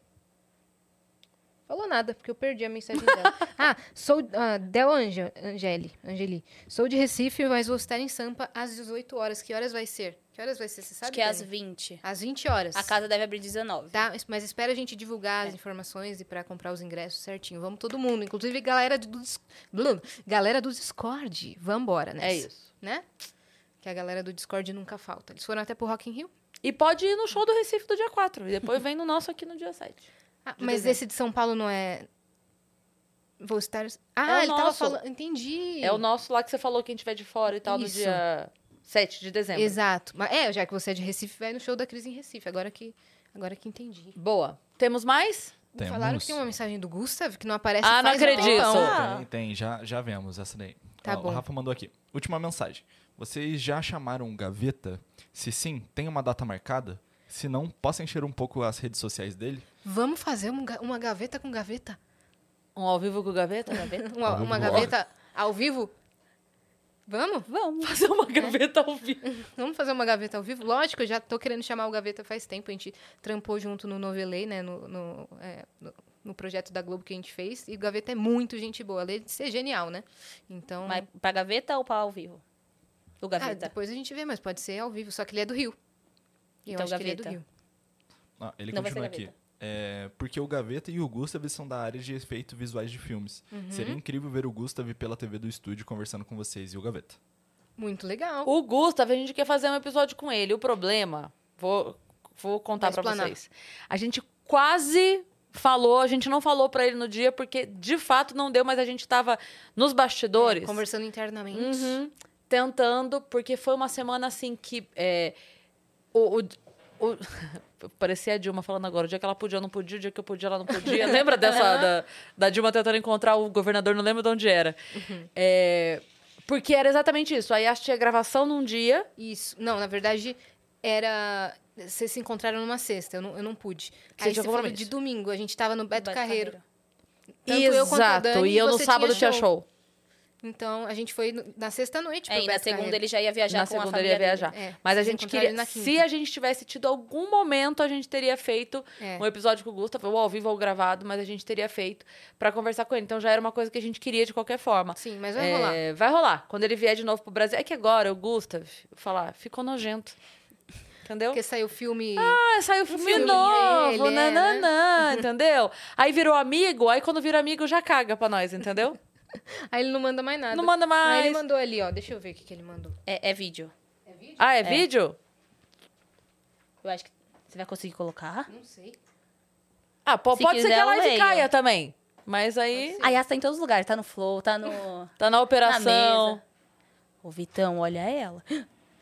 Speaker 2: Falou nada, porque eu perdi a mensagem [LAUGHS] dela. ah, sou ah, Del Angel, Angeli, Angeli. Sou de Recife, mas vou estar em Sampa às 18 horas. Que horas vai ser? Que horas vai ser? Você sabe?
Speaker 3: Acho que é às
Speaker 2: Dani?
Speaker 3: 20.
Speaker 2: às 20 horas.
Speaker 3: A casa deve abrir 19.
Speaker 2: Tá, mas espera a gente divulgar as informações e para comprar os ingressos certinho. Vamos todo mundo, inclusive galera do, dis- blum, galera do Discord. Vambora, né?
Speaker 1: É isso.
Speaker 2: Né? Que a galera do Discord nunca falta. Eles foram até pro Rock in Rio.
Speaker 1: E pode ir no show do Recife do dia 4. E depois vem no nosso aqui no dia 7.
Speaker 2: Ah, mas
Speaker 1: dezembro.
Speaker 2: esse de São Paulo não é. Vou estar.
Speaker 1: o
Speaker 2: Ah, ele tava
Speaker 1: nosso.
Speaker 2: falando. Entendi.
Speaker 1: É o nosso lá que você falou quem tiver de fora e tal
Speaker 2: Isso.
Speaker 1: no dia 7 de dezembro.
Speaker 2: Exato. Mas é, já que você é de Recife, vai no show da Cris em Recife. Agora que, agora que entendi.
Speaker 1: Boa. Temos mais?
Speaker 2: Me Falaram que
Speaker 4: Temos.
Speaker 2: tem uma mensagem do Gustav que não aparece.
Speaker 1: Ah, não
Speaker 2: faz um
Speaker 1: acredito.
Speaker 2: tempão.
Speaker 3: Ah.
Speaker 4: Tem, tem, já, já vemos essa daí.
Speaker 2: Tá
Speaker 4: Ó,
Speaker 2: bom.
Speaker 4: O Rafa mandou aqui. Última mensagem. Vocês já chamaram gaveta? Se sim, tem uma data marcada? Se não, possa encher um pouco as redes sociais dele?
Speaker 2: Vamos fazer um ga- uma gaveta com gaveta?
Speaker 1: Um ao vivo com o Gaveta? [LAUGHS]
Speaker 2: Uma,
Speaker 4: vivo
Speaker 2: uma
Speaker 4: rola.
Speaker 2: gaveta ao vivo? Vamos?
Speaker 1: Vamos fazer uma gaveta ao vivo.
Speaker 2: Vamos fazer uma gaveta ao vivo? Lógico, eu já tô querendo chamar o Gaveta faz tempo. A gente trampou junto no Novelei, né? No, no, é, no- no projeto da Globo que a gente fez. E o Gaveta é muito gente boa. Além de ser genial, né? Então...
Speaker 3: Mas pra gaveta ou pra ao vivo? O
Speaker 2: ah,
Speaker 3: gaveta.
Speaker 2: depois a gente vê, mas pode ser ao vivo. Só que ele é do Rio. E eu
Speaker 3: Então,
Speaker 2: acho que ele é do
Speaker 3: Gaveta.
Speaker 2: Rio.
Speaker 4: Ah, ele
Speaker 3: Não vai
Speaker 4: continua
Speaker 3: ser
Speaker 4: aqui.
Speaker 3: gaveta.
Speaker 4: É, porque o Gaveta e o Gustav são da área de efeitos visuais de filmes. Seria incrível ver o Gustav pela TV do estúdio conversando com vocês e o Gaveta.
Speaker 2: Muito legal.
Speaker 1: O Gustavo, a gente quer fazer um episódio com ele. O problema, vou, vou contar
Speaker 2: Vai
Speaker 1: pra
Speaker 2: explanar.
Speaker 1: vocês. A gente quase falou, a gente não falou pra ele no dia, porque de fato não deu, mas a gente tava nos bastidores.
Speaker 2: É, Conversando internamente.
Speaker 1: Uhum. Tentando, porque foi uma semana assim que. é, o, o- o- [LAUGHS] parecia a Dilma falando agora, o dia que ela podia, eu não podia, o dia que eu podia, ela não
Speaker 2: [LAUGHS]
Speaker 1: podia. Lembra dessa da, da Dilma tentando encontrar o governador, não lembro de onde era.
Speaker 2: Uhum.
Speaker 1: É, porque era exatamente isso. Aí acho que tinha gravação num dia.
Speaker 2: Isso. Não, na verdade, era. Vocês se encontraram numa sexta, eu não, eu não pude.
Speaker 1: Você
Speaker 2: Aí
Speaker 1: tinha
Speaker 2: você falou
Speaker 1: compromisso.
Speaker 2: de domingo, a gente tava no Beto, Carreiro. Tanto eu quanto a
Speaker 1: Exato.
Speaker 2: Dani,
Speaker 1: e eu no
Speaker 2: você
Speaker 1: sábado tinha show.
Speaker 2: Então, a gente foi no- na sexta-noite pro
Speaker 3: É, e na
Speaker 2: Beto
Speaker 3: segunda
Speaker 2: Carreiro.
Speaker 3: ele já ia viajar
Speaker 1: na
Speaker 3: com a
Speaker 1: segunda ele
Speaker 3: família
Speaker 1: ia viajar.
Speaker 2: dele. É,
Speaker 1: Mas a
Speaker 2: vocês
Speaker 1: gente
Speaker 2: encontraram
Speaker 1: queria.
Speaker 2: ele na
Speaker 1: se
Speaker 2: quinta.
Speaker 1: a gente tivesse tido algum momento, a gente teria feito
Speaker 2: É.
Speaker 1: um episódio com o Gustavo, ou ao vivo ou gravado, mas a gente teria feito pra conversar com ele. Então já era uma coisa que a gente queria de qualquer forma.
Speaker 2: Sim, mas vai
Speaker 1: É,
Speaker 2: rolar.
Speaker 1: Vai rolar. Quando ele vier de novo pro Brasil. É que agora o Gustavo falar, ficou nojento. Entendeu?
Speaker 2: Porque saiu o filme.
Speaker 1: Ah, saiu filme,
Speaker 2: filme
Speaker 1: novo,
Speaker 3: né?
Speaker 2: dele, é,
Speaker 1: nananã, entendeu? Aí virou amigo, aí quando vira amigo já caga pra nós, entendeu?
Speaker 2: Aí ele não manda mais nada.
Speaker 1: Não manda mais.
Speaker 2: Aí ele mandou ali, ó. Deixa eu ver o que, que ele mandou.
Speaker 3: É, é vídeo.
Speaker 1: Ah, é, vídeo?
Speaker 3: Eu acho que você vai conseguir colocar.
Speaker 2: Não sei.
Speaker 1: Ah, po-
Speaker 3: Se
Speaker 1: pode ser que
Speaker 3: quiser,
Speaker 1: a
Speaker 3: eu
Speaker 1: live
Speaker 3: leio.
Speaker 1: caia também. Mas aí
Speaker 3: A Yas tá em todos os lugares. Tá no Flow, tá no...
Speaker 1: tá na
Speaker 3: [LAUGHS] na
Speaker 1: operação.
Speaker 3: mesa. Ô, Vitão, olha ela.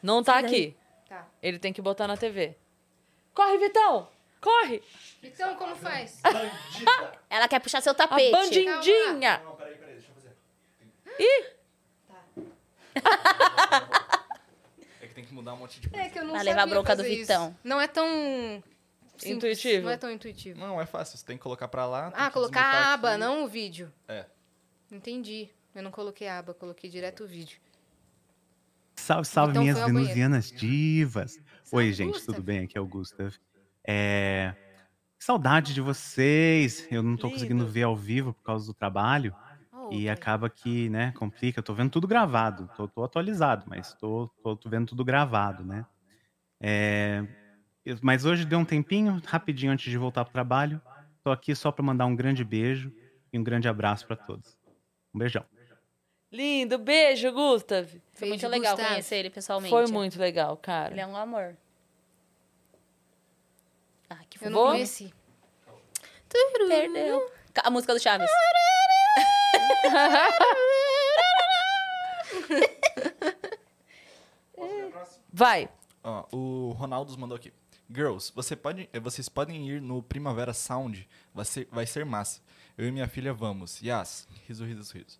Speaker 1: Não tá
Speaker 3: Sai
Speaker 1: aqui.
Speaker 2: Tá.
Speaker 1: Ele tem que botar na TV. Corre, Vitão! Corre!
Speaker 2: Então, como
Speaker 3: [LAUGHS]
Speaker 2: faz?
Speaker 3: Ela quer puxar seu
Speaker 1: A
Speaker 3: tapete.
Speaker 1: bandindinha!
Speaker 4: Não, peraí, peraí, deixa eu fazer.
Speaker 1: Ih!
Speaker 4: É que tem que mudar um monte de coisa.
Speaker 2: É que eu não
Speaker 3: Vai levar
Speaker 2: sabia
Speaker 3: a bronca do
Speaker 2: fazer isso.
Speaker 3: Vitão.
Speaker 2: Não é tão. simples,
Speaker 1: Intuitivo.
Speaker 2: Não é tão intuitivo.
Speaker 4: Não, é fácil. Você tem que colocar pra lá. tem
Speaker 2: Ah,
Speaker 4: que
Speaker 2: colocar a
Speaker 4: desmutar
Speaker 2: aba,
Speaker 4: aqui.
Speaker 2: não o vídeo.
Speaker 4: É.
Speaker 2: Entendi. Eu não coloquei a aba, coloquei direto o vídeo.
Speaker 8: Salve, salve,
Speaker 2: Então
Speaker 8: minhas
Speaker 2: foi ao banheiro. é
Speaker 8: venusianas divas. Oi, gente,
Speaker 2: Gustav.
Speaker 8: tudo bem? Aqui é o Gustav. É, que Saudade de vocês. Eu não tô conseguindo
Speaker 1: Lindo.
Speaker 8: ver ao vivo por causa do trabalho.
Speaker 2: Ah,
Speaker 8: E acaba que, né, complica. Eu tô vendo tudo gravado. Tô, tô atualizado, mas tô, tô, tô vendo tudo gravado, né? É, eu- mas hoje deu um tempinho, rapidinho antes de voltar pro trabalho. Tô aqui só para mandar um grande beijo e um grande abraço para todos. Um beijão.
Speaker 1: Lindo, beijo, Gustav.
Speaker 3: Foi muito legal conhecer ele pessoalmente.
Speaker 1: Foi muito legal,
Speaker 3: Ele
Speaker 1: cara.
Speaker 3: é um amor. Ah, que
Speaker 2: Eu
Speaker 3: fofo.
Speaker 2: não
Speaker 1: Vou-
Speaker 2: conheci.
Speaker 3: Perdeu. Ca- A música do Chaves.
Speaker 1: Vai.
Speaker 4: Ó, o Ronaldo mandou aqui. Girls, você pode, eh, vocês podem ir no Primavera Sound. Vai ser, vai ser massa. Eu e minha filha vamos. Yas. Riso, riso, riso.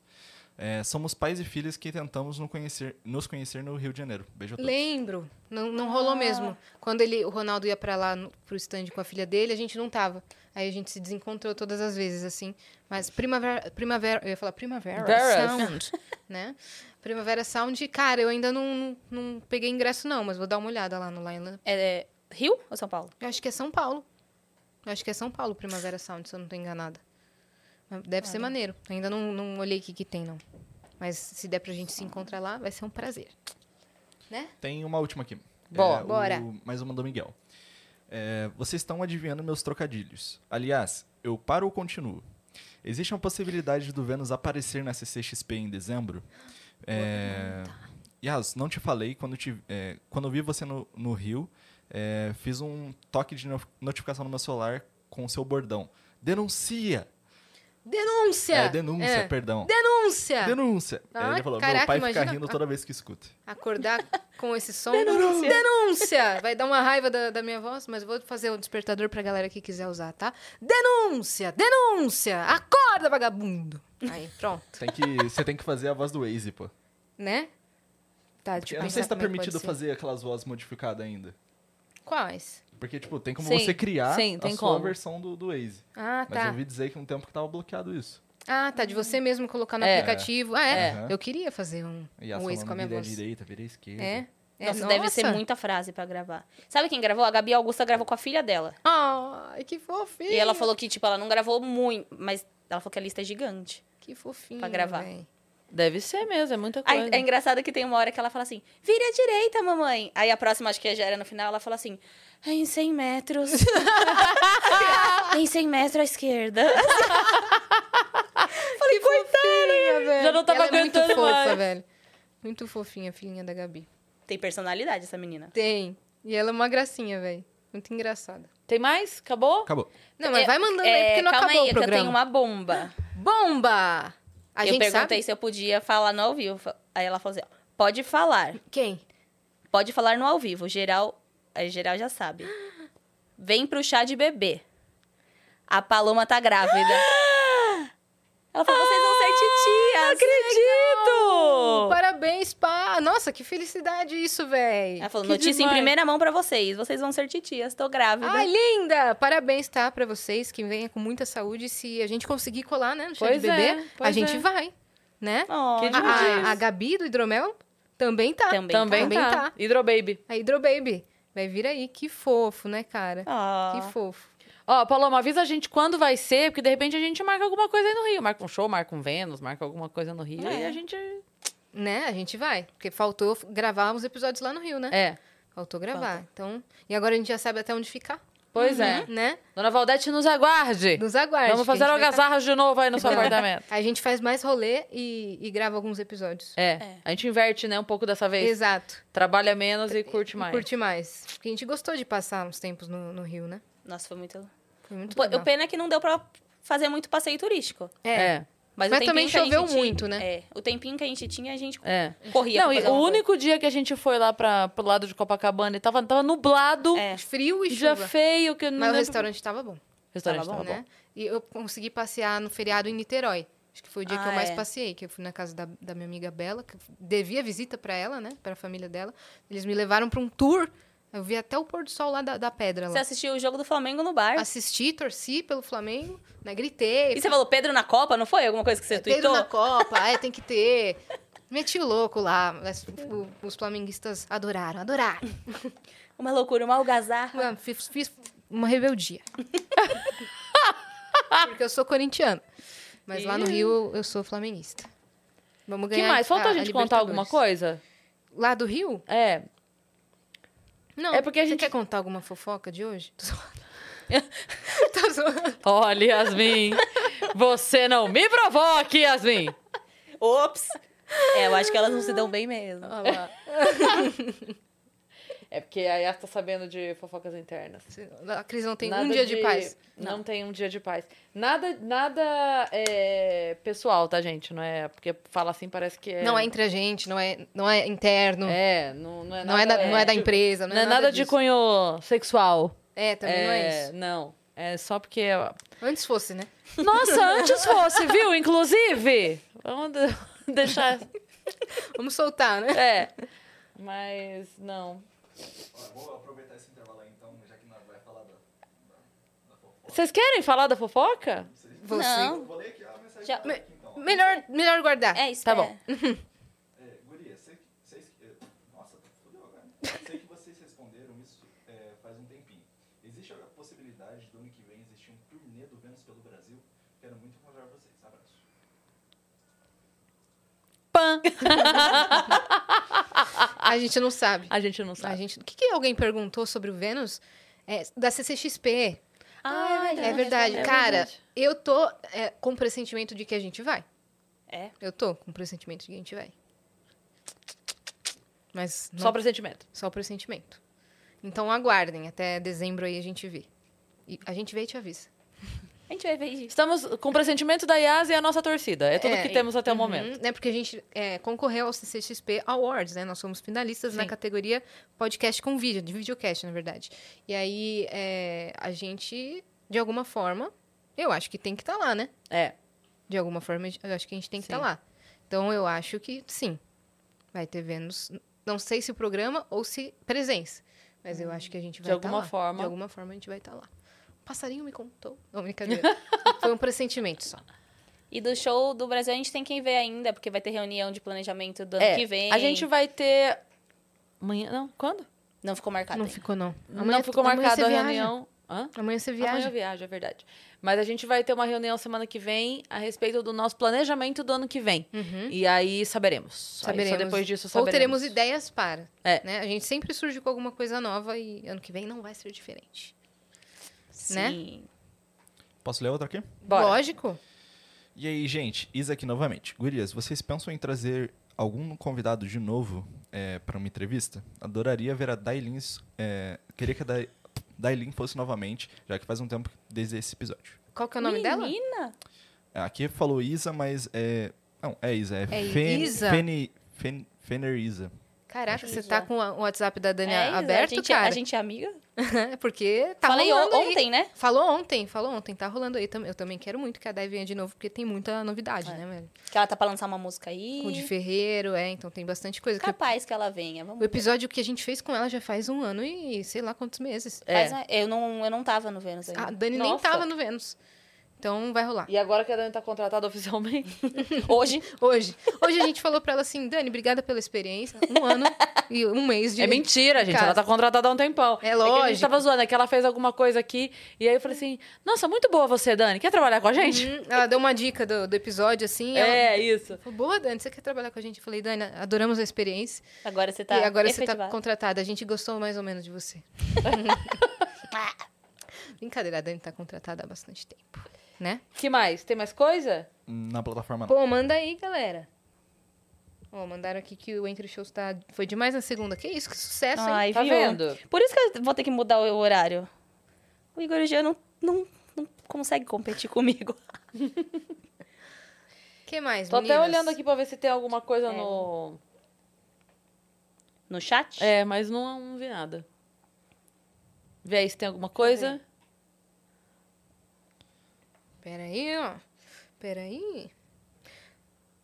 Speaker 4: Eh, somos pais e filhas que tentamos nos conhecer, nos conhecer no Rio de Janeiro. Beijo a todos.
Speaker 2: Lembro. Não, não rolou mesmo. Quando ele, o Ronaldo ia pra lá no, pro stand com a filha dele, a gente não tava. Aí a gente se desencontrou todas as vezes, assim. Mas Primavera. Primavera. Eu ia falar Primavera
Speaker 1: Veras.
Speaker 2: Sound. [LAUGHS] né? Primavera Sound, cara, eu ainda não, não, não peguei ingresso, não, mas vou dar uma olhada lá no Line
Speaker 3: É, é, Rio ou São Paulo?
Speaker 2: Eu acho que é São Paulo. Eu acho que é São Paulo, Primavera Sound, se eu não tô enganada. Mas Deve ser maneiro. Ainda não, não olhei o que, que tem, não. Mas se der pra gente se encontrar lá, vai ser um prazer.
Speaker 4: Tem uma última aqui. É,
Speaker 1: Boa.
Speaker 4: o-
Speaker 2: Bora.
Speaker 4: mais uma do Miguel. É, vocês estão adivinhando meus trocadilhos. Aliás, eu paro ou continuo? Existe uma possibilidade do Vênus aparecer na CCXP em dezembro? É, Yas, não te falei, quando, te, é, quando eu vi você no, no Rio, é, fiz um toque de no- notificação no meu celular com o seu bordão. Denuncia!
Speaker 2: Denúncia!
Speaker 4: É, denúncia,
Speaker 2: É.
Speaker 4: perdão.
Speaker 2: Denúncia!
Speaker 4: Denúncia!
Speaker 2: Ah,
Speaker 4: Aí ele falou,
Speaker 2: caraca,
Speaker 4: meu pai
Speaker 2: imagina-
Speaker 4: fica rindo toda vez que escuta.
Speaker 2: Acordar com esse som. Denúncia! Denúncia! Vai dar uma raiva da, da minha voz, mas vou fazer o despertador pra galera que quiser usar, tá? Denúncia! Denúncia! Acorda, vagabundo! Aí, pronto.
Speaker 4: Tem que, você tem que fazer a voz do Waze, pô.
Speaker 2: Né? Tá, deixa
Speaker 4: Eu não
Speaker 2: pensar
Speaker 4: sei se tá
Speaker 2: como é que
Speaker 4: permitido
Speaker 2: pode ser.
Speaker 4: fazer aquelas vozes modificadas ainda.
Speaker 2: Quais?
Speaker 4: Porque, tipo, tem como
Speaker 1: Sim,
Speaker 4: você criar
Speaker 1: sim,
Speaker 4: a
Speaker 1: tem
Speaker 4: sua
Speaker 1: como.
Speaker 4: versão do, do Waze.
Speaker 2: Ah,
Speaker 4: Mas
Speaker 2: tá.
Speaker 4: eu ouvi dizer que um tempo que tava bloqueado isso.
Speaker 2: Ah, tá. De você mesmo colocar no
Speaker 1: É.
Speaker 2: aplicativo. Ah, é.
Speaker 4: Aham.
Speaker 2: Eu queria fazer um,
Speaker 4: E a
Speaker 2: um Waze com a minha
Speaker 4: virei à
Speaker 2: voz.
Speaker 4: direita, virei à esquerda.
Speaker 2: É. é.
Speaker 3: Nossa, deve ser
Speaker 2: nossa.
Speaker 3: muita frase pra gravar. Sabe quem gravou? A Gabi Augusta gravou com a filha dela.
Speaker 2: Ai, que fofinho.
Speaker 3: E ela falou que, tipo, ela não gravou muito, mas ela falou que a lista é gigante.
Speaker 2: Que fofinho.
Speaker 3: pra gravar.
Speaker 2: véi.
Speaker 1: Deve ser mesmo, é muita
Speaker 3: Aí,
Speaker 1: coisa.
Speaker 3: é engraçado que tem uma hora que ela fala assim, vira à direita, mamãe. Aí a próxima, acho que já era no final, ela fala assim, em 100 metros. [LAUGHS] em 100 metros à esquerda.
Speaker 2: Que fofinha, velho.
Speaker 1: Já não tava
Speaker 2: ela é muito
Speaker 1: aguentando
Speaker 2: fofa,
Speaker 1: mais.
Speaker 2: velho. Muito fofinha a filhinha da Gabi.
Speaker 3: Tem personalidade essa menina.
Speaker 2: Tem. E ela é uma gracinha, velho. Muito engraçada.
Speaker 1: Tem mais? Acabou?
Speaker 4: Acabou.
Speaker 2: Não, mas vai mandando aí,
Speaker 3: É,
Speaker 2: porque não
Speaker 3: calma
Speaker 2: acabou
Speaker 3: aí,
Speaker 2: o
Speaker 3: é que eu
Speaker 2: programa.
Speaker 3: tenho uma bomba.
Speaker 2: Bomba! A
Speaker 3: eu
Speaker 2: gente
Speaker 3: perguntei
Speaker 2: sabe?
Speaker 3: se eu podia falar no ao vivo. Aí ela falou assim, ó, pode falar.
Speaker 2: Quem?
Speaker 3: Pode falar no ao vivo. Geral, é, geral já sabe. Vem pro chá de bebê. A Paloma tá grávida. Ela falou, vocês vão ser titias.
Speaker 1: Acredito!
Speaker 2: Oh. Parabéns, pá! Nossa, que felicidade isso, velho.
Speaker 3: Ela falou,
Speaker 1: Que
Speaker 3: notícia
Speaker 1: demais.
Speaker 3: em primeira mão pra vocês. Vocês vão ser titias, tô grávida.
Speaker 2: Ai, linda! Parabéns, tá? Pra vocês, que venha com muita saúde. Se a gente conseguir colar, né, no chá
Speaker 1: Pois
Speaker 2: de
Speaker 1: é,
Speaker 2: bebê,
Speaker 1: pois
Speaker 2: a gente
Speaker 1: é.
Speaker 2: vai, né?
Speaker 3: Oh,
Speaker 1: Que
Speaker 2: A,
Speaker 1: demais.
Speaker 2: a- a Gabi do Hidromel também tá.
Speaker 3: Também.
Speaker 1: Também,
Speaker 2: Também
Speaker 1: tá.
Speaker 2: tá.
Speaker 1: Hidrobaby.
Speaker 2: A Hidrobaby. Vai vir aí. Que fofo, né, cara?
Speaker 3: Ah.
Speaker 2: Que fofo.
Speaker 1: Ó, Paloma, avisa a gente quando vai ser, porque de repente a gente marca alguma coisa aí no Rio. Marca um show, marca um Vênus, marca alguma coisa no Rio.
Speaker 3: É.
Speaker 1: Aí a gente.
Speaker 2: Né? A gente vai. Porque faltou f- gravar uns episódios lá no Rio, né?
Speaker 1: É.
Speaker 2: Faltou gravar. Então... E agora a gente já sabe até onde ficar.
Speaker 1: Pois é.
Speaker 2: Né?
Speaker 1: Dona Valdete nos aguarde.
Speaker 2: Nos aguarde.
Speaker 1: Vamos
Speaker 2: que a
Speaker 1: fazer
Speaker 2: gente vai tá-
Speaker 1: algazarras de novo aí no
Speaker 2: [LAUGHS]
Speaker 1: seu apartamento.
Speaker 2: A gente faz mais rolê e, e grava alguns episódios.
Speaker 1: É.
Speaker 3: É.
Speaker 1: A gente inverte, né, um pouco dessa vez.
Speaker 2: Exato.
Speaker 1: Trabalha menos e curte
Speaker 2: E
Speaker 1: mais.
Speaker 2: Curte mais. Porque a gente gostou de passar uns tempos no, no Rio, né?
Speaker 3: Nossa, foi muito...
Speaker 2: Foi muito
Speaker 3: Pô,
Speaker 2: legal.
Speaker 3: O pena é que não deu pra fazer muito passeio turístico.
Speaker 2: É.
Speaker 1: É,
Speaker 3: Mas,
Speaker 2: Mas
Speaker 3: o tempinho
Speaker 2: também
Speaker 3: que a
Speaker 2: choveu
Speaker 3: gente-
Speaker 2: muito, né?
Speaker 3: É, o tempinho que a gente tinha, a gente
Speaker 1: é.
Speaker 3: corria.
Speaker 1: Não,
Speaker 3: pra
Speaker 1: e
Speaker 3: fazer
Speaker 1: o
Speaker 3: alguma coisa.
Speaker 1: único dia que a gente foi lá pra, pro lado de Copacabana e tava, tava nublado,
Speaker 3: É.
Speaker 2: Frio e
Speaker 1: dia
Speaker 2: chuva.
Speaker 1: feio, que eu não
Speaker 2: Mas o
Speaker 1: lembro-
Speaker 2: restaurante tava bom,
Speaker 1: restaurante
Speaker 3: tava
Speaker 1: tava
Speaker 3: bom,
Speaker 1: bom.
Speaker 2: né? E eu consegui passear no feriado em Niterói. Acho que foi o dia que eu
Speaker 3: Ah,
Speaker 2: mais
Speaker 3: é.
Speaker 2: passei, que eu fui na casa da, da minha amiga Bela, que eu devia visita pra ela, né? Pra família dela. Eles me levaram pra um tour. Eu vi até o pôr do sol lá da, da pedra
Speaker 3: Você
Speaker 2: lá.
Speaker 3: assistiu o jogo do Flamengo no bar.
Speaker 2: Assisti, torci pelo Flamengo, né? Gritei.
Speaker 3: E você falou Pedro na Copa, não foi? Alguma coisa que você
Speaker 2: Pedro
Speaker 3: tweetou?
Speaker 2: na Copa, é, tem que ter. Meti o louco lá. mas o- os flamenguistas adoraram, adoraram.
Speaker 3: Uma loucura, uma algazarra.
Speaker 2: Mano, Tá. fiz, fiz uma rebeldia. [LAUGHS] Porque eu sou corintiana. Mas lá no Rio eu sou flamenguista. Vamos
Speaker 1: que
Speaker 2: ganhar.
Speaker 1: mais? Faltou a gente contar alguma
Speaker 2: Libertadores.
Speaker 1: coisa?
Speaker 2: Lá do Rio?
Speaker 1: É.
Speaker 2: Não.
Speaker 1: É porque a
Speaker 2: Você
Speaker 1: gente-
Speaker 2: quer contar alguma fofoca de hoje? [LAUGHS] Tô
Speaker 1: [LAUGHS]
Speaker 2: zoando. Tô zoando.
Speaker 1: Olha, [LAUGHS] Yasmin. você não me provoque, Yasmin.
Speaker 3: Ops! É, eu acho que elas não se dão bem mesmo.
Speaker 2: Olha lá.
Speaker 1: É porque a Yas tá sabendo de fofocas internas.
Speaker 2: A Cris não tem
Speaker 1: Nada
Speaker 2: um dia de, paz.
Speaker 1: Não. tem um dia de paz. Nada, nada é, pessoal, tá, gente? Não é. Porque fala assim, parece que é.
Speaker 2: Não é entre a gente, não é, não é interno,
Speaker 1: É, não, não é nada.
Speaker 2: não, é da, não é da
Speaker 1: de-
Speaker 2: empresa, não,
Speaker 1: Não é nada de
Speaker 2: disso.
Speaker 1: cunho sexual.
Speaker 2: É, também não é isso.
Speaker 1: Não. É só porque.
Speaker 2: Antes fosse, né?
Speaker 1: Nossa, antes fosse, viu? Inclusive. Vamos de- [LAUGHS] deixar.
Speaker 2: Vamos soltar, né?
Speaker 1: É. Mas, não.
Speaker 4: Vou aproveitar esse intervalo aí, então, já que nós vai falar da...
Speaker 1: Vocês querem falar da fofoca?
Speaker 2: Você.
Speaker 3: Não.
Speaker 4: Vou ler aqui a mensagem
Speaker 3: Já-
Speaker 4: dela aqui, então.
Speaker 2: Melhor, melhor guardar.
Speaker 3: É isso.
Speaker 1: Tá bom.
Speaker 4: É, guria, sei que- sei que- eh, Nossa, fudeu agora. Sei que vocês responderam isso eh, faz um tempinho. Existe a possibilidade do ano que vem existir um turnê do Vênus pelo Brasil? Quero muito encontrar vocês. Abraço.
Speaker 1: Pã!
Speaker 2: A gente não sabe.
Speaker 1: A gente não
Speaker 2: A
Speaker 1: sabe.
Speaker 2: gente... O que, que alguém perguntou sobre o Vênus? É, da CCXP.
Speaker 3: Ah,
Speaker 2: É verdade.
Speaker 1: É
Speaker 2: Cara,
Speaker 1: verdade.
Speaker 2: eu tô é, com pressentimento de que a gente vai.
Speaker 3: É?
Speaker 2: Eu tô com pressentimento de que a gente vai. Mas não, é
Speaker 1: Só pressentimento.
Speaker 2: só o pressentimento. Então aguardem, até dezembro aí a gente vê. E a gente vê e te avisa.
Speaker 3: A gente vai ver isso.
Speaker 1: Estamos com o pressentimento da Yas e a nossa torcida. É tudo
Speaker 2: É,
Speaker 1: que
Speaker 2: e-
Speaker 1: temos até o
Speaker 2: Uhum,
Speaker 1: momento.
Speaker 2: Né, porque a gente é, concorreu ao CCXP Awards, né? Nós somos finalistas na
Speaker 1: Sim.
Speaker 2: categoria podcast com vídeo, de videocast, na verdade. E aí, é, a gente, de alguma forma, eu acho que tem que estar lá, né?
Speaker 1: É.
Speaker 2: De alguma forma, eu acho que a gente tem que
Speaker 1: Sim.
Speaker 2: estar lá. Então, eu acho que sim. Vai ter Vênus. Não sei se programa ou se presença. Mas eu acho que a gente vai
Speaker 1: De alguma
Speaker 2: tá lá.
Speaker 1: forma.
Speaker 2: De alguma forma a gente vai estar lá. O passarinho me contou. Não, brincadeira.
Speaker 1: [LAUGHS]
Speaker 2: Foi um pressentimento só.
Speaker 3: E do show do Brasil a gente tem que ver ainda, porque vai ter reunião de planejamento do ano
Speaker 1: É,
Speaker 3: que vem.
Speaker 1: A gente vai ter. Amanhã. Não, quando?
Speaker 3: Não ficou marcado.
Speaker 2: Não
Speaker 3: ainda.
Speaker 2: ficou, não.
Speaker 1: Tá não ficou
Speaker 2: amanhã
Speaker 1: marcada
Speaker 2: você
Speaker 1: a
Speaker 2: viaja.
Speaker 1: reunião. Hã?
Speaker 2: Amanhã você
Speaker 1: Amanhã eu
Speaker 2: viaja.
Speaker 1: viajo, é verdade. Mas a gente vai ter uma reunião semana que vem a respeito do nosso planejamento do ano que vem.
Speaker 2: Uhum.
Speaker 1: E aí saberemos. Aí
Speaker 2: Saberemos.
Speaker 1: só depois disso
Speaker 2: Ou
Speaker 1: saberemos.
Speaker 2: teremos ideias para.
Speaker 1: É.
Speaker 2: Né? A gente sempre surge com alguma coisa nova e ano que vem não vai ser diferente. né?
Speaker 3: Sim.
Speaker 4: Posso ler outra aqui?
Speaker 1: Bora.
Speaker 2: Lógico.
Speaker 4: E aí, gente, Isa aqui novamente. Gurias, vocês pensam em trazer algum convidado de novo é, para uma entrevista? Adoraria ver a Dailin. é, queria que a Dai- Dailin fosse novamente, já que faz um tempo desde esse episódio.
Speaker 2: Qual que é o nome dela?
Speaker 3: Menina?
Speaker 4: Aqui falou Isa, mas é. Não, é Isa. É,
Speaker 2: É
Speaker 4: Fen-
Speaker 2: Isa?
Speaker 4: Fene- Fen- Fener Isa.
Speaker 2: Caraca,
Speaker 3: Isa.
Speaker 2: você tá com a- o WhatsApp da Dani
Speaker 3: É, Isa,
Speaker 2: aberto,
Speaker 3: a gente,
Speaker 2: cara?
Speaker 3: A gente é amiga?
Speaker 1: [LAUGHS]
Speaker 2: Porque tá
Speaker 3: Falei
Speaker 2: rolando aí.
Speaker 3: ontem, né?
Speaker 2: Falou ontem, falou ontem. Tá rolando aí também. Eu também quero muito que a Dai venha de novo, porque tem muita novidade,
Speaker 1: É.
Speaker 2: né, velho?
Speaker 3: Que ela tá pra lançar uma música aí.
Speaker 2: Com o de Ferreiro, é. Então tem bastante coisa. Que
Speaker 3: Capaz que ela venha.
Speaker 1: né?
Speaker 3: Vamos
Speaker 2: o episódio que a gente fez com ela já faz um ano e sei lá quantos meses.
Speaker 1: É.
Speaker 3: ver. Mas, né, eu, não, eu não tava no Vênus ainda.
Speaker 2: A Ah, Dani nem
Speaker 1: Nossa.
Speaker 2: tava no Vênus. Então vai rolar.
Speaker 1: E agora que a Dani tá contratada
Speaker 2: [LAUGHS]
Speaker 1: oficialmente.
Speaker 3: Hoje,
Speaker 2: Hoje. Hoje a gente falou pra ela assim, Dani, obrigada pela experiência. Um ano e um mês de.
Speaker 1: É mentira, gente.
Speaker 2: Cara.
Speaker 1: Ela tá contratada há um tempão.
Speaker 2: É
Speaker 1: que a gente
Speaker 2: lógico.
Speaker 1: tava zoando, é que ela fez alguma coisa aqui. E aí eu falei assim: Nossa, muito boa você, Dani. Quer trabalhar com a gente?
Speaker 2: Hum, Ela deu uma dica do, do episódio, assim. Ela
Speaker 1: É, isso.
Speaker 2: falou, boa, Dani, você quer trabalhar com a gente? Eu falei, Dani, adoramos a experiência.
Speaker 3: agora você tá.
Speaker 2: e agora você tá
Speaker 3: efetivada.
Speaker 2: contratada. A gente gostou mais ou menos de você. Brincadeira, a Dani tá contratada há bastante tempo. Né?
Speaker 1: que mais? Tem mais coisa?
Speaker 4: Na plataforma. não.
Speaker 2: Pô, manda aí, galera. Ó, mandaram aqui que o Entre Shows tá... foi demais na segunda. Que isso, que sucesso, hein?
Speaker 3: Ai,
Speaker 1: Tá
Speaker 3: viu?
Speaker 1: vendo?
Speaker 3: Por isso que eu vou ter que mudar o horário. O Igor já não, não, não consegue competir [LAUGHS] comigo.
Speaker 2: que mais,
Speaker 1: Tô até
Speaker 2: meninas? É.
Speaker 1: olhando aqui pra ver se tem alguma coisa no.
Speaker 3: No chat?
Speaker 1: É, mas não, não vi nada. Vê aí se tem alguma coisa.
Speaker 2: Peraí, ó. Peraí.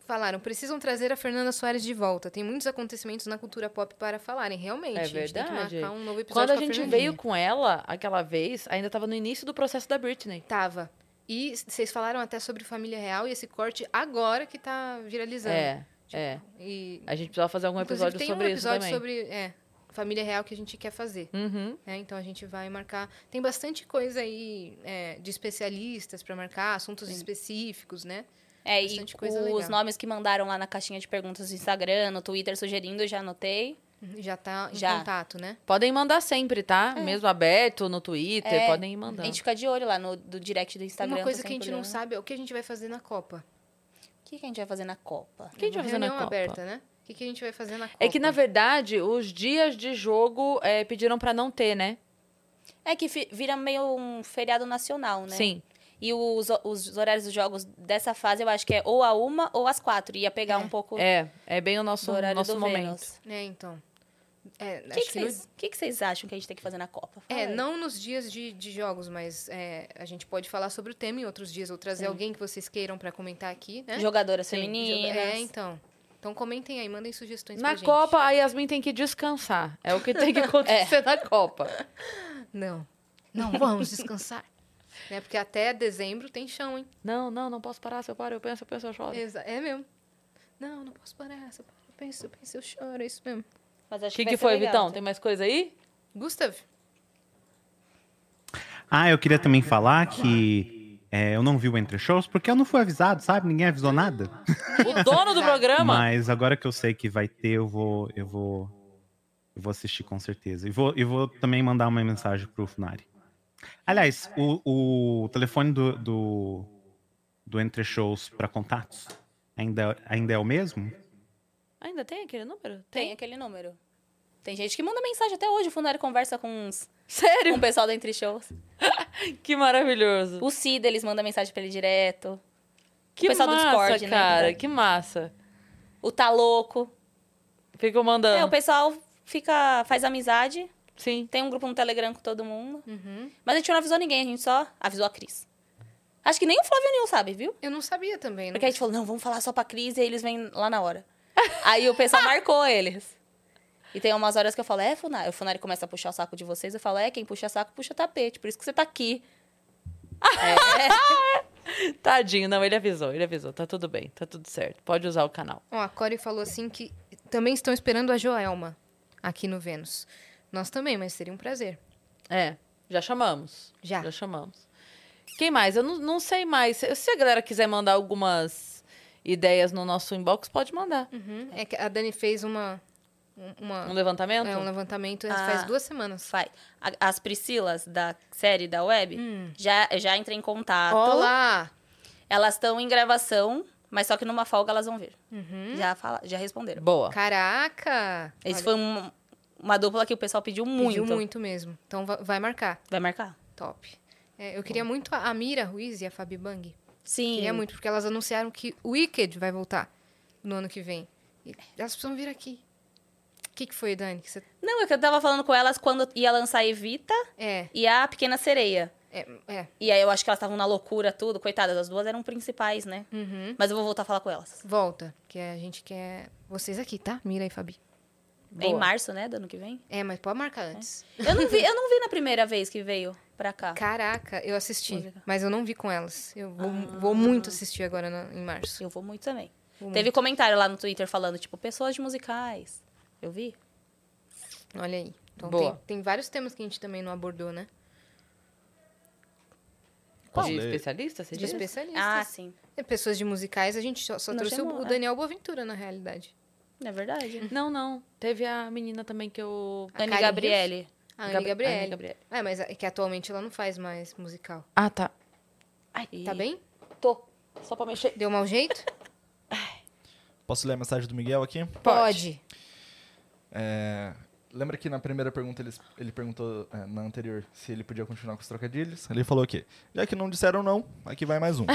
Speaker 2: Falaram, precisam trazer a Fernanda Soares de volta. Tem muitos acontecimentos na cultura pop para falarem. Realmente,
Speaker 1: É
Speaker 2: a gente tem que
Speaker 1: verdade.
Speaker 2: marcar um novo episódio
Speaker 1: Quando
Speaker 2: com
Speaker 1: a gente
Speaker 2: Fernandinha.
Speaker 1: veio com ela, aquela vez, ainda tava no início do processo da Britney.
Speaker 2: Tava. E vocês falaram até sobre Família Real e esse corte agora que tá viralizando.
Speaker 1: É.
Speaker 2: Tipo,
Speaker 1: É.
Speaker 2: E,
Speaker 1: A gente precisava fazer algum
Speaker 2: inclusive,
Speaker 1: episódio
Speaker 2: tem
Speaker 1: sobre
Speaker 2: um episódio
Speaker 1: isso também.
Speaker 2: sobre é, família real que a gente quer fazer.
Speaker 1: Uhum.
Speaker 2: né? Então a gente vai marcar. Tem bastante coisa aí é, de especialistas para marcar, assuntos específicos, né?
Speaker 3: É, e
Speaker 2: Bastante coisa
Speaker 3: os
Speaker 2: legal.
Speaker 3: nomes que mandaram lá na caixinha de perguntas do Instagram, no Twitter sugerindo, eu já anotei.
Speaker 2: Já tá em
Speaker 3: Já.
Speaker 2: contato, né?
Speaker 1: Podem mandar sempre, tá?
Speaker 2: É.
Speaker 1: Mesmo aberto no Twitter,
Speaker 3: É,
Speaker 1: podem ir
Speaker 3: A
Speaker 1: mandando.
Speaker 3: gente fica de olho lá no do direct do Instagram.
Speaker 2: Uma
Speaker 3: tá
Speaker 2: coisa
Speaker 3: sem
Speaker 2: que a gente não
Speaker 3: problema.
Speaker 2: sabe é o que a gente vai fazer na Copa.
Speaker 3: O que, que a gente vai fazer na Copa?
Speaker 1: O que a gente
Speaker 2: Uma
Speaker 1: vai fazer na
Speaker 2: reunião
Speaker 1: Copa?
Speaker 2: aberta, né? O que, que a gente vai fazer na Copa?
Speaker 1: É que, na verdade, os dias de jogo é, pediram pra não ter, né?
Speaker 3: É que fi- vira meio um feriado nacional, né?
Speaker 1: Sim.
Speaker 3: E os, os horários dos jogos dessa fase, eu acho que é ou a uma ou às quatro. Ia pegar
Speaker 2: É.
Speaker 3: um pouco
Speaker 1: É, é bem o nosso,
Speaker 3: do horário
Speaker 1: nosso
Speaker 3: do
Speaker 1: momento.
Speaker 3: Vênus.
Speaker 2: É, então. É,
Speaker 3: O
Speaker 2: acho
Speaker 3: que,
Speaker 2: que
Speaker 3: que,
Speaker 2: no-
Speaker 3: vocês- que que vocês acham que a gente tem que fazer na Copa? Fala
Speaker 2: É,
Speaker 3: aí.
Speaker 2: não nos dias de, de jogos, mas é, a gente pode falar sobre o tema em outros dias ou trazer alguém que vocês queiram pra comentar aqui, né?
Speaker 3: É? Jogadoras
Speaker 1: Sim,
Speaker 3: femininas.
Speaker 2: É, então. Então comentem aí, mandem sugestões
Speaker 1: Na
Speaker 2: pra gente.
Speaker 1: Copa, a Yasmin tem que descansar. É o que
Speaker 2: [LAUGHS]
Speaker 1: tem que acontecer na Copa.
Speaker 2: Não. Não vamos descansar. [LAUGHS] né? Porque até dezembro tem chão, hein?
Speaker 1: Não, não, não posso parar. Se eu paro, eu penso, eu penso, eu choro.
Speaker 2: Exa- é mesmo. Não, não posso parar. se Eu paro, eu penso, eu penso, eu choro. É isso mesmo.
Speaker 3: Mas
Speaker 1: O
Speaker 3: acho
Speaker 1: que,
Speaker 3: vai
Speaker 1: que
Speaker 3: ser
Speaker 1: foi,
Speaker 3: legal,
Speaker 1: Vitão?
Speaker 3: tá?
Speaker 1: Tem mais coisa aí?
Speaker 3: [LAUGHS]
Speaker 2: Gustav,
Speaker 8: Ah, eu queria também falar que é, eu não vi o Entre Shows porque eu não fui avisado, sabe? Ninguém avisou nada.
Speaker 1: O dono do programa?
Speaker 8: Mas agora que eu sei que vai ter, eu vou, eu vou, eu vou assistir com certeza. E vou, e vou também mandar uma mensagem pro Funari. Aliás, o, o telefone do, do, do Entre Shows para contatos ainda, ainda é o mesmo?
Speaker 1: Ainda tem aquele número?
Speaker 3: Tem aquele número. Tem gente que manda mensagem até hoje. O Funari conversa com, [LAUGHS] uns, com
Speaker 1: Sério?
Speaker 3: o pessoal da Entre Shows.
Speaker 1: Que maravilhoso.
Speaker 3: O Cid, eles mandam mensagem pra ele direto.
Speaker 1: Que
Speaker 3: pessoal do
Speaker 1: massa,
Speaker 3: Discord, né?
Speaker 1: cara. Que massa.
Speaker 3: O Tá Louco.
Speaker 1: Ficou
Speaker 3: É, o
Speaker 1: mandando.
Speaker 3: pessoal fica, faz amizade.
Speaker 1: Sim.
Speaker 3: Tem um grupo no Telegram com todo mundo. Mas a gente não avisou ninguém, a gente só avisou a Cris. Acho que nem o Flávio Nil sabe, viu?
Speaker 2: eu não sabia também. Não...
Speaker 3: Porque a gente falou, não, vamos falar só pra Cris e aí eles vêm lá na hora. aí
Speaker 2: [LAUGHS]
Speaker 3: o pessoal marcou eles. E tem umas horas que eu falo, é, Funari. O Funari começa a puxar o saco de vocês. Eu falo, é, quem puxa saco, puxa tapete. Por isso que você tá aqui.
Speaker 1: Tadinho. Não, ele avisou, ele avisou. Tá tudo bem, tá tudo certo. Pode usar o canal.
Speaker 2: Ó, a Core falou assim que também estão esperando a Joelma aqui no Vênus. Nós também, mas seria um prazer.
Speaker 1: É, já chamamos.
Speaker 2: Já.
Speaker 1: Já chamamos. Quem mais? Eu não, não sei mais. Se se a galera quiser mandar algumas ideias no nosso inbox, pode mandar.
Speaker 2: Uhum. É que a Dani fez uma. um-
Speaker 1: Um
Speaker 2: uma
Speaker 1: levantamento?
Speaker 2: é, um levantamento
Speaker 3: Ah.
Speaker 2: faz duas semanas.
Speaker 3: Faz. A- As Priscilas da série da web,
Speaker 2: Hum.
Speaker 3: já, eu já entrei em contato.
Speaker 2: Olá!
Speaker 3: Elas estão em gravação, mas só que numa folga elas vão vir. Já, fala, já responderam.
Speaker 1: Boa.
Speaker 2: Caraca! Hum.
Speaker 3: Esse
Speaker 2: Olha,
Speaker 3: foi um- uma dupla que o pessoal pediu muito.
Speaker 2: pediu muito mesmo. Então va- vai marcar.
Speaker 3: Vai marcar?
Speaker 2: Top. É, eu queria muito a a Mira Ruiz e a Fabi Bang.
Speaker 3: Sim.
Speaker 2: Queria muito, porque elas anunciaram que o Wicked vai voltar no ano que vem. E elas precisam vir aqui. O que, que foi, Dani? Que você-
Speaker 3: Não, é que eu tava falando com elas quando ia lançar Evita
Speaker 2: É,
Speaker 3: e a Pequena Sereia.
Speaker 2: é, é.
Speaker 3: E aí eu acho que elas estavam na loucura, tudo. Coitadas, as duas eram principais, né?
Speaker 2: Uhum.
Speaker 3: Mas eu vou voltar a falar com elas.
Speaker 2: Volta, que a gente quer vocês aqui, tá? Mira e Fabi.
Speaker 3: É em
Speaker 1: Boa.
Speaker 3: março, né? Do ano que vem.
Speaker 2: É, mas pode marcar antes.
Speaker 3: Eu não vi, eu não vi na primeira vez que veio pra cá.
Speaker 2: É? Caraca, eu assisti,
Speaker 3: Olha.
Speaker 2: mas eu não vi com elas. Eu vou, vou muito assistir agora na- em março.
Speaker 3: Eu vou muito também.
Speaker 2: Vou
Speaker 3: Teve comentário lá no Twitter falando, tipo, pessoas de musicais. Eu vi?
Speaker 2: muito. Olha aí. Então
Speaker 1: Boa.
Speaker 2: Tem, tem vários temas que a gente também não abordou, né?
Speaker 1: De
Speaker 4: Qual?
Speaker 1: especialista, você
Speaker 2: De
Speaker 1: diz?
Speaker 2: especialistas.
Speaker 3: Ah, sim.
Speaker 2: E Pessoas de musicais, a gente só, só
Speaker 3: Não
Speaker 2: trouxe o-
Speaker 3: chamou,
Speaker 2: o
Speaker 3: é.
Speaker 2: Daniel Boaventura, na realidade.
Speaker 3: É verdade.
Speaker 1: Não, não. Teve a menina também que eu...
Speaker 2: Uhum. A
Speaker 3: Anne
Speaker 2: Karen
Speaker 3: Gabriele.
Speaker 2: A Anne
Speaker 1: Gabri-
Speaker 2: Gabriele.
Speaker 1: Anne Gabriele.
Speaker 2: É, mas é que atualmente ela não faz mais musical.
Speaker 1: Ah, tá.
Speaker 3: Ai,
Speaker 2: Tá bem?
Speaker 1: Tô. Só pra mexer.
Speaker 2: Deu mau jeito?
Speaker 4: Posso ler a mensagem do Miguel aqui?
Speaker 2: Pode.
Speaker 4: É, lembra que na primeira pergunta eles- ele perguntou, é, na anterior, se ele podia continuar com os trocadilhos? Ele falou aqui, já que não disseram não, aqui vai mais um.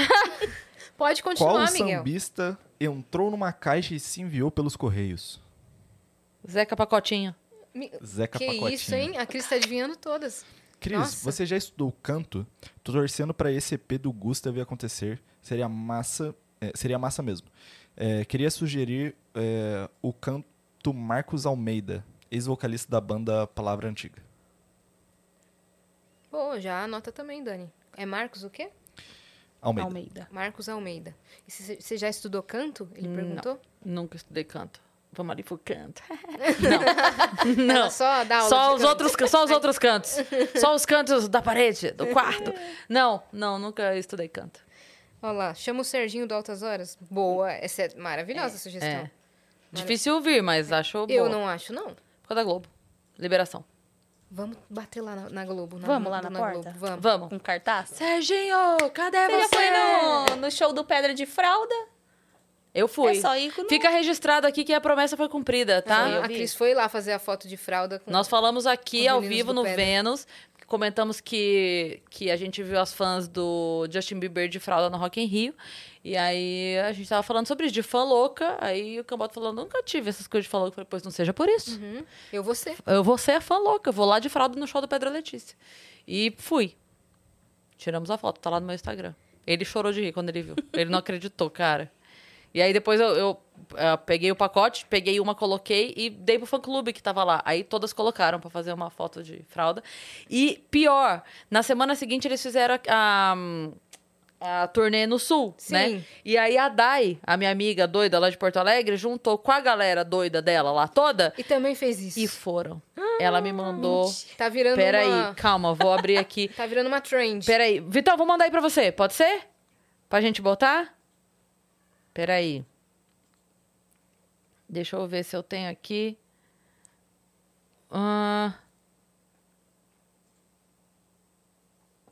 Speaker 2: Pode
Speaker 4: Qual
Speaker 2: continuar, Miguel.
Speaker 4: sambista entrou numa caixa e se enviou pelos correios?
Speaker 1: Zeca Pacotinho.
Speaker 2: Mi-
Speaker 4: Zeca
Speaker 2: Que
Speaker 4: Pacotinho.
Speaker 2: isso, hein? A Cris tá adivinhando todas.
Speaker 4: Cris,
Speaker 2: Nossa.
Speaker 4: você já estudou canto? Tô torcendo pra esse EP do Gustav acontecer. Seria massa, é, seria massa mesmo. É, queria sugerir é, o canto Marcos Almeida, ex-vocalista da banda Palavra Antiga.
Speaker 2: Pô, já anota também, Dani. É Marcos o quê?
Speaker 4: Almeida.
Speaker 3: Almeida.
Speaker 2: Marcos Almeida. E você você já estudou canto? Ele
Speaker 1: Não.
Speaker 2: perguntou.
Speaker 1: Nunca estudei canto. Vamos ali pro canto.
Speaker 2: Ela
Speaker 1: Não.
Speaker 2: só dá aula
Speaker 1: Só
Speaker 2: de
Speaker 1: os,
Speaker 2: canto.
Speaker 1: outros, can- só os outros cantos. Só os cantos da parede, do quarto. Não, não, nunca estudei canto.
Speaker 2: Olha lá, chama o Serginho do Altas Horas. Boa, essa é maravilhosa a sugestão.
Speaker 1: É. Difícil ouvir, mas acho
Speaker 2: Eu
Speaker 1: boa.
Speaker 2: não acho, não.
Speaker 1: Por causa da Globo. Liberação.
Speaker 2: Vamos bater lá na, na Globo. na-
Speaker 3: Vamos lá na
Speaker 2: Globo,
Speaker 3: porta?
Speaker 2: Vamos.
Speaker 1: Vamos.
Speaker 3: Com cartaz?
Speaker 1: Serginho, cadê
Speaker 3: Você já foi no, no show do Pedra de Fralda?
Speaker 1: Eu fui.
Speaker 3: É só ir com...
Speaker 1: Fica registrado aqui que a promessa foi cumprida, tá?
Speaker 2: A Cris foi lá fazer a foto de fralda com...
Speaker 1: Nós falamos aqui
Speaker 2: Os
Speaker 1: ao
Speaker 2: meninos
Speaker 1: vivo
Speaker 2: do
Speaker 1: no
Speaker 2: Pedra.
Speaker 1: Vênus. Comentamos que, que a gente viu as fãs do Justin Bieber de fralda no Rock in Rio. E aí a gente tava falando sobre isso, de fã louca. Aí o Camboto falando, nunca tive essas coisas de fã louca. Eu falei, pois não seja por isso.
Speaker 2: Uhum. Eu vou ser.
Speaker 1: Eu vou ser a fã louca, eu vou lá de fralda no show do Pedro Letícia. E fui. Tiramos a foto, tá lá no meu Instagram. Ele chorou de rir quando ele viu. Ele não acreditou, cara. E aí depois eu, eu, ah, peguei o pacote, peguei uma, coloquei e dei pro fã clube que tava lá. Aí todas colocaram pra fazer uma foto de fralda. E pior, na semana seguinte eles fizeram a, a, a turnê no sul,
Speaker 2: Sim.
Speaker 1: né? E aí a Dai, a minha amiga doida lá de Porto Alegre, juntou com a galera doida dela lá toda
Speaker 2: E também fez isso.
Speaker 1: e foram. Ela me mandou.
Speaker 2: Tá virando
Speaker 1: Peraí,
Speaker 2: uma...
Speaker 1: calma, vou abrir aqui.
Speaker 2: [LAUGHS] Tá virando uma trend.
Speaker 1: Peraí. Vitão, vou mandar aí pra você, pode ser? Pra gente botar? Peraí. Deixa eu ver se eu tenho aqui. Ah.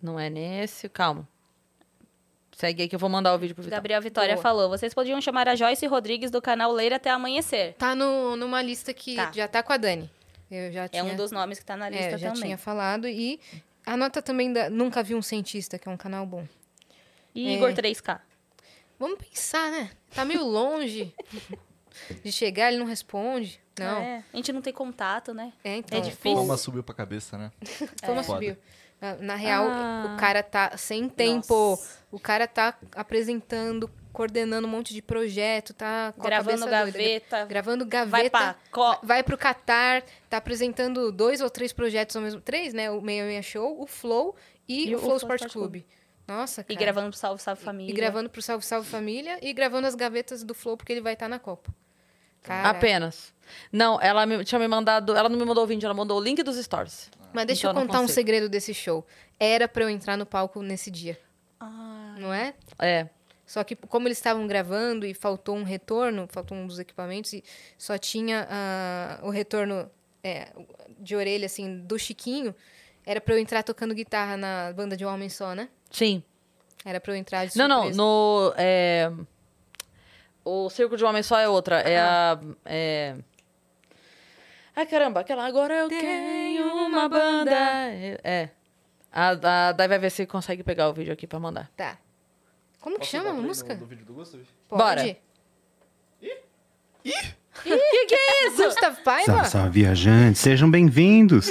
Speaker 1: Não é nesse, calma. Segue aí que eu vou mandar o vídeo pro Vitão.
Speaker 3: Gabriel Vitória
Speaker 1: Boa.
Speaker 3: falou, vocês podiam chamar a Joyce Rodrigues do canal Leira até amanhecer.
Speaker 2: Tá no, numa lista que
Speaker 3: Tá.
Speaker 2: já tá com a Dani. Eu já
Speaker 3: É
Speaker 2: tinha...
Speaker 3: um dos nomes que tá na
Speaker 2: É,
Speaker 3: lista
Speaker 2: eu já
Speaker 3: também.
Speaker 2: tinha falado. E anota também da Nunca Vi Um Cientista, que é um canal bom.
Speaker 3: E Igor
Speaker 2: É.
Speaker 3: 3K.
Speaker 2: Vamos pensar, né? Tá meio
Speaker 3: [LAUGHS]
Speaker 2: longe de chegar, ele não responde. Não.
Speaker 3: É, A gente não tem contato, né?
Speaker 2: É, então.
Speaker 3: É difícil. É.
Speaker 4: Palma subiu pra cabeça, né?
Speaker 2: Toma
Speaker 4: Foda.
Speaker 2: subiu. Na- Na real,
Speaker 3: Ah.
Speaker 2: o cara tá sem tempo. O cara tá apresentando, coordenando um monte de projeto, tá com a
Speaker 3: Gravando
Speaker 2: cabeça doida.
Speaker 3: gaveta.
Speaker 2: Gravando
Speaker 3: Vai
Speaker 2: gaveta.
Speaker 3: pra co...
Speaker 2: Vai pro Catar, tá apresentando dois ou três projetos ao mesmo três, né? O Meia Meia Show, o Flow e, o Flow Sport, Club. Nossa,
Speaker 3: E
Speaker 2: cara.
Speaker 3: gravando pro Salve Salve
Speaker 2: E
Speaker 3: Família.
Speaker 2: gravando pro Salve Salve Família e gravando as gavetas do Flow, porque ele vai estar na Copa. Cara,
Speaker 1: Apenas. Não, ela me- tinha me mandado. Ela não me mandou o vídeo, ela mandou o link dos stories.
Speaker 2: Mas deixa
Speaker 1: Então eu
Speaker 2: eu
Speaker 1: não
Speaker 2: contar um
Speaker 1: consigo.
Speaker 2: segredo desse show. Era pra eu entrar no palco nesse dia,
Speaker 3: Ah,
Speaker 2: não é?
Speaker 1: É.
Speaker 2: Só que como eles estavam gravando e faltou um retorno, faltou um dos equipamentos e só tinha ah, o retorno é, de orelha, assim, do Chiquinho, era pra eu entrar tocando guitarra na banda de um homem só, né?
Speaker 1: Sim.
Speaker 2: Era pra eu entrar de
Speaker 1: Não, não.
Speaker 2: surpresa.
Speaker 1: No. é, O Circo de Homem só é outra. É a. É... Ai, caramba, aquela. Agora eu tenho uma banda. É. A, a Dai vai ver se consegue pegar o vídeo aqui pra mandar.
Speaker 2: Tá. Como que
Speaker 4: Posso
Speaker 2: chama
Speaker 4: dar
Speaker 2: a
Speaker 4: play
Speaker 2: música?
Speaker 4: No, do vídeo do Gustav?
Speaker 2: Pode?
Speaker 1: Bora.
Speaker 2: Ih? Ih? que é isso? [LAUGHS] Gustavo Paiva?
Speaker 8: Salve, salve, viajantes. Sejam
Speaker 2: [LAUGHS]
Speaker 8: bem-vindos.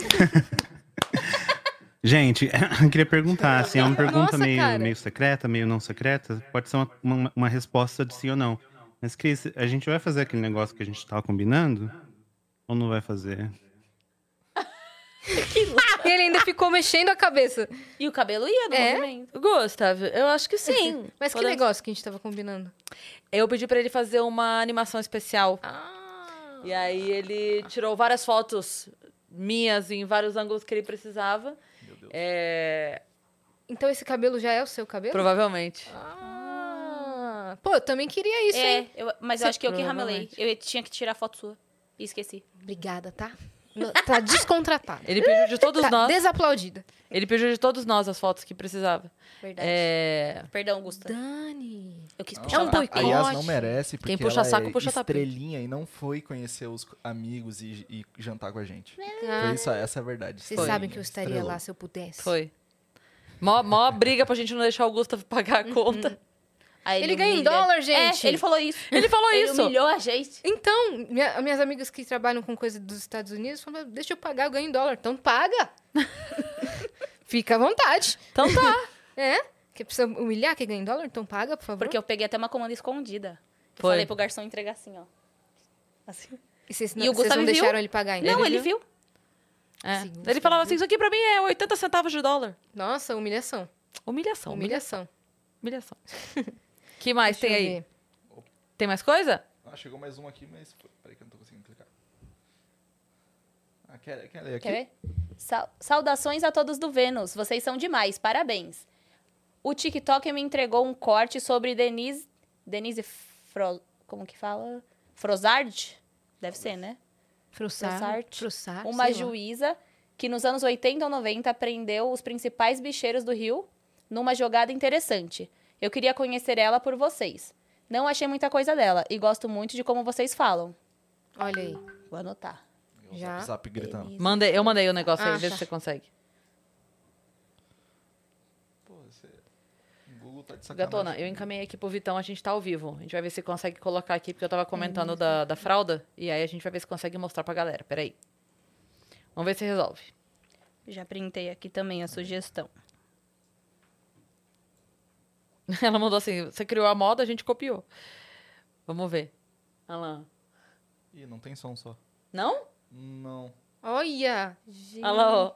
Speaker 8: Gente, [LAUGHS] eu queria perguntar, assim, é uma
Speaker 2: Nossa,
Speaker 8: pergunta
Speaker 2: cara.
Speaker 8: meio, meio secreta, meio não secreta. Pode ser uma, uma- uma resposta de sim ou não. Mas, Cris, a gente vai fazer aquele negócio que a gente tava combinando? Ou não vai fazer?
Speaker 2: [LAUGHS] Ele ainda ficou mexendo a cabeça.
Speaker 3: E o cabelo ia do
Speaker 2: É?
Speaker 3: movimento.
Speaker 1: Gustavo, eu acho que sim.
Speaker 2: Mas que
Speaker 1: Podemos-
Speaker 2: negócio que a gente tava combinando?
Speaker 1: Eu pedi pra ele fazer uma animação especial.
Speaker 2: Ah.
Speaker 1: E aí ele tirou várias fotos minhas em vários ângulos que ele precisava.
Speaker 4: Meu Deus.
Speaker 1: É,
Speaker 2: Então esse cabelo já é o seu cabelo?
Speaker 1: Provavelmente.
Speaker 2: Ah. Pô, eu também queria isso, hein?
Speaker 3: É, eu- mas eu acho que eu que ramelei.
Speaker 1: Provavelmente.
Speaker 3: Eu tinha que tirar foto sua. E esqueci.
Speaker 2: Obrigada, tá? No- Tá descontratada. [LAUGHS]
Speaker 1: Ele pediu de todos
Speaker 2: Tá
Speaker 1: nós.
Speaker 2: desaplaudida.
Speaker 1: Ele pediu de todos nós as fotos que precisava.
Speaker 3: Verdade.
Speaker 1: É...
Speaker 3: Perdão, Gusta.
Speaker 2: Dani.
Speaker 3: Eu quis
Speaker 4: Não,
Speaker 3: puxar
Speaker 2: É um
Speaker 3: o
Speaker 2: boicote.
Speaker 4: A Yas não merece, porque
Speaker 1: Quem puxa
Speaker 4: ela
Speaker 1: saco,
Speaker 4: é
Speaker 1: puxa tapete.
Speaker 4: estrelinha e não foi conhecer os amigos e, e jantar com a gente.
Speaker 2: Ah,
Speaker 4: Foi isso, essa é a verdade.
Speaker 2: Vocês
Speaker 1: Foi.
Speaker 2: sabem que eu estaria
Speaker 4: Estrelou.
Speaker 2: lá se eu pudesse.
Speaker 1: Foi. Mó, mó briga pra gente não deixar o Gustavo [LAUGHS] pagar a conta.
Speaker 3: Aí
Speaker 2: Ele ganha em
Speaker 3: humilha.
Speaker 2: dólar, gente.
Speaker 3: É, ele
Speaker 2: [LAUGHS]
Speaker 3: falou isso.
Speaker 1: Ele falou
Speaker 3: Ele
Speaker 1: isso.
Speaker 3: humilhou a gente.
Speaker 2: Então, minha- minhas amigas que trabalham com coisa dos Estados Unidos falam: deixa eu pagar, eu ganho em dólar. Então [LAUGHS] paga. Fica à vontade.
Speaker 1: Então [LAUGHS] tá.
Speaker 2: É? Que precisa humilhar quem ganha em dólar? Então paga, por favor.
Speaker 3: Porque eu peguei até uma comanda escondida. Eu
Speaker 1: Foi.
Speaker 3: falei pro garçom entregar assim, ó. Assim.
Speaker 2: E vocês,
Speaker 3: E o
Speaker 2: vocês
Speaker 3: Gustavo
Speaker 2: não
Speaker 3: viu?
Speaker 2: deixaram ele pagar ainda?
Speaker 3: Não, ele viu.
Speaker 1: É.
Speaker 2: Sim,
Speaker 1: Ele falava assim: Isso aqui pra mim é 80 centavos de dólar.
Speaker 2: Nossa, humilhação.
Speaker 1: Então, Humilhação. humilha-
Speaker 2: Humilhação.
Speaker 1: [LAUGHS] Humilhação. que mais
Speaker 2: Deixa
Speaker 1: tem
Speaker 2: eu
Speaker 1: aí?
Speaker 2: ver.
Speaker 1: Tem mais coisa?
Speaker 4: Ah, chegou mais um aqui, mas pô, peraí que eu não tô conseguindo clicar. Ah, quer, quer ler aqui?
Speaker 3: Quer ver? Sa- Saudações a todos do Vênus. Vocês são demais. Parabéns. O TikTok me entregou um corte sobre Denise. Denise Fro. Como que fala? Frozard? Deve ser, né?
Speaker 2: Frussar.
Speaker 3: Frussart.
Speaker 2: Frussar.
Speaker 3: Uma
Speaker 2: sei lá.
Speaker 3: juíza que nos anos 80 ou 90 prendeu os principais bicheiros do Rio numa jogada interessante. Eu queria conhecer ela por vocês. Não achei muita coisa dela e gosto muito de como vocês falam.
Speaker 2: Olha aí.
Speaker 3: Vou anotar.
Speaker 4: O
Speaker 2: Já.
Speaker 4: Zap, zap gritando.
Speaker 3: Denise.
Speaker 1: Mandei, eu mandei o negócio aí, vê
Speaker 2: Acha.
Speaker 1: se você consegue.
Speaker 4: Pô, você... O Google tá de sacanagem.
Speaker 1: Gatona, eu encaminhei aqui pro Vitão, a gente tá ao vivo. A gente vai ver se consegue colocar aqui, porque eu tava comentando da, da fralda. E aí a gente vai ver se consegue mostrar pra galera. Peraí. Vamos ver se resolve.
Speaker 3: Já printei aqui também a sugestão.
Speaker 1: [LAUGHS] Ela mandou assim: você criou a moda, a gente copiou. Vamos ver. Olha lá.
Speaker 4: Ih, não tem som só.
Speaker 1: Não?
Speaker 4: Não.
Speaker 2: Olha!
Speaker 1: Olha lá, ó.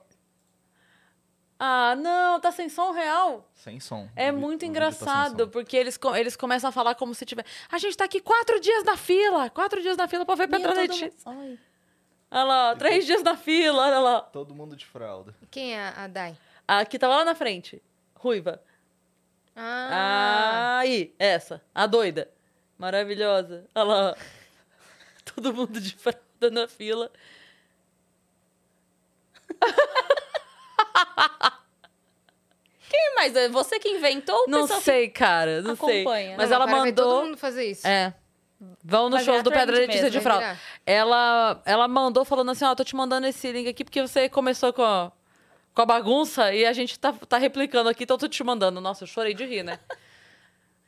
Speaker 1: Ah, não, tá sem som real.
Speaker 4: Sem som.
Speaker 1: É
Speaker 4: O vi- o
Speaker 1: muito
Speaker 4: vídeo tá sem
Speaker 1: engraçado,
Speaker 4: som.
Speaker 1: porque eles, co- eles começam a falar como se tiver. A gente tá aqui quatro dias na fila! Quatro dias na fila pra ver Petra
Speaker 3: Meu, todo
Speaker 1: Letícia.
Speaker 3: mundo- Ai.
Speaker 1: Olha lá, ó, três dias na fila, olha lá. ó.
Speaker 4: Todo mundo de fralda.
Speaker 2: Quem é a Dai?
Speaker 1: A que tava lá na frente. Ruiva.
Speaker 2: Ah!
Speaker 1: Aí, essa. A doida. Maravilhosa. Olha lá. ó. [LAUGHS] Todo mundo de fralda na fila.
Speaker 3: Quem mais? É Você que inventou ou o
Speaker 1: Não
Speaker 3: pessoal que-
Speaker 1: sei, cara. Não sei.
Speaker 3: acompanha.
Speaker 1: Mas
Speaker 2: Não,
Speaker 1: ela
Speaker 2: agora né? vai
Speaker 1: mandou.
Speaker 2: todo mundo é fazer isso.
Speaker 1: É. Vão no
Speaker 3: Vai
Speaker 1: show
Speaker 3: virar
Speaker 1: do Pedra
Speaker 3: trend
Speaker 1: Letícia de
Speaker 3: mesmo,
Speaker 2: vai
Speaker 1: Fralda.
Speaker 2: virar.
Speaker 1: Ela, ela mandou falando assim, ó, tô te mandando esse link aqui porque você começou com a, com a bagunça e a gente tá, tá replicando aqui, então tô te mandando. Nossa, eu chorei de rir,
Speaker 2: [LAUGHS]
Speaker 1: né?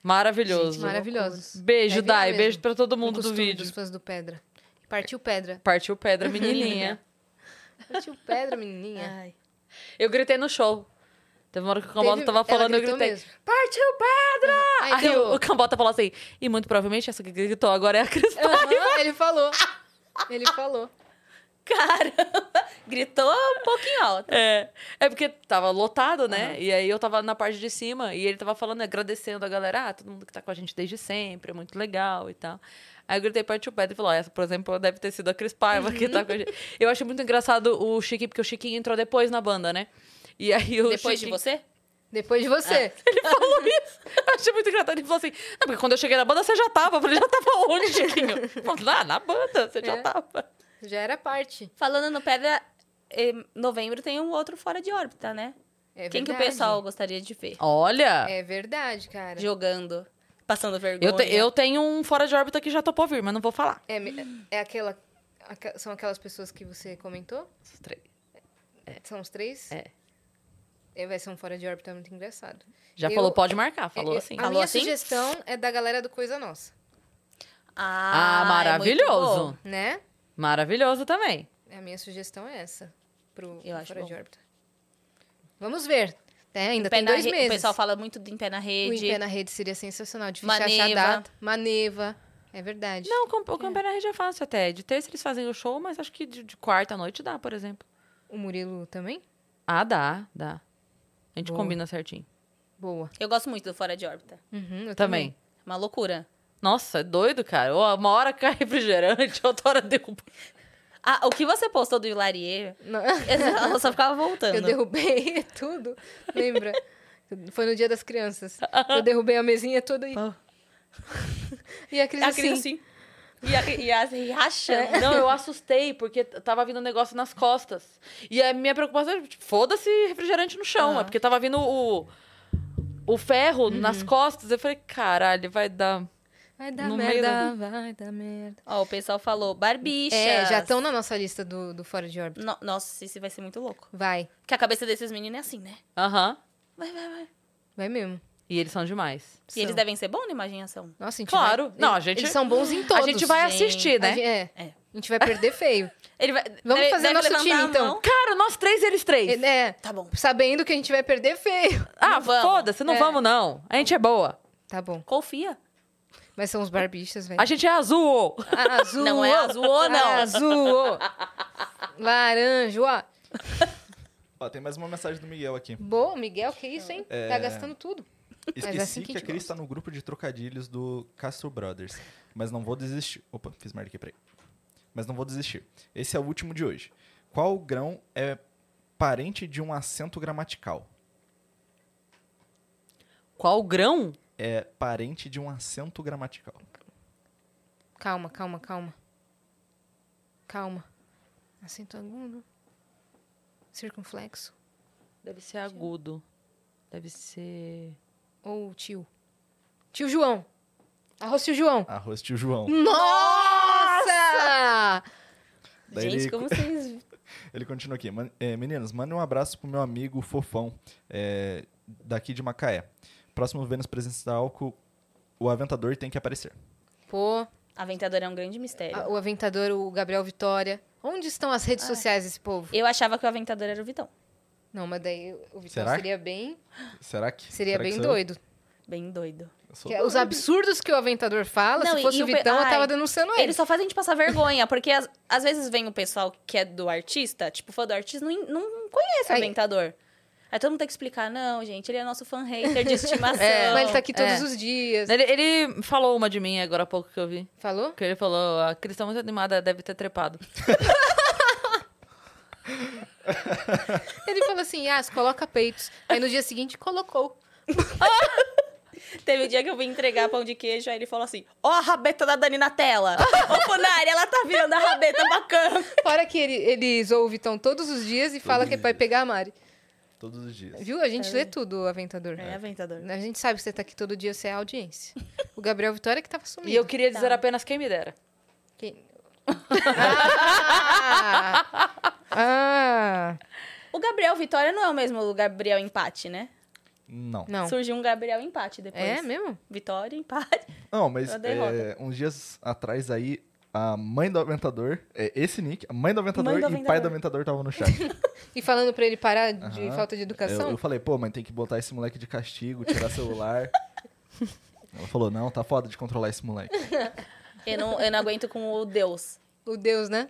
Speaker 1: Maravilhoso.
Speaker 2: Gente, maravilhosos.
Speaker 1: Beijo,
Speaker 2: Vai virar
Speaker 1: Dai.
Speaker 2: mesmo.
Speaker 1: Beijo pra todo
Speaker 2: Um
Speaker 1: mundo do
Speaker 2: costume
Speaker 1: vídeo.
Speaker 2: Dos fãs do Pedra. Partiu Pedra.
Speaker 1: Partiu
Speaker 2: [LAUGHS]
Speaker 1: Pedra, menininha.
Speaker 2: Partiu Pedra, menininha.
Speaker 3: Ai.
Speaker 1: eu gritei no show. Teve uma hora que o Cambota
Speaker 2: Teve-
Speaker 1: tava
Speaker 2: ela
Speaker 1: falando, eu
Speaker 2: gritou
Speaker 1: gritei.
Speaker 2: mesmo.
Speaker 1: Partiu Pedra!
Speaker 2: Ah,
Speaker 1: [LAUGHS] Aí
Speaker 2: então-
Speaker 1: o, o Cambota falou assim, e muito provavelmente essa que gritou agora é a Cris
Speaker 2: Aham, ele falou. Ele falou.
Speaker 1: [LAUGHS]
Speaker 3: Caramba! Gritou um pouquinho alto.
Speaker 1: É, é porque tava lotado, né? E aí eu tava na parte de cima e ele tava falando, agradecendo a galera, ah, todo mundo que tá com a gente desde sempre, é muito legal e tal. Aí eu gritei pra tio Pedro e falou, "Ó, essa, por exemplo, deve ter sido a Cris Paiva que tá com a gente. Eu achei muito engraçado o Chiquinho, porque o Chiquinho entrou depois na banda, né? E aí o
Speaker 3: Depois de
Speaker 1: Chiquinho-
Speaker 3: você?
Speaker 2: Depois de você.
Speaker 1: [LAUGHS] Ele falou isso. Eu achei muito engraçado. Ele falou assim, não, porque quando eu cheguei na banda, você já tava. Eu falei, já tava onde, Chiquinho? Ele falou, lá, na banda, você já
Speaker 2: É.
Speaker 1: tava.
Speaker 3: Ah.
Speaker 2: Já era parte.
Speaker 3: Falando no Pedra, em novembro tem um outro fora de órbita, né?
Speaker 2: É
Speaker 3: Quem que o
Speaker 2: verdade.
Speaker 3: pessoal gostaria de ver?
Speaker 1: Olha,
Speaker 2: É verdade, cara.
Speaker 3: Jogando, passando vergonha.
Speaker 1: eu, te- eu tenho um fora de órbita que já topou vir, mas não vou falar.
Speaker 2: É, me- é aquela. aca- São aquelas pessoas que você comentou?
Speaker 1: Esses três.
Speaker 2: São os três?
Speaker 1: É.
Speaker 2: É, vai ser um fora de órbita muito engraçado.
Speaker 1: Já
Speaker 2: Eu-
Speaker 1: falou, pode marcar. Falou
Speaker 2: É, é,
Speaker 1: assim.
Speaker 2: A
Speaker 3: Falou
Speaker 2: minha
Speaker 3: assim?
Speaker 2: sugestão é da galera do Coisa Nossa,
Speaker 1: Ah,
Speaker 3: é muito
Speaker 1: maravilhoso.
Speaker 3: bom.
Speaker 2: né?
Speaker 1: Maravilhoso também.
Speaker 2: A minha sugestão é essa. Pro
Speaker 3: Eu acho
Speaker 2: fora de
Speaker 3: bom.
Speaker 2: órbita. Vamos ver. É, ainda
Speaker 3: Pé
Speaker 2: tem
Speaker 3: na
Speaker 2: dois
Speaker 3: re-
Speaker 2: meses.
Speaker 3: O pessoal fala muito do em pé na
Speaker 2: O
Speaker 3: rede.
Speaker 2: Em Pé na Rede seria sensacional. Difícil achar a
Speaker 3: Maneva.
Speaker 2: data. Maneva. É verdade.
Speaker 1: Não, com- o Campeonato Rede é fácil até. De terça eles fazem o show, mas acho que de, de quarta à noite dá, por exemplo.
Speaker 2: O Murilo também?
Speaker 1: Ah, dá, dá. A gente
Speaker 2: Boa.
Speaker 1: combina certinho.
Speaker 2: Boa.
Speaker 3: Eu gosto muito do fora de órbita.
Speaker 2: Uhum, eu
Speaker 1: Também. [LAUGHS]
Speaker 3: Uma loucura.
Speaker 1: Nossa, é doido, cara. Ó, Uma hora cai [LAUGHS] refrigerante, outra hora um derruba.
Speaker 3: [LAUGHS] Ah, o que você postou do Hilarier,
Speaker 2: Não, [LAUGHS]
Speaker 3: ela só ficava voltando.
Speaker 2: eu um derrubei [LAUGHS] tudo. Lembra? Foi no dia das crianças.
Speaker 1: [LAUGHS]
Speaker 2: Eu derrubei a mesinha toda e.
Speaker 1: Oh.
Speaker 2: [LAUGHS] e a Cris
Speaker 3: A
Speaker 2: assim. É.
Speaker 3: Cris assim. E a, e a e rachando.
Speaker 1: Né? Não, eu assustei, porque t- tava vindo um negócio nas costas. E a minha preocupação é, tipo, foda-se refrigerante no chão.
Speaker 2: Aham.
Speaker 1: É porque tava vindo o, o ferro nas costas. Eu falei, caralho, vai dar...
Speaker 2: Vai dar
Speaker 1: No meio
Speaker 2: merda, vai dar merda.
Speaker 3: Ó, o pessoal falou, barbicha.
Speaker 2: É, já estão na nossa lista do, do Fora de Órbita.
Speaker 3: No- nossa, isso vai ser muito louco.
Speaker 2: Vai,
Speaker 3: Porque a cabeça desses meninos é assim, né?
Speaker 1: Aham.
Speaker 3: Vai, vai, vai.
Speaker 2: vai mesmo.
Speaker 1: E eles são demais.
Speaker 3: E eles
Speaker 2: São.
Speaker 3: devem ser bons na imaginação.
Speaker 2: Nossa, a gente
Speaker 1: Claro.
Speaker 2: vai-
Speaker 1: Não, a gente-
Speaker 2: Eles são bons em todos.
Speaker 1: a gente vai
Speaker 3: gente.
Speaker 1: assistir, né?
Speaker 2: A gente, é.
Speaker 3: É.
Speaker 2: A gente vai
Speaker 1: [LAUGHS]
Speaker 2: perder feio.
Speaker 3: Ele vai,
Speaker 2: Vamos
Speaker 3: deve-
Speaker 2: fazer
Speaker 3: deve
Speaker 2: nosso
Speaker 3: levantar
Speaker 2: time,
Speaker 3: a mão.
Speaker 2: então.
Speaker 1: Cara, nós três, eles três.
Speaker 2: É,
Speaker 3: Tá bom.
Speaker 2: sabendo que a gente vai perder feio.
Speaker 1: Ah,
Speaker 3: não vamos.
Speaker 1: foda-se, não
Speaker 2: É.
Speaker 1: vamos não. A gente é boa.
Speaker 2: Tá bom.
Speaker 3: Confia.
Speaker 2: Mas são os
Speaker 1: [LAUGHS]
Speaker 2: barbichas, velho.
Speaker 1: A gente é azul.
Speaker 2: Ah, Azul.
Speaker 3: Não é
Speaker 2: ó.
Speaker 3: azul,
Speaker 1: [LAUGHS]
Speaker 3: ó, não.
Speaker 2: Ah, Azul. ó. Laranja, ó.
Speaker 4: Ó, tem mais uma mensagem do Miguel aqui.
Speaker 2: Boa, Miguel, que isso, hein? Tá
Speaker 4: É.
Speaker 2: gastando tudo.
Speaker 4: Esqueci
Speaker 2: é assim que
Speaker 4: que,
Speaker 2: a
Speaker 4: a
Speaker 2: gente
Speaker 4: Cris tá no grupo de trocadilhos do Castro Brothers. Mas não vou desistir. Opa, fiz merda aqui, peraí. Mas não vou desistir. Esse é o último de hoje. Qual grão é parente de um acento gramatical?
Speaker 1: Qual grão?
Speaker 4: É parente de um acento gramatical.
Speaker 2: Calma, calma, calma. Calma. Acento agudo. Circunflexo.
Speaker 1: Deve ser agudo. Deve ser.
Speaker 2: Ou tio. Tio João. Arroz tio João.
Speaker 4: Arroz tio João.
Speaker 2: Nossa!
Speaker 4: Daí
Speaker 3: Gente,
Speaker 4: ele- [LAUGHS]
Speaker 3: como vocês.
Speaker 4: Ele continua aqui. Man eh, meninos, manda um abraço pro meu amigo Fofão, eh, daqui de Macaé. Próximo Vênus Presencial, co- o Aventador tem que aparecer.
Speaker 2: Pô,
Speaker 3: Aventador é um grande mistério.
Speaker 2: a- o Aventador, o Gabriel Vitória. Onde estão as redes sociais desse povo?
Speaker 3: Eu achava que o Aventador era o Vitão.
Speaker 2: Não, mas daí o Vitor
Speaker 4: Será?
Speaker 2: seria bem,
Speaker 4: Será que?
Speaker 2: seria
Speaker 4: será que
Speaker 2: bem
Speaker 4: sou eu?
Speaker 2: doido.
Speaker 3: Bem doido.
Speaker 4: Eu sou
Speaker 2: Que- Os absurdos que o Aventador fala,
Speaker 3: Não,
Speaker 2: se
Speaker 3: e-
Speaker 2: fosse
Speaker 3: e
Speaker 2: o
Speaker 3: o pe-
Speaker 2: Vitão, eu tava
Speaker 3: Ai,
Speaker 2: denunciando ele.
Speaker 3: Eles só fazem a gente passar vergonha, porque às- às vezes vem o pessoal que é do artista, tipo, fã do artista, não, en- não conhece o
Speaker 2: Aí-
Speaker 3: Aventador. Aí todo mundo tem que explicar, não, gente, ele é nosso fan hater [LAUGHS] de estimação.
Speaker 1: É,
Speaker 2: Mas ele tá aqui todos
Speaker 1: É.
Speaker 2: os dias.
Speaker 1: Ele, ele falou uma de mim agora há pouco que eu vi.
Speaker 2: Falou?
Speaker 1: Que ele falou, a Cris tá muito animada, deve ter trepado.
Speaker 2: Ele falou assim, Yas, coloca peitos. Aí no dia seguinte, colocou.
Speaker 3: Teve um dia que eu vim entregar pão de queijo, aí ele falou assim: Ó, a rabeta da Dani na tela! [LAUGHS] Ô, Funari, ela tá virando a rabeta bacana!
Speaker 2: Fora que ele, ele zoa o Vitão todos os dias e fala que vai pegar a Mari. um?
Speaker 4: Todos os dias.
Speaker 2: Viu? A gente lê tudo, Aventador.
Speaker 3: É, Aventador.
Speaker 2: A gente sabe que você tá aqui todo dia, você é audiência. O Gabriel Vitória é que tava sumido.
Speaker 1: E eu queria dizer apenas quem me dera.
Speaker 2: Que- Ah! Ah!
Speaker 3: O Gabriel Vitória não é o mesmo Gabriel Empate, né?
Speaker 4: Não.
Speaker 2: Não.
Speaker 3: Surgiu um Gabriel Empate depois.
Speaker 2: É mesmo?
Speaker 3: Vitória, empate.
Speaker 4: Não, mas
Speaker 3: Eu dei roda.
Speaker 4: eh, uns dias atrás aí, a mãe do Aventador, eh, esse nick, a mãe do Aventador
Speaker 3: Mãe do
Speaker 4: e o pai
Speaker 3: Aventador.
Speaker 4: do Aventador estavam no chat.
Speaker 2: E falando pra ele parar [LAUGHS] de
Speaker 4: Aham.
Speaker 2: falta de
Speaker 4: eu,
Speaker 2: educação?
Speaker 4: eu falei, pô, mãe, tem que botar esse moleque de castigo,
Speaker 2: [LAUGHS]
Speaker 4: tirar celular. Ela falou, não, tá foda de controlar esse
Speaker 2: [LAUGHS]
Speaker 4: moleque.
Speaker 3: Eu não, eu não aguento com o Deus
Speaker 2: O Deus, né?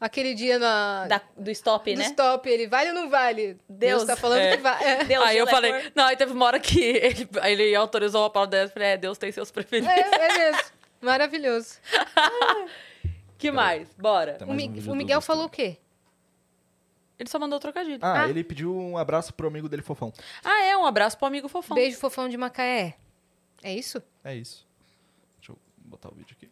Speaker 2: Aquele dia na...
Speaker 3: da- do stop,
Speaker 2: do
Speaker 3: né?
Speaker 2: stop, ele vale ou não vale? Deus,
Speaker 3: Deus.
Speaker 2: tá falando
Speaker 1: É.
Speaker 2: que vale.
Speaker 3: Deus,
Speaker 1: aí eu
Speaker 3: Gillette
Speaker 1: falei,
Speaker 3: Moore.
Speaker 1: não, aí teve uma hora que ele, ele autorizou a palavra dela, eu falei, é, Deus tem seus preferidos.
Speaker 2: É, é mesmo. Maravilhoso.
Speaker 1: Que mais? Bora.
Speaker 4: Tem
Speaker 2: O,
Speaker 4: mais
Speaker 2: Mi-
Speaker 4: um vídeo
Speaker 2: o
Speaker 4: do
Speaker 2: Miguel
Speaker 4: Gustavo.
Speaker 2: falou o quê?
Speaker 1: Ele só mandou trocadilho. Ah,
Speaker 4: Ah, ele pediu um abraço pro amigo dele, Fofão.
Speaker 1: é, um abraço pro amigo fofão.
Speaker 2: Beijo fofão de Macaé. É isso?
Speaker 4: É isso. Deixa eu botar o vídeo aqui.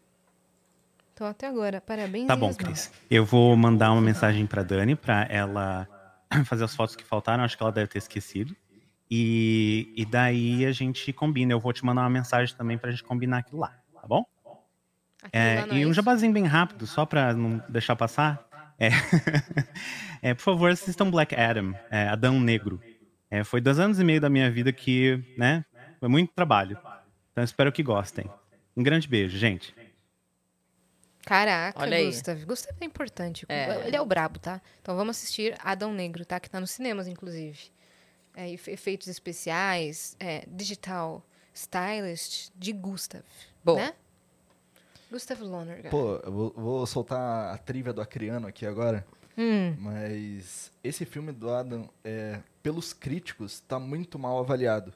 Speaker 2: Então até agora. Parabéns.
Speaker 8: Tá bom,
Speaker 2: Yasmin.
Speaker 8: Cris. Eu vou mandar uma mensagem para Dani, para ela [CLEARS THROAT] fazer as fotos que faltaram. Acho que ela deve ter esquecido. E, e daí a gente combina. Eu vou te mandar uma mensagem também para a gente combinar aquilo lá, tá bom?
Speaker 2: Aquilo
Speaker 8: É,
Speaker 2: lá não é
Speaker 8: e um
Speaker 2: isso.
Speaker 8: jabazinho bem rápido, só para não deixar passar. É, [LAUGHS] é, por favor, assistam Black Adam, é, Adão Negro. É, foi dois anos e meio da minha vida que, né, foi muito trabalho. Então espero que gostem. Um grande beijo, gente.
Speaker 2: Caraca,
Speaker 1: Olha aí.
Speaker 2: Gustav. Gustav é importante.
Speaker 1: É.
Speaker 2: Ele é o brabo, tá? Então vamos assistir Adão Negro, tá? Que tá nos cinemas, inclusive. É, efe- efeitos especiais, é, digital, stylist, de Gustav.
Speaker 1: Bom.
Speaker 2: Né? Gustav Lonergan.
Speaker 4: Pô, eu vou, vou soltar a trivia do Acriano aqui agora,
Speaker 2: Hum.
Speaker 4: mas esse filme do Adam, é, pelos críticos, tá muito mal avaliado.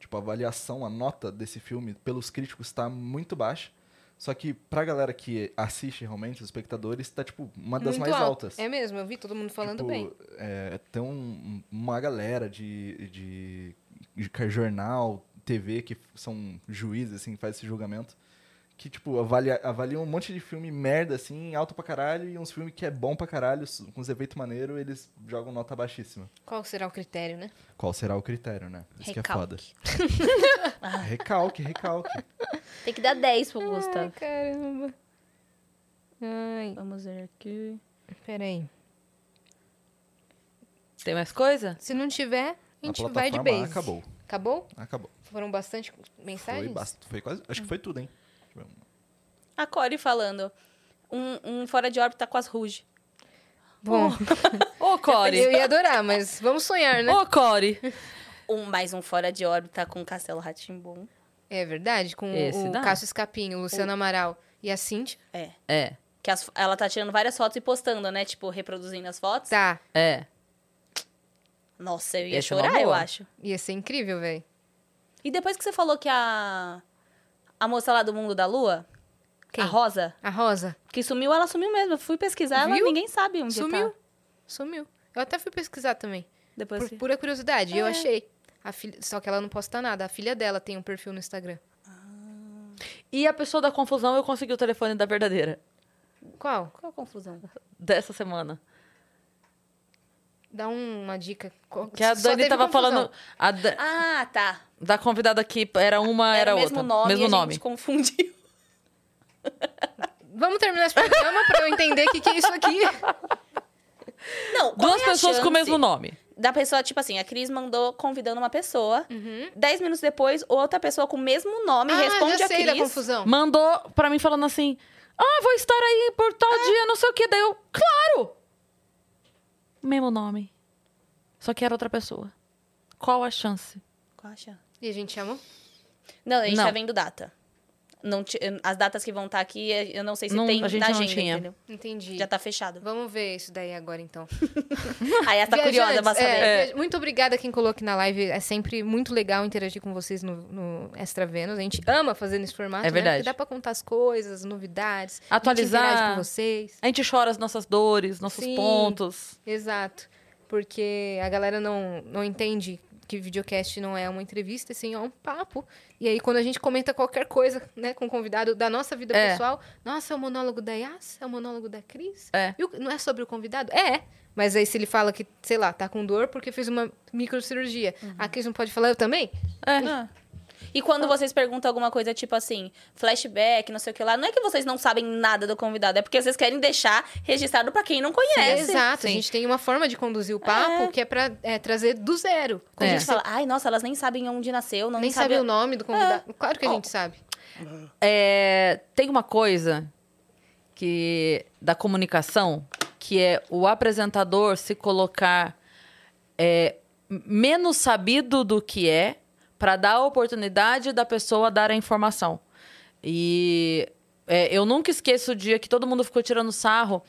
Speaker 4: Tipo, a avaliação, a nota desse filme, pelos críticos, tá muito baixa. Só que pra galera que assiste realmente, os espectadores, tá, tipo, uma das
Speaker 2: Muito
Speaker 4: mais
Speaker 2: alto.
Speaker 4: altas.
Speaker 2: É mesmo, eu vi todo mundo falando
Speaker 4: Tipo,
Speaker 2: bem.
Speaker 4: é, tem um- uma galera de, de, de car- jornal, TV, que são juízes, assim, que faz esse julgamento, que, tipo, avalia, avalia um monte de filme merda, assim, alto pra caralho, e uns filmes que é bom pra caralho, s- com os efeitos maneiro, eles jogam nota baixíssima.
Speaker 2: Qual será o critério, né?
Speaker 4: Qual será o critério, né? Isso que é foda.
Speaker 3: Recalque.
Speaker 2: [LAUGHS]
Speaker 4: Recalque, recalque.
Speaker 3: Tem que dar 10 pro Gustavo.
Speaker 2: Caramba. Ai,
Speaker 3: Vamos ver aqui.
Speaker 2: peraí.
Speaker 1: Tem mais coisa?
Speaker 2: Se não tiver, a
Speaker 4: Na
Speaker 2: gente vai de
Speaker 4: plataforma,
Speaker 2: base. É
Speaker 4: Acabou,
Speaker 2: Acabou?
Speaker 4: acabou.
Speaker 2: Foram bastante
Speaker 4: Foi,
Speaker 2: mensagens?
Speaker 4: bast- foi quase, acho que foi tudo, hein? Deixa eu ver.
Speaker 3: A Core falando. Um, um fora de órbita com as ruge.
Speaker 2: Bom,
Speaker 1: Ô,
Speaker 2: eu
Speaker 1: Core.
Speaker 2: ia adorar, mas vamos sonhar, né?
Speaker 1: Ô, Core.
Speaker 3: Um, mais um fora de órbita com Castelo Ratimbum.
Speaker 2: É verdade, com
Speaker 1: Esse
Speaker 2: o
Speaker 1: dá.
Speaker 2: Cássio Escapinho, o Luciano Amaral e a Cintia.
Speaker 3: É.
Speaker 1: É,
Speaker 3: Que as- ela tá tirando várias fotos e postando, né? Tipo, reproduzindo as fotos.
Speaker 2: Tá,
Speaker 1: é.
Speaker 3: Nossa, eu ia
Speaker 1: Essa é uma
Speaker 3: chorar, eu
Speaker 1: boa.
Speaker 3: acho.
Speaker 2: ia ser incrível, velho.
Speaker 3: E depois que você falou que a, a moça lá do Mundo da Lua,
Speaker 2: Quem?
Speaker 3: a Rosa,
Speaker 2: A Rosa
Speaker 3: que sumiu, ela sumiu mesmo. Eu fui pesquisar, ela
Speaker 2: Viu?
Speaker 3: ninguém sabe onde
Speaker 2: sumiu.
Speaker 3: tá.
Speaker 2: Sumiu. Eu até fui pesquisar também.
Speaker 3: Depois
Speaker 2: Por
Speaker 3: que-
Speaker 2: pura curiosidade.
Speaker 1: É.
Speaker 2: Eu achei. A filha- Só que ela não posta nada. A filha dela tem um perfil no Instagram.
Speaker 1: E a pessoa da confusão, eu consegui o telefone da verdadeira.
Speaker 2: Qual?
Speaker 3: Qual a confusão?
Speaker 1: Dessa semana.
Speaker 2: Dá um, uma dica. Qual-
Speaker 1: Que a
Speaker 2: Só
Speaker 1: Dani
Speaker 2: teve
Speaker 1: tava
Speaker 2: confusão.
Speaker 1: falando. a da,
Speaker 3: Ah, tá.
Speaker 1: da convidada aqui era uma, era,
Speaker 3: o mesmo
Speaker 1: outra.
Speaker 3: nome
Speaker 1: É mesmo
Speaker 3: e a
Speaker 1: nome.
Speaker 3: gente confundiu.
Speaker 2: Vamos terminar esse programa pra eu entender o que, que é isso
Speaker 3: [LAUGHS]
Speaker 2: aqui.
Speaker 3: [LAUGHS] Não, qual
Speaker 1: Duas
Speaker 3: é a
Speaker 1: pessoas com o
Speaker 3: chance
Speaker 1: mesmo nome.
Speaker 3: Da pessoa, tipo assim, a Cris mandou convidando uma pessoa.
Speaker 2: Uhum.
Speaker 3: Dez minutos depois, outra pessoa com o mesmo nome
Speaker 2: ah,
Speaker 3: responde
Speaker 2: já
Speaker 3: a
Speaker 2: sei
Speaker 3: Cris.
Speaker 2: da confusão.
Speaker 1: Mandou pra mim falando assim: Ah, vou estar aí por tal dia, não sei o quê. Daí eu, claro! Mesmo nome. Só que era outra pessoa. Qual a chance?
Speaker 3: Qual a chance?
Speaker 2: E a gente chamou?
Speaker 3: Não, a gente
Speaker 1: Não.
Speaker 3: tá vendo data. Não ti- as datas que vão estar aqui, eh, eu não sei se
Speaker 1: Não,
Speaker 3: tem
Speaker 1: a gente
Speaker 3: na
Speaker 1: não
Speaker 3: agenda,
Speaker 1: tinha.
Speaker 3: entendeu?
Speaker 2: Entendi.
Speaker 3: Já
Speaker 1: [LAUGHS]
Speaker 3: tá fechado.
Speaker 2: Vamos ver isso daí agora, então.
Speaker 3: Aí ela tá curiosa pra
Speaker 2: Viajantes,
Speaker 3: saber.
Speaker 2: é, viaj- Muito obrigada quem colocou aqui na live. É sempre muito legal interagir com vocês no, no Extra Vênus. A gente ama fazer nesse formato.
Speaker 1: É verdade.
Speaker 2: Né? Porque dá pra contar as coisas, as novidades.
Speaker 1: Atualizar.
Speaker 2: A gente interage com vocês.
Speaker 1: A gente chora as nossas dores, nossos
Speaker 2: Sim.
Speaker 1: pontos.
Speaker 2: Exato. Porque a galera não, não entende que videocast não é uma entrevista, e sim é um papo. E aí, quando a gente comenta qualquer coisa, né, com o convidado da nossa vida
Speaker 1: É.
Speaker 2: pessoal, nossa, é o monólogo da Yas? É o monólogo da Cris?
Speaker 1: É.
Speaker 2: E o- não é sobre o convidado? É. Mas aí, se ele fala que, sei lá, tá com dor porque fez uma microcirurgia,
Speaker 1: Uhum.
Speaker 2: a Cris não pode falar, eu também?
Speaker 3: Ah. E quando vocês perguntam alguma coisa tipo assim, flashback, não sei o que lá, não é que vocês não sabem nada do convidado, é porque vocês querem deixar registrado pra quem não conhece.
Speaker 2: Exato. A
Speaker 1: É, sim.
Speaker 2: gente tem uma forma de conduzir o papo que é pra é, trazer do zero.
Speaker 3: Quando a
Speaker 1: É.
Speaker 3: gente fala, ai, nossa, elas nem sabem onde nasceu, não
Speaker 2: Nem sabe
Speaker 3: sabem.
Speaker 2: o nome do convidado. Claro que a gente sabe.
Speaker 1: É, tem uma coisa que da comunicação que é o apresentador se colocar é, m- menos sabido do que é para dar a oportunidade da pessoa dar a informação. E é, eu nunca esqueço o dia que todo mundo ficou tirando sarro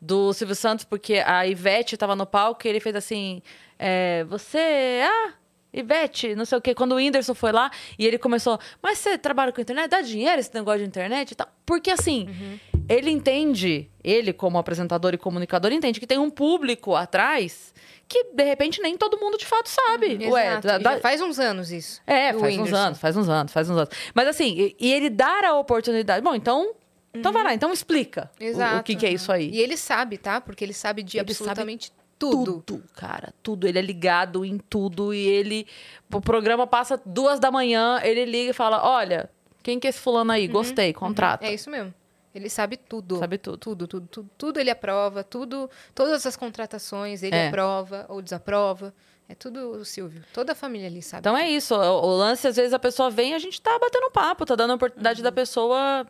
Speaker 1: do Silvio Santos, porque a Ivete estava no palco e ele fez assim: é, Você. Ah, Ivete, não sei o quê. Quando o Whindersson foi lá e ele começou: Mas você trabalha com internet? Dá dinheiro esse negócio de internet e tal? Porque assim,
Speaker 2: Uhum.
Speaker 1: ele entende, ele como apresentador e comunicador, entende que tem um público atrás que de repente nem todo mundo de fato sabe. Ué,
Speaker 2: Uhum. Exato.
Speaker 1: dá-
Speaker 2: E
Speaker 1: dá-
Speaker 2: já faz uns anos isso.
Speaker 1: é,
Speaker 2: do
Speaker 1: faz uns
Speaker 2: Whindersson.
Speaker 1: anos, faz uns anos, faz uns anos. Mas assim, e, e ele dar a oportunidade. Bom, então. Então vai lá, então explica o-
Speaker 2: Uhum. Exato.
Speaker 1: o, que, que é isso aí.
Speaker 2: E ele sabe, tá? Porque ele sabe de
Speaker 1: Ele
Speaker 2: absolutamente tudo.
Speaker 1: cara, tudo. Ele é ligado em tudo e ele. O programa passa duas da manhã, ele liga e fala: olha, quem que é esse fulano aí? Gostei, contrata.
Speaker 2: Uhum. É isso mesmo. Ele sabe tudo.
Speaker 1: Sabe tudo.
Speaker 2: Tudo, tudo, tudo, tudo ele aprova, tudo, todas as contratações ele
Speaker 1: É.
Speaker 2: aprova ou desaprova. É tudo o Silvio. Toda a família ali sabe.
Speaker 1: Então é isso. O, o lance, às vezes, a pessoa vem e a gente tá batendo papo, tá dando a oportunidade
Speaker 2: Uhum.
Speaker 1: da pessoa,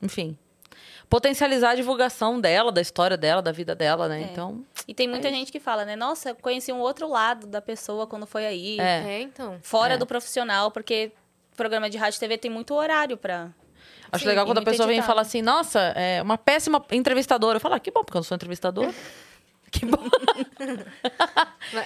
Speaker 1: enfim, potencializar a divulgação dela, da história dela, da vida dela, né?
Speaker 3: É.
Speaker 1: Então.
Speaker 3: E tem muita
Speaker 1: É
Speaker 3: gente que fala, né? Nossa, eu conheci um outro lado da pessoa quando foi aí.
Speaker 1: É.
Speaker 2: É, então.
Speaker 3: Fora
Speaker 1: É.
Speaker 3: do profissional, porque programa de rádio e TV tem muito horário pra.
Speaker 1: Acho
Speaker 3: Sim,
Speaker 1: legal
Speaker 3: e
Speaker 1: quando a
Speaker 3: muito
Speaker 1: pessoa vem e
Speaker 3: editado.
Speaker 1: fala assim, nossa, é uma péssima entrevistadora. Eu falo, ah, que bom, porque eu não sou entrevistadora.
Speaker 2: [LAUGHS]
Speaker 1: que bom.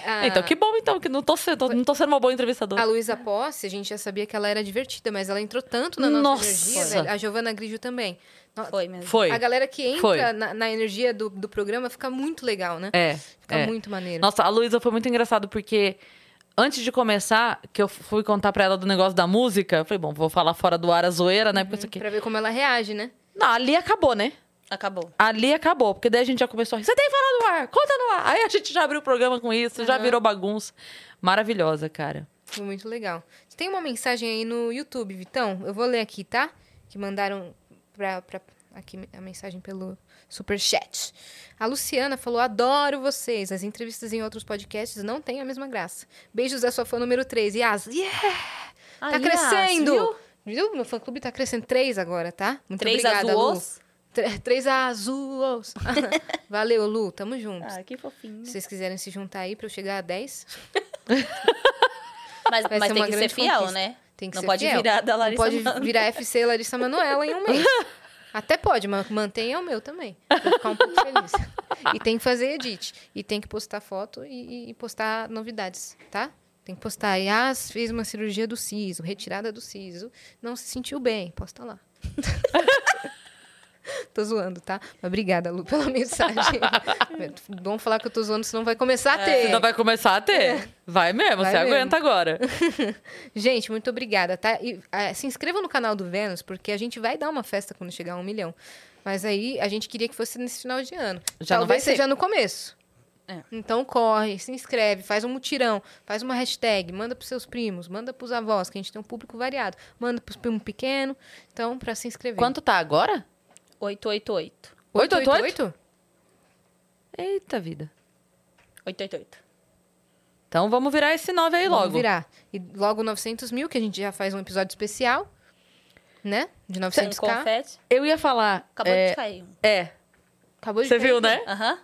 Speaker 2: A,
Speaker 1: Então, que bom, então, que não tô sendo, não tô sendo uma boa entrevistadora.
Speaker 2: Ah. a Luísa Posse, a gente já sabia que ela era divertida, mas ela entrou tanto na nossa,
Speaker 1: Nossa!
Speaker 2: energia, velho. A Giovana Grigio também. No-
Speaker 3: Foi mesmo.
Speaker 1: Foi.
Speaker 2: A galera que
Speaker 1: Foi.
Speaker 2: entra na, na energia do, do programa fica muito legal, né?
Speaker 1: É.
Speaker 2: Fica
Speaker 1: é.
Speaker 2: muito maneiro.
Speaker 1: Nossa, a Luísa foi muito engraçado porque antes de começar, que eu fui contar pra ela do negócio da música, eu falei, bom, vou falar fora do ar a zoeira, né? Porque isso aqui.
Speaker 2: Pra ver como ela reage, né?
Speaker 1: Não, ali acabou, né?
Speaker 3: Acabou.
Speaker 1: Ali acabou, porque daí a gente já começou a rir. Você tem que falar no ar, conta no ar. Aí a gente já abriu o programa com isso, já virou bagunça. Maravilhosa, cara.
Speaker 2: Foi muito legal. Tem uma mensagem aí no YouTube, Vitão. Eu vou ler aqui, tá? Que mandaram pra, pra- aqui a mensagem pelo superchat. A Luciana falou: adoro vocês. As entrevistas em outros podcasts não têm a mesma graça. Beijos da sua fã número 3. Yas, yeah! Tá
Speaker 3: Aí,
Speaker 2: crescendo!
Speaker 3: Yas,
Speaker 2: viu? Meu fã clube tá crescendo três agora, tá? Muito
Speaker 3: Três
Speaker 2: obrigada, Lu.
Speaker 3: azuis.
Speaker 2: Tre- Três azuis. Valeu, Lu. Tamo juntos.
Speaker 3: Ah, que fofinho.
Speaker 2: Se vocês quiserem se juntar aí pra eu chegar a 10,
Speaker 3: Mas,
Speaker 2: Vai
Speaker 3: mas
Speaker 2: ser
Speaker 3: tem
Speaker 2: uma
Speaker 3: que ser
Speaker 2: grande
Speaker 3: fiel,
Speaker 2: conquista.
Speaker 3: né?
Speaker 2: tem que
Speaker 3: Não
Speaker 2: ser
Speaker 3: pode
Speaker 2: fiel.
Speaker 3: virar da
Speaker 2: Não
Speaker 3: Larissa.
Speaker 2: pode
Speaker 3: Manoela.
Speaker 2: virar FC Larissa Manoela em um
Speaker 3: [LAUGHS]
Speaker 2: mês. Até pode, mas mantenha o meu também. Pra eu ficar um pouco feliz. E tem que fazer edit. E tem que postar foto e, e postar novidades, tá? Tem que postar. Yas fez uma cirurgia do siso, retirada do siso. Não se sentiu bem. Posta lá. [LAUGHS] tô zoando, tá? Mas obrigada, Lu, pela
Speaker 3: [LAUGHS]
Speaker 2: mensagem. Vamos falar que eu tô zoando, senão vai começar
Speaker 3: É,
Speaker 2: a ter.
Speaker 1: Ainda vai começar a ter. Vai mesmo,
Speaker 2: É. Vai
Speaker 1: você
Speaker 2: mesmo.
Speaker 1: aguenta agora.
Speaker 2: Gente, muito obrigada, tá? E, ah, se inscrevam no canal do Vênus, porque a gente vai dar uma festa quando chegar a um milhão. Mas aí a gente queria que fosse nesse final de ano.
Speaker 1: Já não
Speaker 2: Talvez
Speaker 1: vai ser.
Speaker 2: seja no começo.
Speaker 3: É.
Speaker 2: Então corre, se inscreve, faz um mutirão, faz uma hashtag, manda pros seus primos, manda pros avós, que a gente tem um público variado. Manda pros primos pequenos, então, pra se inscrever.
Speaker 1: Quanto tá agora?
Speaker 3: 888.
Speaker 1: 888? Eita vida.
Speaker 3: 888.
Speaker 1: Então vamos virar esse 9 aí
Speaker 2: Vamos
Speaker 1: logo.
Speaker 2: virar. E logo 900 mil, que a gente já faz um episódio especial, né? De
Speaker 3: Sem
Speaker 2: 900k.
Speaker 3: confete.
Speaker 1: Eu ia falar.
Speaker 3: Acabou
Speaker 1: é,
Speaker 3: de cair um.
Speaker 1: É.
Speaker 2: Acabou de
Speaker 1: Você
Speaker 2: cair
Speaker 1: viu,
Speaker 2: aqui.
Speaker 1: né?
Speaker 3: Aham.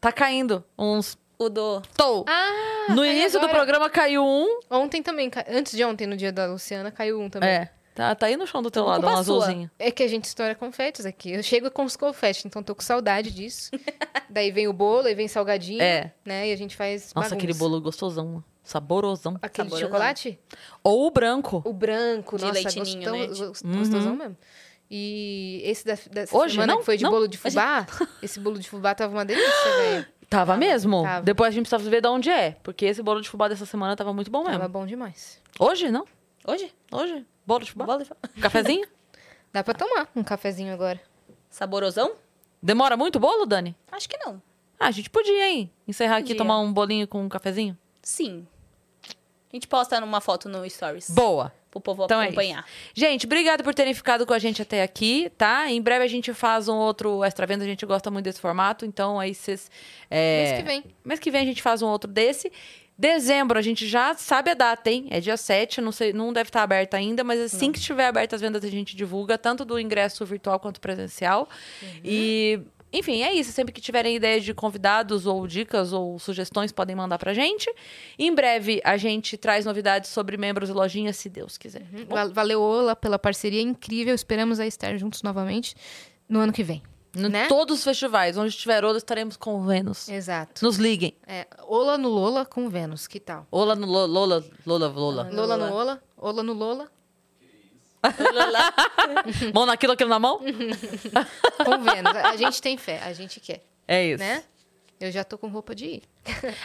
Speaker 1: Tá caindo uns.
Speaker 3: O do...
Speaker 1: Tô.
Speaker 2: Ah,
Speaker 1: no
Speaker 2: caiu
Speaker 1: início do
Speaker 2: agora.
Speaker 1: programa caiu um.
Speaker 2: Ontem também, ca- antes de ontem, no dia da Luciana, caiu um também.
Speaker 1: É. Tá, tá aí no chão do teu lado, um
Speaker 3: culpa sua.
Speaker 1: azulzinho.
Speaker 2: É que a gente estoura confetes aqui. Eu chego com os confetes, então tô com saudade disso.
Speaker 1: [LAUGHS]
Speaker 2: Daí vem o bolo, aí vem salgadinho,
Speaker 1: É.
Speaker 2: né? E a gente faz
Speaker 1: Nossa,
Speaker 2: bagunça.
Speaker 1: aquele bolo gostosão. Saborosão.
Speaker 2: Aquele de
Speaker 3: Saborosão.
Speaker 2: chocolate?
Speaker 1: ou o branco.
Speaker 2: O branco,
Speaker 3: De
Speaker 2: nossa,
Speaker 3: leite ninho,
Speaker 2: gostão,
Speaker 3: né?
Speaker 2: gos-
Speaker 1: Uhum.
Speaker 2: gostosão mesmo. E esse da, dessa
Speaker 1: Hoje?
Speaker 2: semana
Speaker 1: Não,
Speaker 2: que foi de
Speaker 1: não.
Speaker 2: bolo
Speaker 1: [LAUGHS]
Speaker 2: de fubá, esse bolo de fubá tava uma delícia, velho.
Speaker 1: [GASPS] Tava mesmo.
Speaker 2: tava.
Speaker 1: Depois a gente precisava ver de onde é. Porque esse bolo de fubá dessa semana tava muito bom mesmo.
Speaker 2: Tava bom demais.
Speaker 1: Hoje, não?
Speaker 3: Hoje?
Speaker 1: Hoje? Bolo de fubá?
Speaker 3: Bola de fa-
Speaker 1: Cafezinho?
Speaker 2: Dá pra tomar um cafezinho agora.
Speaker 3: Saborosão?
Speaker 1: Demora muito o bolo, Dani?
Speaker 3: Acho que não.
Speaker 1: Ah, a gente podia, hein? Encerrar aqui,
Speaker 3: Podia.
Speaker 1: tomar um bolinho com um cafezinho?
Speaker 3: Sim. A gente posta numa foto no Stories.
Speaker 1: Boa!
Speaker 3: Pro povo
Speaker 1: Então é
Speaker 3: acompanhar.
Speaker 1: Gente, obrigado por terem ficado com a gente até aqui, tá? Em breve a gente faz um outro extra venda, a gente gosta muito desse formato, então aí vocês. é,
Speaker 2: Mês que vem.
Speaker 1: Mês que vem a gente faz um outro desse. Dezembro, a gente já sabe a data, hein? É dia 7, não, sei, não deve estar aberta ainda, mas assim que estiver aberta as vendas, a gente divulga, tanto do ingresso virtual quanto presencial.
Speaker 2: Uhum.
Speaker 1: E, enfim, é isso. Sempre que tiverem ideias de convidados ou dicas ou sugestões, podem mandar pra gente. Em breve, a gente traz novidades sobre membros e lojinhas, se Deus quiser. tá bom?
Speaker 2: Val- Valeu, Ola, pela parceria incrível. Esperamos aí estar juntos novamente no ano que vem.
Speaker 1: Em
Speaker 2: né?
Speaker 1: todos os festivais, onde tiver Ola, estaremos com o Vênus.
Speaker 2: Exato.
Speaker 1: Nos liguem.
Speaker 2: É, Ola no Lola com Vênus, que tal?
Speaker 1: Ola no Lo- Lola, Lola, Lola.
Speaker 2: Lola no Ola, Ola no Lola
Speaker 1: Mão naquilo, aquilo na mão?
Speaker 2: Uhum. com Vênus. A a gente tem fé, a gente quer,
Speaker 1: É isso.
Speaker 2: né? Eu já tô com roupa de ir.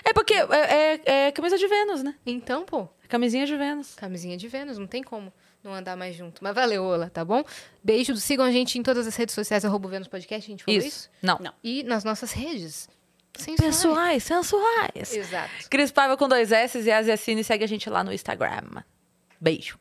Speaker 1: É porque é, é- é camisa de Vênus, né?
Speaker 2: Então, pô,
Speaker 1: Camisinha de Vênus.
Speaker 2: camisinha de Vênus, não tem como não andar mais junto. Mas valeu, Ola, tá bom? Beijo, sigam a gente em todas as redes sociais, arroba Vênus Podcast, a gente falou isso.
Speaker 1: Isso. Não.
Speaker 3: Não.
Speaker 2: E nas nossas redes. Sensuais.
Speaker 1: Sensuais, sensuais.
Speaker 2: Exato.
Speaker 1: Cris Paiva com dois S e as e a Cine segue a gente lá no Instagram. Beijo.